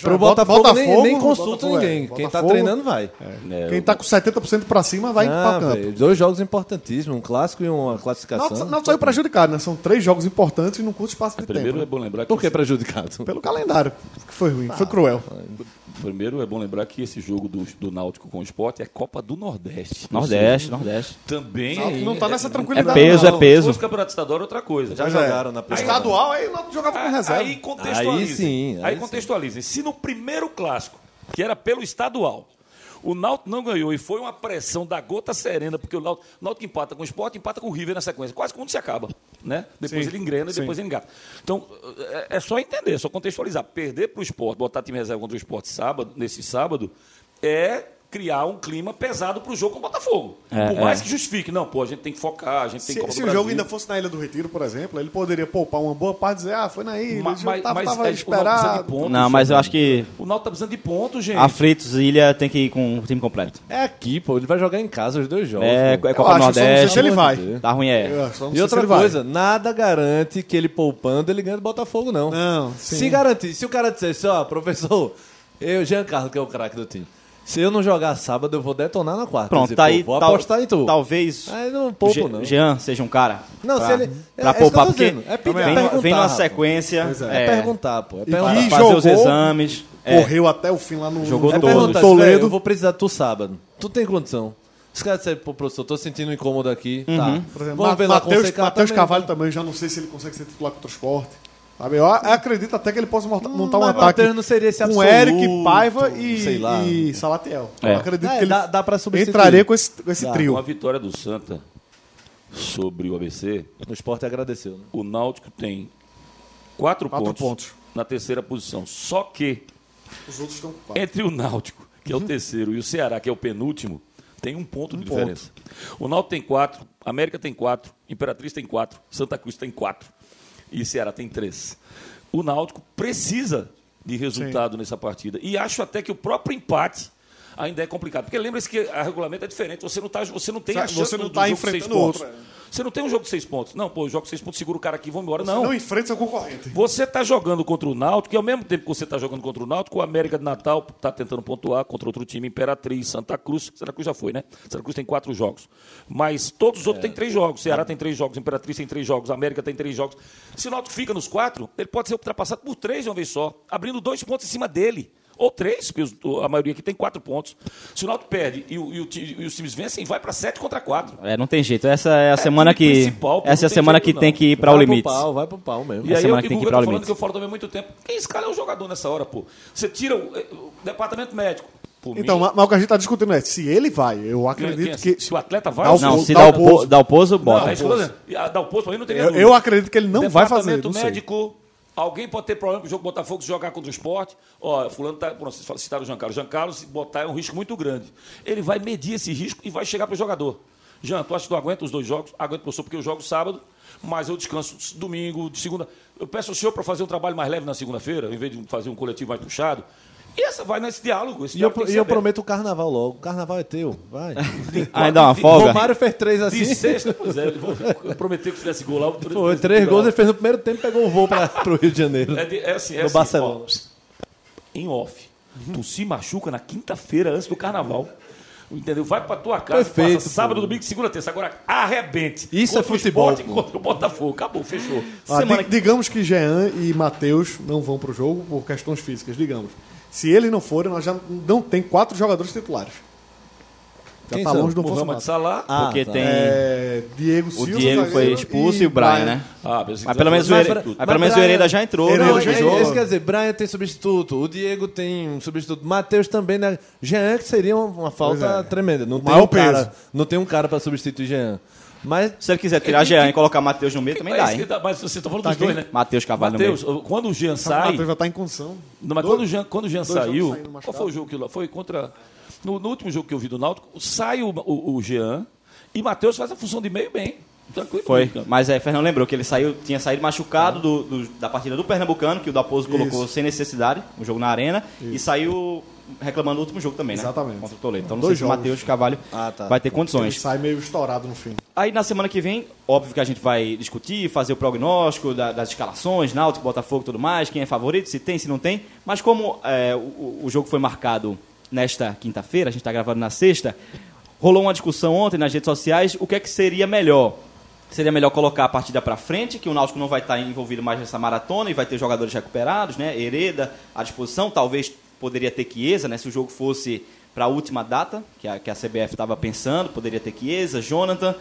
Speaker 3: Pro
Speaker 5: Bota-
Speaker 3: Botafogo,
Speaker 5: Botafogo,
Speaker 3: nem, nem consulta
Speaker 5: Botafogo,
Speaker 3: ninguém.
Speaker 5: é.
Speaker 3: Quem tá
Speaker 5: Botafogo-
Speaker 3: treinando vai.
Speaker 4: É,
Speaker 5: Quem tá com 70% pra cima vai
Speaker 3: Ah,
Speaker 5: pra campo.
Speaker 3: velho, é dois jogos importantíssimos, um clássico e uma
Speaker 5: Náutico
Speaker 3: classificação.
Speaker 5: Náutico saiu prejudicado, né? São três jogos importantes num curto espaço de
Speaker 4: Primeiro é
Speaker 5: tempo. né?
Speaker 4: bom lembrar que
Speaker 3: Por que prejudicado?
Speaker 5: Pelo calendário, que foi ruim,
Speaker 3: Ah,
Speaker 5: foi cruel.
Speaker 4: primeiro é bom lembrar que esse jogo do, do Náutico com o Esporte é Copa do Nordeste. Ou
Speaker 2: Nordeste, Nordeste.
Speaker 4: seja, também.
Speaker 5: Náutico não tá nessa
Speaker 2: É
Speaker 5: tranquilidade.
Speaker 2: peso,
Speaker 5: não.
Speaker 2: é peso.
Speaker 4: Os campeonatos estaduais é outra coisa.
Speaker 3: Já
Speaker 5: Pois
Speaker 3: jogaram
Speaker 5: é.
Speaker 3: na primeira.
Speaker 5: Estadual, aí o Náutico jogava com reserva.
Speaker 4: Aí contextualizem.
Speaker 3: Aí sim, aí
Speaker 4: Aí
Speaker 3: sim.
Speaker 4: contextualizem. Se no primeiro clássico, que era pelo estadual, o Náutico não ganhou e foi uma pressão da gota serena, porque o Náutico, o Náutico empata com o Sport, empata com o River na sequência. Quase que o mundo se acaba, né? Depois
Speaker 5: Sim,
Speaker 4: ele engrena e depois ele engata. Então, é, é só entender, é só contextualizar. Perder para o Sport, botar time reserva contra o Sport sábado, nesse sábado, é criar um clima pesado para o jogo com o Botafogo.
Speaker 2: É,
Speaker 4: Por mais
Speaker 2: é.
Speaker 4: que justifique. Não, pô, a gente tem que focar, a gente tem
Speaker 5: Se,
Speaker 4: que Copa
Speaker 5: se
Speaker 4: do
Speaker 5: o jogo
Speaker 4: Assim Brasil.
Speaker 5: ainda fosse na Ilha do Retiro, por exemplo, ele poderia poupar uma boa parte e dizer, ah, foi na ilha,
Speaker 4: Ma-
Speaker 5: mas,
Speaker 4: ma- mas
Speaker 5: tava, tava
Speaker 4: é, o Náutico precisa de
Speaker 5: esperado.
Speaker 4: pontos, né?
Speaker 2: Não, mas eu
Speaker 4: Fernando.
Speaker 5: um
Speaker 2: acho que
Speaker 4: O Náutico tá precisando de pontos, gente.
Speaker 2: Aflitos e Ilha tem que ir com o time completo.
Speaker 3: É aqui, pô. Ele vai jogar em casa os dois jogos.
Speaker 2: É, é
Speaker 3: pô.
Speaker 2: Copa
Speaker 5: Eu
Speaker 2: do
Speaker 5: acho, eu só não sei se
Speaker 2: Nordeste.
Speaker 5: ele vai.
Speaker 2: Tá ruim, é.
Speaker 5: Eu só não sei
Speaker 3: E
Speaker 5: se
Speaker 3: outra
Speaker 5: ele vai.
Speaker 3: coisa, nada garante que ele poupando ele ganha do Botafogo, não.
Speaker 5: Não, sim.
Speaker 3: Se garantir, se o cara dissesse, ó, professor, eu, Jean Carlos, que é o craque do time, se eu não jogar sábado, eu vou detonar na quarta. Quer
Speaker 2: Pronto,
Speaker 3: dizer,
Speaker 2: tá
Speaker 3: pô,
Speaker 2: aí.
Speaker 3: Vou
Speaker 2: tal-
Speaker 3: apostar em tu.
Speaker 2: Talvez
Speaker 5: É,
Speaker 3: Aí não poupo,
Speaker 2: Je-
Speaker 3: não.
Speaker 2: Jean seja um cara.
Speaker 3: Não,
Speaker 2: pra,
Speaker 3: se ele- é-
Speaker 2: pra
Speaker 3: é isso que eu tô
Speaker 2: poupar, porque
Speaker 3: dizendo. É pe-
Speaker 2: vem, vem
Speaker 3: perguntar,
Speaker 2: numa
Speaker 3: Rafa.
Speaker 2: sequência.
Speaker 3: é, perguntar, pô. É perguntar.
Speaker 5: E
Speaker 2: fazer os
Speaker 5: jogou,
Speaker 2: exames. é.
Speaker 5: Correu até o fim lá no,
Speaker 2: Jogou
Speaker 5: no
Speaker 3: É
Speaker 2: todos.
Speaker 3: perguntar,
Speaker 5: Toledo.
Speaker 3: velho, eu vou precisar tu sábado. Tu tem condição. Os caras disseram, pô, professor, tô sentindo um incômodo aqui. Tá.
Speaker 5: Por exemplo,
Speaker 3: Vamos
Speaker 5: Ma-
Speaker 3: ver lá com o
Speaker 5: Matheus,
Speaker 3: CK
Speaker 5: Matheus
Speaker 3: também,
Speaker 5: Carvalho também, já não sei se ele consegue ser titular contra o esporte. Sabe? Eu a- acredito até que ele possa monta- montar um
Speaker 3: mas
Speaker 5: ataque
Speaker 3: Matheus não seria esse
Speaker 5: com
Speaker 3: absoluto,
Speaker 5: Eric, Paiva e,
Speaker 3: sei lá. né?
Speaker 5: e Salatiel.
Speaker 2: É.
Speaker 5: Eu acredito
Speaker 3: É,
Speaker 5: que ele
Speaker 3: dá- dá pra substituir.
Speaker 5: entraria com esse, com esse
Speaker 3: Dá.
Speaker 5: trio.
Speaker 4: Com a vitória do Santa sobre o ABC,
Speaker 3: O esporte agradeceu, né?
Speaker 4: o Náutico tem quatro,
Speaker 5: Quatro
Speaker 4: pontos,
Speaker 5: pontos.
Speaker 4: na terceira posição. Só que
Speaker 5: Os outros estão com
Speaker 4: entre o Náutico, que é
Speaker 5: Uhum.
Speaker 4: o terceiro, e o Ceará, que é o penúltimo, tem um ponto de diferença. O Náutico tem quatro, América tem quatro, Imperatriz tem quatro, Santa Cruz tem quatro e Ceará tem três. O Náutico precisa de resultado nessa partida. E acho até que o próprio empate ainda é complicado. Porque lembra-se que a regulamento é diferente. Você não, tá, você não tem a
Speaker 5: Você
Speaker 4: chance
Speaker 5: não
Speaker 4: do- do
Speaker 5: tá
Speaker 4: jogo de seis
Speaker 5: enfrentando
Speaker 4: pontos.
Speaker 5: outro, é.
Speaker 4: Você não tem um jogo de seis pontos. Não, pô, eu jogo seis pontos, seguro o cara aqui, vamos embora.
Speaker 5: Não enfrenta seu concorrente.
Speaker 4: Você está jogando contra o Náutico, e ao mesmo tempo que você está jogando contra o Náutico, o América de Natal está tentando pontuar contra outro time, Imperatriz, Santa Cruz. Santa Cruz já foi, né? Santa Cruz tem quatro jogos. Mas todos os outros têm três jogos. Ceará tem três jogos, Imperatriz tem três jogos, América tem três jogos. Se o Náutico fica nos quatro, ele pode ser ultrapassado por três de uma vez só, abrindo dois pontos em cima dele. Ou três, porque os- a maioria aqui tem quatro pontos. Se o Náutico perde e, o- e o ti- e os times vencem, vai para sete contra quatro.
Speaker 2: É, não tem jeito. Essa é a semana
Speaker 4: time
Speaker 2: que.
Speaker 4: principal, pô,
Speaker 2: Essa é a
Speaker 4: não tem
Speaker 2: semana
Speaker 4: jeito,
Speaker 2: que tem
Speaker 4: não.
Speaker 2: que ir para o
Speaker 3: vai
Speaker 2: limite.
Speaker 3: pro pau, vai pro pau mesmo.
Speaker 4: E aí
Speaker 2: semana
Speaker 4: eu
Speaker 2: é que
Speaker 4: que
Speaker 2: tem que ir
Speaker 4: Guga
Speaker 2: pra
Speaker 4: tá falando
Speaker 2: Olímpicos.
Speaker 4: que eu falo também há muito tempo. Quem escala é o jogador nessa hora, pô? Você tira o, eh, o departamento médico. Por
Speaker 5: Então,
Speaker 4: mim,
Speaker 5: ma- mas o que a gente tá discutindo é se ele vai. Eu
Speaker 4: quem- quem é?
Speaker 5: acredito que.
Speaker 4: Se o atleta vai...
Speaker 5: Dá o-
Speaker 2: Não, se
Speaker 5: dá
Speaker 2: dá
Speaker 5: o
Speaker 2: o, po,
Speaker 5: pouso.
Speaker 2: dá o pouso, bota.
Speaker 4: Não, é isso que eu tô dizendo. E a- Dá o posto pra mim, não teria
Speaker 5: Eu,
Speaker 4: dúvida.
Speaker 5: eu acredito que ele não vai fazer.
Speaker 4: Departamento
Speaker 5: não sei.
Speaker 4: médico... Alguém pode ter problema com o jogo do Botafogo se jogar contra o esporte. Ó, fulano tá. Pronto, vocês falaram- citaram o Jean Carlos. Jean Carlos, se botar é um risco muito grande. Ele vai medir esse risco e vai chegar pro jogador. Jean, tu acha que tu aguenta os dois jogos? Aguento, professor, porque eu jogo sábado, mas eu descanso s- domingo, de segunda. Eu peço ao senhor para fazer um trabalho mais leve na segunda-feira, em vez de fazer um coletivo mais puxado. E essa vai nesse diálogo. Esse
Speaker 3: E eu,
Speaker 4: diálogo tem que
Speaker 3: e
Speaker 4: ser
Speaker 3: eu
Speaker 4: aberto.
Speaker 3: prometo o carnaval logo. O carnaval é teu, (laughs) vai.
Speaker 2: Ainda uma folga.
Speaker 3: Romário fez três assim.
Speaker 4: De sexta, pois é, ele- (laughs) eu prometi que fizesse gol lá. eu-
Speaker 3: Foi três gols, ele fez no primeiro tempo e pegou um voo pra, pro Rio de Janeiro.
Speaker 4: É, de- é assim, é
Speaker 3: no
Speaker 4: assim,
Speaker 3: Barcelona.
Speaker 4: ó. em off. Tu se machuca na quinta-feira antes do carnaval. Entendeu? Vai pra tua casa,
Speaker 3: Perfeito,
Speaker 4: passa sábado,
Speaker 3: pô.
Speaker 4: domingo, segunda, terça. Agora arrebente.
Speaker 3: Isso
Speaker 4: Contra
Speaker 3: é futebol,
Speaker 4: O Sport,
Speaker 3: pô.
Speaker 4: contra o Botafogo. Acabou, fechou.
Speaker 5: Ah,
Speaker 2: Semana
Speaker 5: di-
Speaker 2: que-
Speaker 5: Digamos que Jean e Matheus não vão pro jogo por questões físicas, digamos. Se eles não forem, nós já não tem quatro jogadores titulares. Já
Speaker 3: Quem
Speaker 5: tá
Speaker 3: são?
Speaker 5: longe do
Speaker 4: Mohamed
Speaker 5: Bolsonaro.
Speaker 4: Salah.
Speaker 3: Ah,
Speaker 2: porque
Speaker 3: tá.
Speaker 2: tem.
Speaker 5: É, Diego
Speaker 2: O
Speaker 5: Silva.
Speaker 2: Diego foi
Speaker 5: zagueiro,
Speaker 2: expulso
Speaker 5: e
Speaker 2: e o Brian, né?
Speaker 4: Ah, pensei que
Speaker 2: Mas
Speaker 4: tu
Speaker 2: pelo
Speaker 4: ia
Speaker 2: menos o
Speaker 4: falar
Speaker 2: Hereda,
Speaker 4: tudo.
Speaker 2: mas pelo menos o Hereda já entrou né? no
Speaker 5: Hereda
Speaker 3: Não,
Speaker 2: outro
Speaker 5: já
Speaker 3: é,
Speaker 2: jogo.
Speaker 3: isso quer dizer, Brian tem substituto, o Diego tem um substituto, Matheus também, né? Jean, que seria uma, uma falta
Speaker 5: Pois é.
Speaker 3: tremenda. Não tem,
Speaker 5: maior
Speaker 3: um cara,
Speaker 5: peso.
Speaker 3: não tem um cara pra substituir Jean. Mas
Speaker 2: Se ele quiser tirar Jean e colocar Matheus no meio, também dá,
Speaker 4: Mas É isso
Speaker 2: hein?
Speaker 4: que dá, Mas você tá falando
Speaker 5: Tá
Speaker 4: dos dois,
Speaker 5: quem?
Speaker 4: né?
Speaker 2: Matheus Carvalho no
Speaker 4: Matheus,
Speaker 2: meio.
Speaker 4: quando o Jean
Speaker 5: O
Speaker 4: sai.
Speaker 5: Matheus já tá em condição.
Speaker 4: Não, mas quando o Jean, quando o Jean
Speaker 5: jogos
Speaker 4: saiu.
Speaker 5: saindo machucado.
Speaker 4: Qual foi o jogo que lá? Foi contra. No, no último jogo que eu vi do Náutico, sai o, o, o Jean e Matheus faz a função de meio bem. Tranquilo.
Speaker 2: Foi.
Speaker 4: meio campo.
Speaker 2: Mas é, Fernando lembrou que ele saiu, tinha saído machucado do- do- da partida do Pernambucano, que o Daposo colocou sem necessidade, um jogo na arena, e saiu reclamando do último jogo também, né?
Speaker 5: Exatamente.
Speaker 2: Contra o Toledo. Então não
Speaker 5: Dois
Speaker 2: sei se o
Speaker 5: jogos.
Speaker 2: Matheus Carvalho
Speaker 3: Ah, tá.
Speaker 2: vai ter
Speaker 5: Ele
Speaker 2: condições.
Speaker 5: sai meio estourado no fim.
Speaker 2: Aí na semana que vem, óbvio que a gente vai discutir, fazer o prognóstico da- das escalações, Náutico, Botafogo e tudo mais, quem é favorito, se tem, se não tem. Mas como é, o, o jogo foi marcado nesta quinta-feira, a gente está gravando na sexta, rolou uma discussão ontem nas redes sociais, o que é que seria melhor? Seria melhor colocar a partida para frente, que o Náutico não vai estar envolvido mais nessa maratona e vai ter jogadores recuperados, né? Hereda à disposição, talvez poderia ter Chiesa, né? Se o jogo fosse para a última data, que a, que a CBF estava pensando, poderia ter Chiesa, Jonathan.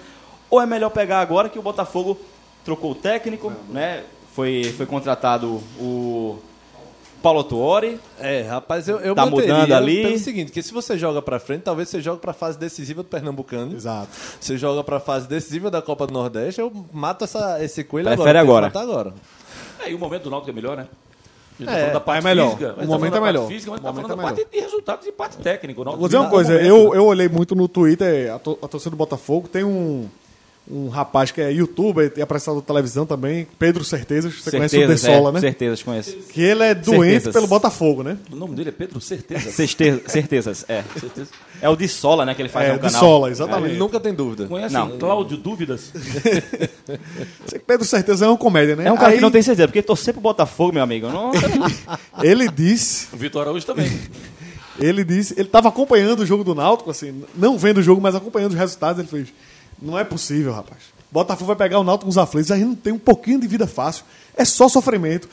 Speaker 2: Ou é melhor pegar agora que o Botafogo trocou o técnico, né? Foi, foi contratado o Paulo Tuori.
Speaker 3: É, rapaz, eu, eu
Speaker 2: Tá
Speaker 3: manteria
Speaker 2: mudando ali.
Speaker 3: pelo seguinte, que se você joga pra frente, talvez você jogue pra fase decisiva do Pernambucano.
Speaker 5: Exato.
Speaker 3: Você joga pra fase decisiva da Copa do Nordeste, eu mato essa, esse coelho
Speaker 2: Prefere
Speaker 3: agora.
Speaker 2: agora.
Speaker 3: Tem que matar agora.
Speaker 4: É, e o momento do Náutico é melhor, né? A gente
Speaker 3: É,
Speaker 4: falando da parte
Speaker 5: é melhor.
Speaker 4: física, a gente
Speaker 5: O momento
Speaker 4: falando da
Speaker 5: é
Speaker 4: parte
Speaker 5: melhor.
Speaker 4: Física, mas
Speaker 5: O
Speaker 4: tá
Speaker 5: momento
Speaker 4: falando da
Speaker 5: é
Speaker 4: parte de resultados e parte técnica. O Náutico
Speaker 5: Vou dizer uma
Speaker 4: tá-
Speaker 5: coisa,
Speaker 3: momento,
Speaker 5: eu, eu olhei muito no Twitter, a, to- a torcida do Botafogo, tem um, um rapaz que é youtuber e apresentador de televisão também, Pedro Certezas, você conhece o
Speaker 2: é,
Speaker 5: De Sola, né?
Speaker 2: certezas, conheço.
Speaker 5: Que ele é doente
Speaker 2: Certezas.
Speaker 5: pelo Botafogo, né?
Speaker 4: O nome dele é Pedro Certeza.
Speaker 2: Ceste- certezas, é.
Speaker 4: Certeza.
Speaker 2: É o de Sola, né? Que ele faz
Speaker 5: É,
Speaker 2: no
Speaker 5: de
Speaker 2: canal.
Speaker 5: Sola, exatamente.
Speaker 3: Ele nunca tem dúvida.
Speaker 4: Conhece
Speaker 2: Não.
Speaker 4: Cláudio Dúvidas?
Speaker 5: Sei que Pedro Certeza é uma comédia, né?
Speaker 2: É um cara
Speaker 5: Aí
Speaker 2: que não tem certeza, porque torcer pro Botafogo, meu amigo, não...
Speaker 5: Ele disse,
Speaker 4: O Vitor Araújo também.
Speaker 5: ele disse, ele tava acompanhando o jogo do Náutico, assim, não vendo o jogo, mas acompanhando os resultados, ele fez, não é possível, rapaz. Botafogo vai pegar o Náutico com os aflitos, aí não tem um pouquinho de vida fácil, é só sofrimento.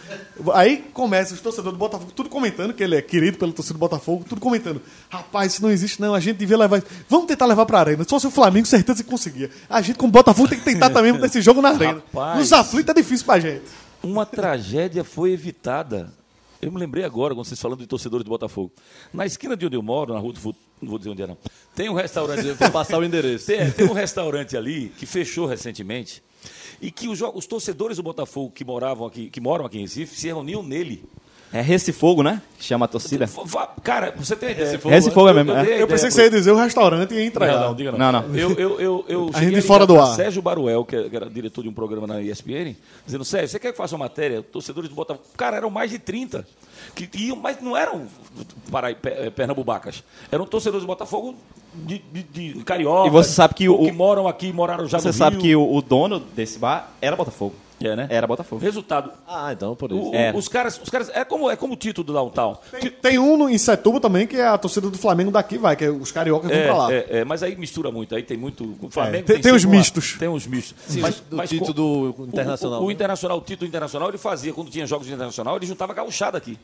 Speaker 5: Aí começa os torcedores do Botafogo, tudo comentando, que ele é querido pelo torcedor do Botafogo, tudo comentando, rapaz, isso não existe não, a gente devia levar, isso. vamos tentar levar pra arena, só se o Flamengo certeza que conseguia. A gente com o Botafogo tem que tentar também botar esse jogo na arena.
Speaker 4: Rapaz.
Speaker 5: Nos aflitos é difícil pra gente.
Speaker 4: (laughs) Uma tragédia foi evitada. Eu me lembrei agora, quando vocês falando de torcedores do Botafogo. Na esquina de onde eu moro, na rua do Futuro, não vou dizer onde é não, tem um restaurante, eu (laughs) vou passar o endereço. Tem, tem um restaurante ali que fechou recentemente e que os, jo- os torcedores do Botafogo que moravam aqui, que moram aqui em Recife, se reuniam nele.
Speaker 2: (laughs) É Recifogo, né? Que chama a torcida.
Speaker 4: Vá- vá- Cara, você tem uma ideia.
Speaker 2: Recifogo é mesmo, é.
Speaker 4: dei a
Speaker 5: Eu
Speaker 4: ideia pro-
Speaker 5: pensei que você ia dizer o restaurante e ia entregar.
Speaker 4: não, não, diga não.
Speaker 2: Não, não.
Speaker 4: Eu, eu, eu, eu cheguei
Speaker 5: A gente
Speaker 4: a ligar
Speaker 5: fora do
Speaker 4: pra
Speaker 5: ar.
Speaker 4: Sérgio Baruel, que era diretor de um programa na ESPN, dizendo, Sérgio, você quer que faça uma matéria? Torcedores do Botafogo. Cara, eram mais de 30. Que iam, mas não eram para, pernambubacas. Eram torcedores do Botafogo de, de, de carioca.
Speaker 2: E você sabe que
Speaker 4: ou
Speaker 2: o-
Speaker 4: que moram aqui, moraram já
Speaker 2: Você
Speaker 4: no
Speaker 2: sabe
Speaker 4: Rio.
Speaker 2: que o, o dono desse bar era Botafogo.
Speaker 4: É, né?
Speaker 2: Era Botafogo.
Speaker 4: Resultado.
Speaker 3: Ah, então por isso.
Speaker 4: o- o-
Speaker 2: É.
Speaker 4: Os caras, os caras é, como, é como o título do Downtown.
Speaker 5: Tem, tem um no- em Setúbal também que é a torcida do Flamengo daqui vai, que é os cariocas vão
Speaker 4: É,
Speaker 5: pra lá.
Speaker 4: é, é, mas aí mistura muito. Aí tem muito. O
Speaker 5: É,
Speaker 4: Flamengo
Speaker 5: tem- tem os
Speaker 4: sempre uma-
Speaker 5: mistos.
Speaker 4: Tem os mistos.
Speaker 3: mas, do título
Speaker 4: co-
Speaker 3: do Internacional.
Speaker 4: O, o, o
Speaker 3: né?
Speaker 4: Internacional, o título internacional, ele fazia, quando tinha jogos de internacional, ele juntava gauchada aqui.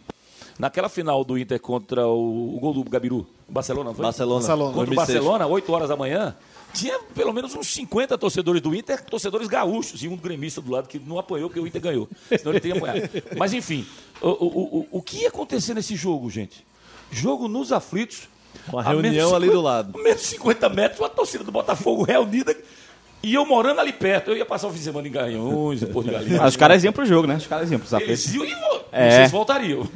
Speaker 4: Naquela final do Inter contra o, o gol do Gabiru, o Barcelona, não foi?
Speaker 3: Barcelona.
Speaker 5: Barcelona.
Speaker 4: Contra o
Speaker 3: 2006.
Speaker 4: Barcelona, 8 horas da manhã, tinha pelo menos uns 50 torcedores do Inter, torcedores gaúchos, e um gremista do lado que não apanhou porque o Inter ganhou. Senão ele teria apanhado. Mas enfim, o, o, o, o que ia acontecer nesse jogo, gente? Jogo nos aflitos.
Speaker 3: Uma
Speaker 4: a menos
Speaker 3: reunião ali do lado.
Speaker 4: a Menos 50 metros, a torcida do Botafogo reunida. E eu morando ali perto, eu ia passar o fim de semana em Garanhuns, em Porto de Galinhas.
Speaker 2: Ah, Os caras iam pro jogo, né? Os caras iam pros aflitos.
Speaker 4: Eles iam e vo-
Speaker 2: É.
Speaker 4: vocês voltariam.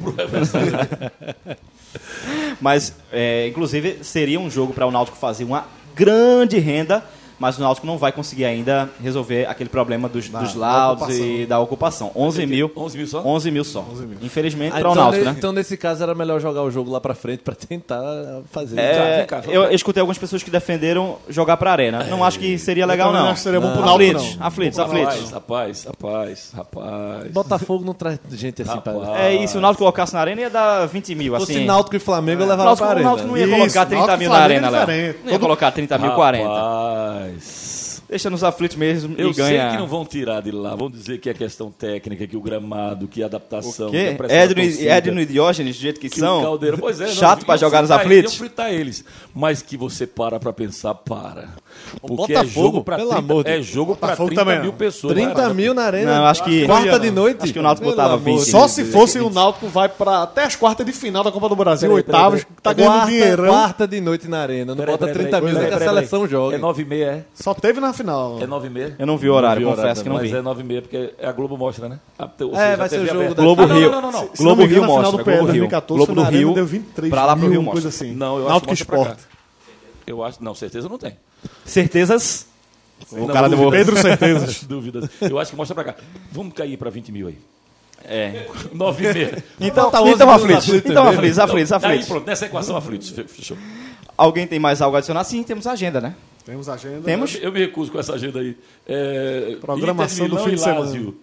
Speaker 2: Mas, é, inclusive, seria um jogo para o Náutico fazer uma grande renda mas o Náutico não vai conseguir ainda resolver aquele problema dos, dos
Speaker 5: da
Speaker 2: laudos
Speaker 5: ocupação.
Speaker 2: e da ocupação. 11 mil,
Speaker 4: 11 mil só?
Speaker 2: 11 mil só. Infelizmente
Speaker 3: Ah,
Speaker 2: para o
Speaker 3: então,
Speaker 2: Náutico,
Speaker 3: ne-
Speaker 2: né?
Speaker 3: então, nesse caso, era melhor jogar o jogo lá pra frente pra tentar fazer.
Speaker 2: É,
Speaker 4: vem cá, vem
Speaker 2: eu
Speaker 4: cá.
Speaker 2: escutei algumas pessoas que defenderam jogar para arena. Não acho que seria legal
Speaker 5: também
Speaker 2: não.
Speaker 5: não acho que seria bom pro Náutico,
Speaker 2: aflitos,
Speaker 5: não.
Speaker 2: aflitos,
Speaker 4: Rapaz,
Speaker 2: aflitos.
Speaker 4: rapaz, rapaz, rapaz.
Speaker 3: Botafogo não traz gente assim pra.
Speaker 4: Rapaz.
Speaker 2: É, e se o Náutico colocasse na arena ia dar 20 mil,
Speaker 3: Se
Speaker 2: assim.
Speaker 3: fosse Náutico e Flamengo, eu
Speaker 2: O
Speaker 3: levava
Speaker 2: Náutico,
Speaker 3: pra
Speaker 2: o
Speaker 3: arena.
Speaker 2: Náutico não ia
Speaker 5: Isso,
Speaker 2: colocar 30
Speaker 5: Náutico
Speaker 2: mil
Speaker 5: e
Speaker 2: na
Speaker 5: Flamengo
Speaker 2: arena,
Speaker 5: é
Speaker 2: Léo.
Speaker 5: diferente.
Speaker 2: Não ia colocar 30 mil, 40.
Speaker 4: Rapaz.
Speaker 2: Deixa nos aflitos mesmo
Speaker 4: Eu
Speaker 2: e ganha.
Speaker 4: sei que não vão tirar de lá. Vão dizer que é questão técnica, que o gramado, que a adaptação. que
Speaker 2: Que?
Speaker 4: a pressão da
Speaker 2: Edno, e-
Speaker 4: torcida,
Speaker 2: Edno e Diógenes, do jeito que,
Speaker 4: que o
Speaker 2: são.
Speaker 4: caldeirão- pois é, não,
Speaker 2: é chato pra
Speaker 4: iam
Speaker 2: jogar nos
Speaker 4: fritar
Speaker 2: aflitos.
Speaker 4: Eles, iam fritar eles. Mas que você para pra pensar, para. Porque é
Speaker 3: Botafogo,
Speaker 4: jogo pra
Speaker 3: pelo
Speaker 4: 30,
Speaker 3: amor de
Speaker 4: é
Speaker 3: Deus.
Speaker 4: jogo pra
Speaker 5: Botafogo
Speaker 4: 30
Speaker 5: também,
Speaker 4: mil
Speaker 5: não.
Speaker 4: pessoas.
Speaker 3: 30 mil na arena.
Speaker 2: Não, acho que-
Speaker 3: Quarta de noite.
Speaker 2: Acho que o Náutico
Speaker 3: Pelo
Speaker 2: botava
Speaker 3: amor de
Speaker 2: 20.
Speaker 5: Só se fosse o Náutico vai pra até as quartas de final da Copa do Brasil,
Speaker 4: Peraí, peraí,
Speaker 5: oitavas,
Speaker 4: peraí.
Speaker 5: tá ganhando
Speaker 3: É quarta,
Speaker 5: dinheirão.
Speaker 3: quarta de noite na arena. Não bota 30 mil, nem que a seleção joga.
Speaker 4: É 9 e meia, é?
Speaker 5: Só teve na final.
Speaker 4: É 9 e meia?
Speaker 2: Eu não vi o horário,
Speaker 3: Não vi o
Speaker 2: confesso
Speaker 3: horário
Speaker 2: que não
Speaker 4: Mas
Speaker 2: vi.
Speaker 4: é 9 e meia, porque a Globo mostra, né? A, ou
Speaker 3: É, vai ser o
Speaker 4: TV
Speaker 3: jogo
Speaker 4: aberta.
Speaker 3: da-
Speaker 2: Globo
Speaker 4: Ah, não,
Speaker 2: Rio.
Speaker 4: Não, não, não.
Speaker 5: Se não
Speaker 2: Globo
Speaker 5: me engano,
Speaker 2: Rio
Speaker 5: a final
Speaker 2: mostra.
Speaker 5: do PL
Speaker 2: Globo Rio.
Speaker 5: 2014
Speaker 2: Globo
Speaker 5: foi
Speaker 2: do
Speaker 5: na Arena,
Speaker 2: Rio.
Speaker 5: deu 23
Speaker 2: Pra lá pro
Speaker 5: mil,
Speaker 2: Rio
Speaker 5: uma coisa
Speaker 2: mostra.
Speaker 5: assim.
Speaker 4: Não, eu acho
Speaker 5: Náutico
Speaker 4: que mostra pra cá.
Speaker 5: Esporte.
Speaker 4: Eu acho, não, certeza não tem.
Speaker 2: Certezas? O
Speaker 4: Não,
Speaker 2: cara
Speaker 4: dúvidas.
Speaker 2: do
Speaker 5: Pedro
Speaker 4: (laughs)
Speaker 5: Certezas.
Speaker 4: Dúvidas. Eu acho que mostra pra cá. Vamos cair pra 20 mil aí. (laughs)
Speaker 2: É.
Speaker 4: 9 e meia.
Speaker 2: Então,
Speaker 3: Bota 11
Speaker 2: então
Speaker 3: mil
Speaker 2: aflitos.
Speaker 3: aflitos
Speaker 2: Então
Speaker 3: mesmo.
Speaker 2: aflitos, aflitos,
Speaker 4: Então,
Speaker 2: aflitos.
Speaker 4: Aí, pronto, nessa equação, aflitos. Fe- Fechou.
Speaker 2: Alguém tem mais algo a adicionar? Sim, temos agenda, né?
Speaker 5: Temos agenda.
Speaker 2: Temos?
Speaker 4: Eu me recuso com essa agenda aí. É,
Speaker 5: Programação
Speaker 4: Inter,
Speaker 5: do
Speaker 4: Milão
Speaker 5: fim
Speaker 4: e
Speaker 5: de semana.
Speaker 4: Lazio.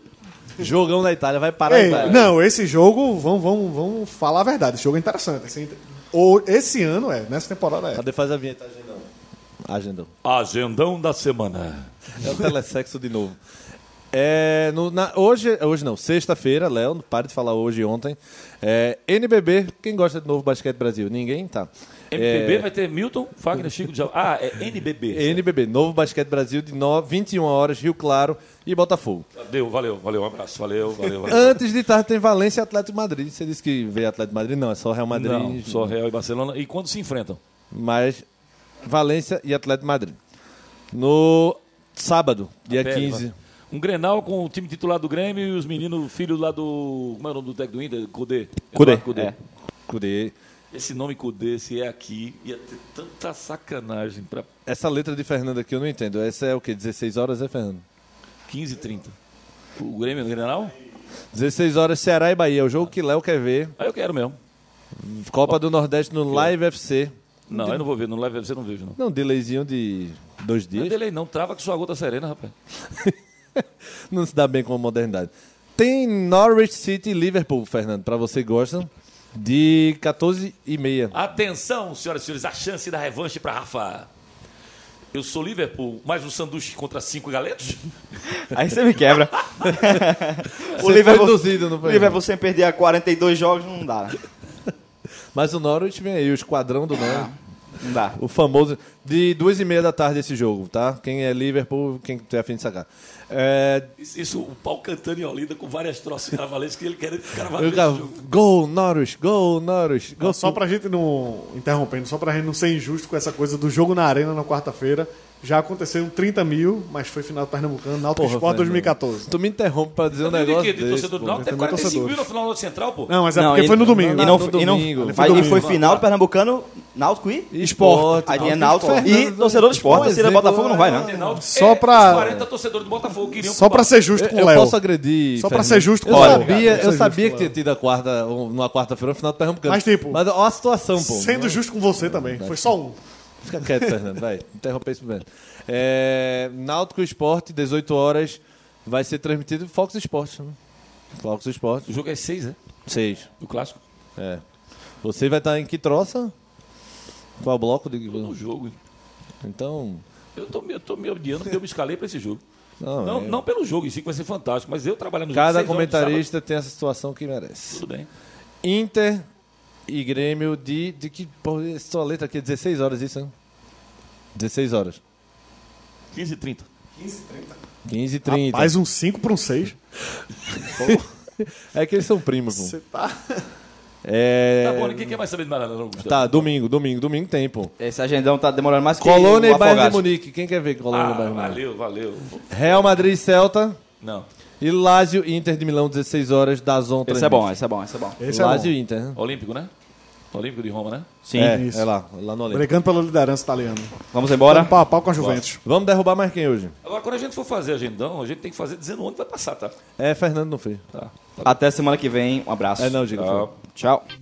Speaker 3: Jogão da Itália, vai parar a
Speaker 5: Ei,
Speaker 3: Itália.
Speaker 5: não, esse jogo, vamos, vamos, vamos falar a verdade. Esse jogo é interessante. Esse, ou, esse ano é, nessa temporada é.
Speaker 3: Cadê fazer a vinheta? um. Agendão. Agendão.
Speaker 4: Agendão da semana.
Speaker 3: É o telesexo de novo. É, no- na- hoje, hoje não, sexta-feira, Léo, não pare de falar hoje e ontem. É, NBB, quem gosta de novo Basquete Brasil? Ninguém? Tá.
Speaker 5: É.
Speaker 4: MPB vai ter Milton,
Speaker 5: Uhum.
Speaker 4: Fagner, Chico, Djalma. Ah, é NBB.
Speaker 3: NBB, Novo Basquete Brasil, de no- 21 horas, Rio Claro e Botafogo.
Speaker 4: Deu, valeu, valeu, um abraço, valeu, valeu. valeu.
Speaker 3: Antes de tarde tem Valência e Atlético de Madrid. Você disse que veio Atlético de Madrid? Não, é só Real Madrid.
Speaker 4: Não, só Real e Barcelona. E quando se enfrentam?
Speaker 3: Mas Valência e Atlético de Madrid. No sábado, dia
Speaker 4: Pega,
Speaker 3: 15.
Speaker 4: vai. Um Grenal com o time titular do Grêmio e os meninos, filho lá do. Como é o nome do técnico do Inter? Cudê.
Speaker 2: Cudê,
Speaker 4: Eduardo
Speaker 2: é.
Speaker 3: Cudê.
Speaker 4: Esse nome Cudê, se é aqui, ia ter tanta sacanagem pra
Speaker 3: Essa letra de Fernando aqui eu não entendo. Essa é o quê? 16 horas, é, Fernando?
Speaker 4: 15 30 O Grêmio no Grenal?
Speaker 3: 16 horas, Ceará e Bahia. É o jogo que Léo quer ver.
Speaker 4: Ah, eu quero mesmo.
Speaker 3: Copa do Nordeste no Live FC.
Speaker 4: Não, eu não vou ver, não live você não vejo, não.
Speaker 3: Não, delayzinho de dois
Speaker 4: Não é
Speaker 3: dias.
Speaker 4: delay, não. Trava com sua gota serena, rapaz.
Speaker 3: Não se dá bem com a modernidade. Tem Norwich City e Liverpool, Fernando, pra você que gosta, de 14 e meia.
Speaker 4: Atenção, senhoras e senhores, a chance da revanche pra Rafa. Eu sou Liverpool, mais um sanduíche contra cinco galetos?
Speaker 2: Aí você me
Speaker 3: (laughs)
Speaker 2: quebra.
Speaker 4: Ah,
Speaker 2: o
Speaker 3: foi
Speaker 2: Liverpool,
Speaker 3: induzido, não foi?
Speaker 2: O Liverpool sem perder a 42 jogos não dá. né?
Speaker 3: Mas o Norwich vem aí, o esquadrão
Speaker 4: Ah.
Speaker 3: do Norwich.
Speaker 2: Não dá.
Speaker 3: O famoso. De duas e meia da tarde esse jogo, tá? Quem é Liverpool, quem tiver afim de sacar. É,
Speaker 4: Isso, isso, o pau cantando em Olinda com várias troças carnavalescas que ele quer que o cara vá
Speaker 3: eu
Speaker 4: ver
Speaker 3: gavo-
Speaker 4: esse jogo.
Speaker 3: Gol, Norwich, gol, Norwich. Gol.
Speaker 5: Não, só pra gente não. Interrompendo, só pra gente não ser injusto com essa coisa do jogo na arena na quarta-feira. Já aconteceram 30 mil, mas foi final do Pernambucano, Náutico
Speaker 3: Porra,
Speaker 5: Esporte
Speaker 3: Fernando.
Speaker 5: 2014.
Speaker 3: Tu me interrompe pra dizer um
Speaker 4: Sabe de
Speaker 3: negócio
Speaker 4: quê? De
Speaker 3: desse,
Speaker 4: torcedor do
Speaker 3: pô.
Speaker 4: Náutico? é Teve
Speaker 5: Também
Speaker 4: 45 mil
Speaker 5: torcedor.
Speaker 4: na final do Central, pô.
Speaker 5: Não, mas é
Speaker 2: Não,
Speaker 5: porque
Speaker 2: e-
Speaker 5: foi no domingo.
Speaker 2: E, não,
Speaker 3: No
Speaker 2: e não-
Speaker 3: domingo.
Speaker 2: mas-
Speaker 5: Foi
Speaker 2: e
Speaker 5: domingo.
Speaker 2: foi final do Pernambucano, Náutico e
Speaker 3: E
Speaker 2: Sport.
Speaker 3: Sport.
Speaker 2: Aí tinha
Speaker 3: Náutico e
Speaker 2: Náutico e
Speaker 3: Fernando.
Speaker 2: torcedor do Sport.
Speaker 3: Um
Speaker 2: Torcida
Speaker 3: exemplo
Speaker 2: Botafogo não vai, não.
Speaker 4: Tem Náutico-
Speaker 5: Só
Speaker 4: é,
Speaker 5: pra-
Speaker 4: 40 torcedores do Botafogo queriam
Speaker 5: Só pra
Speaker 4: pro
Speaker 5: ser justo com
Speaker 3: É, Eu, eu
Speaker 5: o Tipo Léo.
Speaker 3: posso agredir.
Speaker 5: Só pra
Speaker 3: Fernando.
Speaker 5: ser justo com
Speaker 3: eu
Speaker 5: o Léo.
Speaker 3: sabia,
Speaker 5: Obrigado,
Speaker 3: Eu
Speaker 5: ser
Speaker 3: sabia que
Speaker 5: justo com o
Speaker 3: tinha tido a quarta, um- numa quarta-feira, o final do Pernambucano.
Speaker 5: Mas, tipo,
Speaker 3: Mas ó a situação, pô.
Speaker 5: Sendo justo com você também. Foi só um.
Speaker 3: Fica quieto, Fernando, vai. Interromper esse momento. É, Náutico Esporte, 18 horas, vai ser transmitido Fox Esporte. né? Fox Esporte,
Speaker 4: O jogo é 6, né?
Speaker 3: 6.
Speaker 4: Do clássico.
Speaker 3: É. Você vai estar em que troça? Qual bloco? de-
Speaker 4: No jogo. hein?
Speaker 3: Então...
Speaker 4: Eu tô, me- eu tô me odiando porque eu me escalei pra esse jogo.
Speaker 3: (laughs) Não,
Speaker 4: Não,
Speaker 3: é-
Speaker 4: não pelo jogo em si, que vai ser fantástico, mas eu trabalhando no
Speaker 3: Cada
Speaker 4: jogo, seis horas de
Speaker 3: comentarista tem essa situação que merece.
Speaker 4: sábado, Tudo bem.
Speaker 3: Inter e Grêmio de. de que. Porra, essa sua letra aqui é 16 horas, isso, né? 16 horas.
Speaker 4: 15 e 30.
Speaker 3: 15 e 30.
Speaker 5: Mais um 5 pra um 6.
Speaker 3: É que eles são primos, pô.
Speaker 5: Você tá.
Speaker 3: É.
Speaker 4: Tá bom, ninguém quer mais saber de nada, não, Augusto.
Speaker 3: Tá, domingo, domingo, domingo tem, pô.
Speaker 2: Esse agendão tá demorando mais que
Speaker 3: Colônia
Speaker 2: o
Speaker 3: e Bayern de
Speaker 2: Afogados.
Speaker 3: Munique. Quem quer ver Colônia
Speaker 4: Ah,
Speaker 3: e Bayern de Munique?
Speaker 4: valeu, valeu.
Speaker 3: Real Madrid e Celta.
Speaker 4: Não.
Speaker 3: E Lazio e Inter de Milão, 16 horas, da Zon
Speaker 2: Esse é bom, esse é bom, esse é bom.
Speaker 5: Esse é
Speaker 3: Lazio
Speaker 5: bom.
Speaker 3: e Inter, né?
Speaker 4: Olímpico, né? No Olímpico de Roma, né?
Speaker 2: Sim.
Speaker 3: é,
Speaker 5: isso.
Speaker 3: é lá, lá no Olímpico.
Speaker 5: Brigando pela liderança italiana.
Speaker 2: Vamos embora?
Speaker 3: Então,
Speaker 5: Tá Pau a pau com a Juventus.
Speaker 3: Vamos derrubar mais quem hoje?
Speaker 4: Agora, quando a gente for fazer agendão, a gente tem que fazer dizendo onde vai passar, tá?
Speaker 3: É Fernando não fez.
Speaker 4: Tá.
Speaker 2: Até semana que vem. Um abraço.
Speaker 3: É não, diga. foi.
Speaker 4: Tchau.
Speaker 2: Tchau.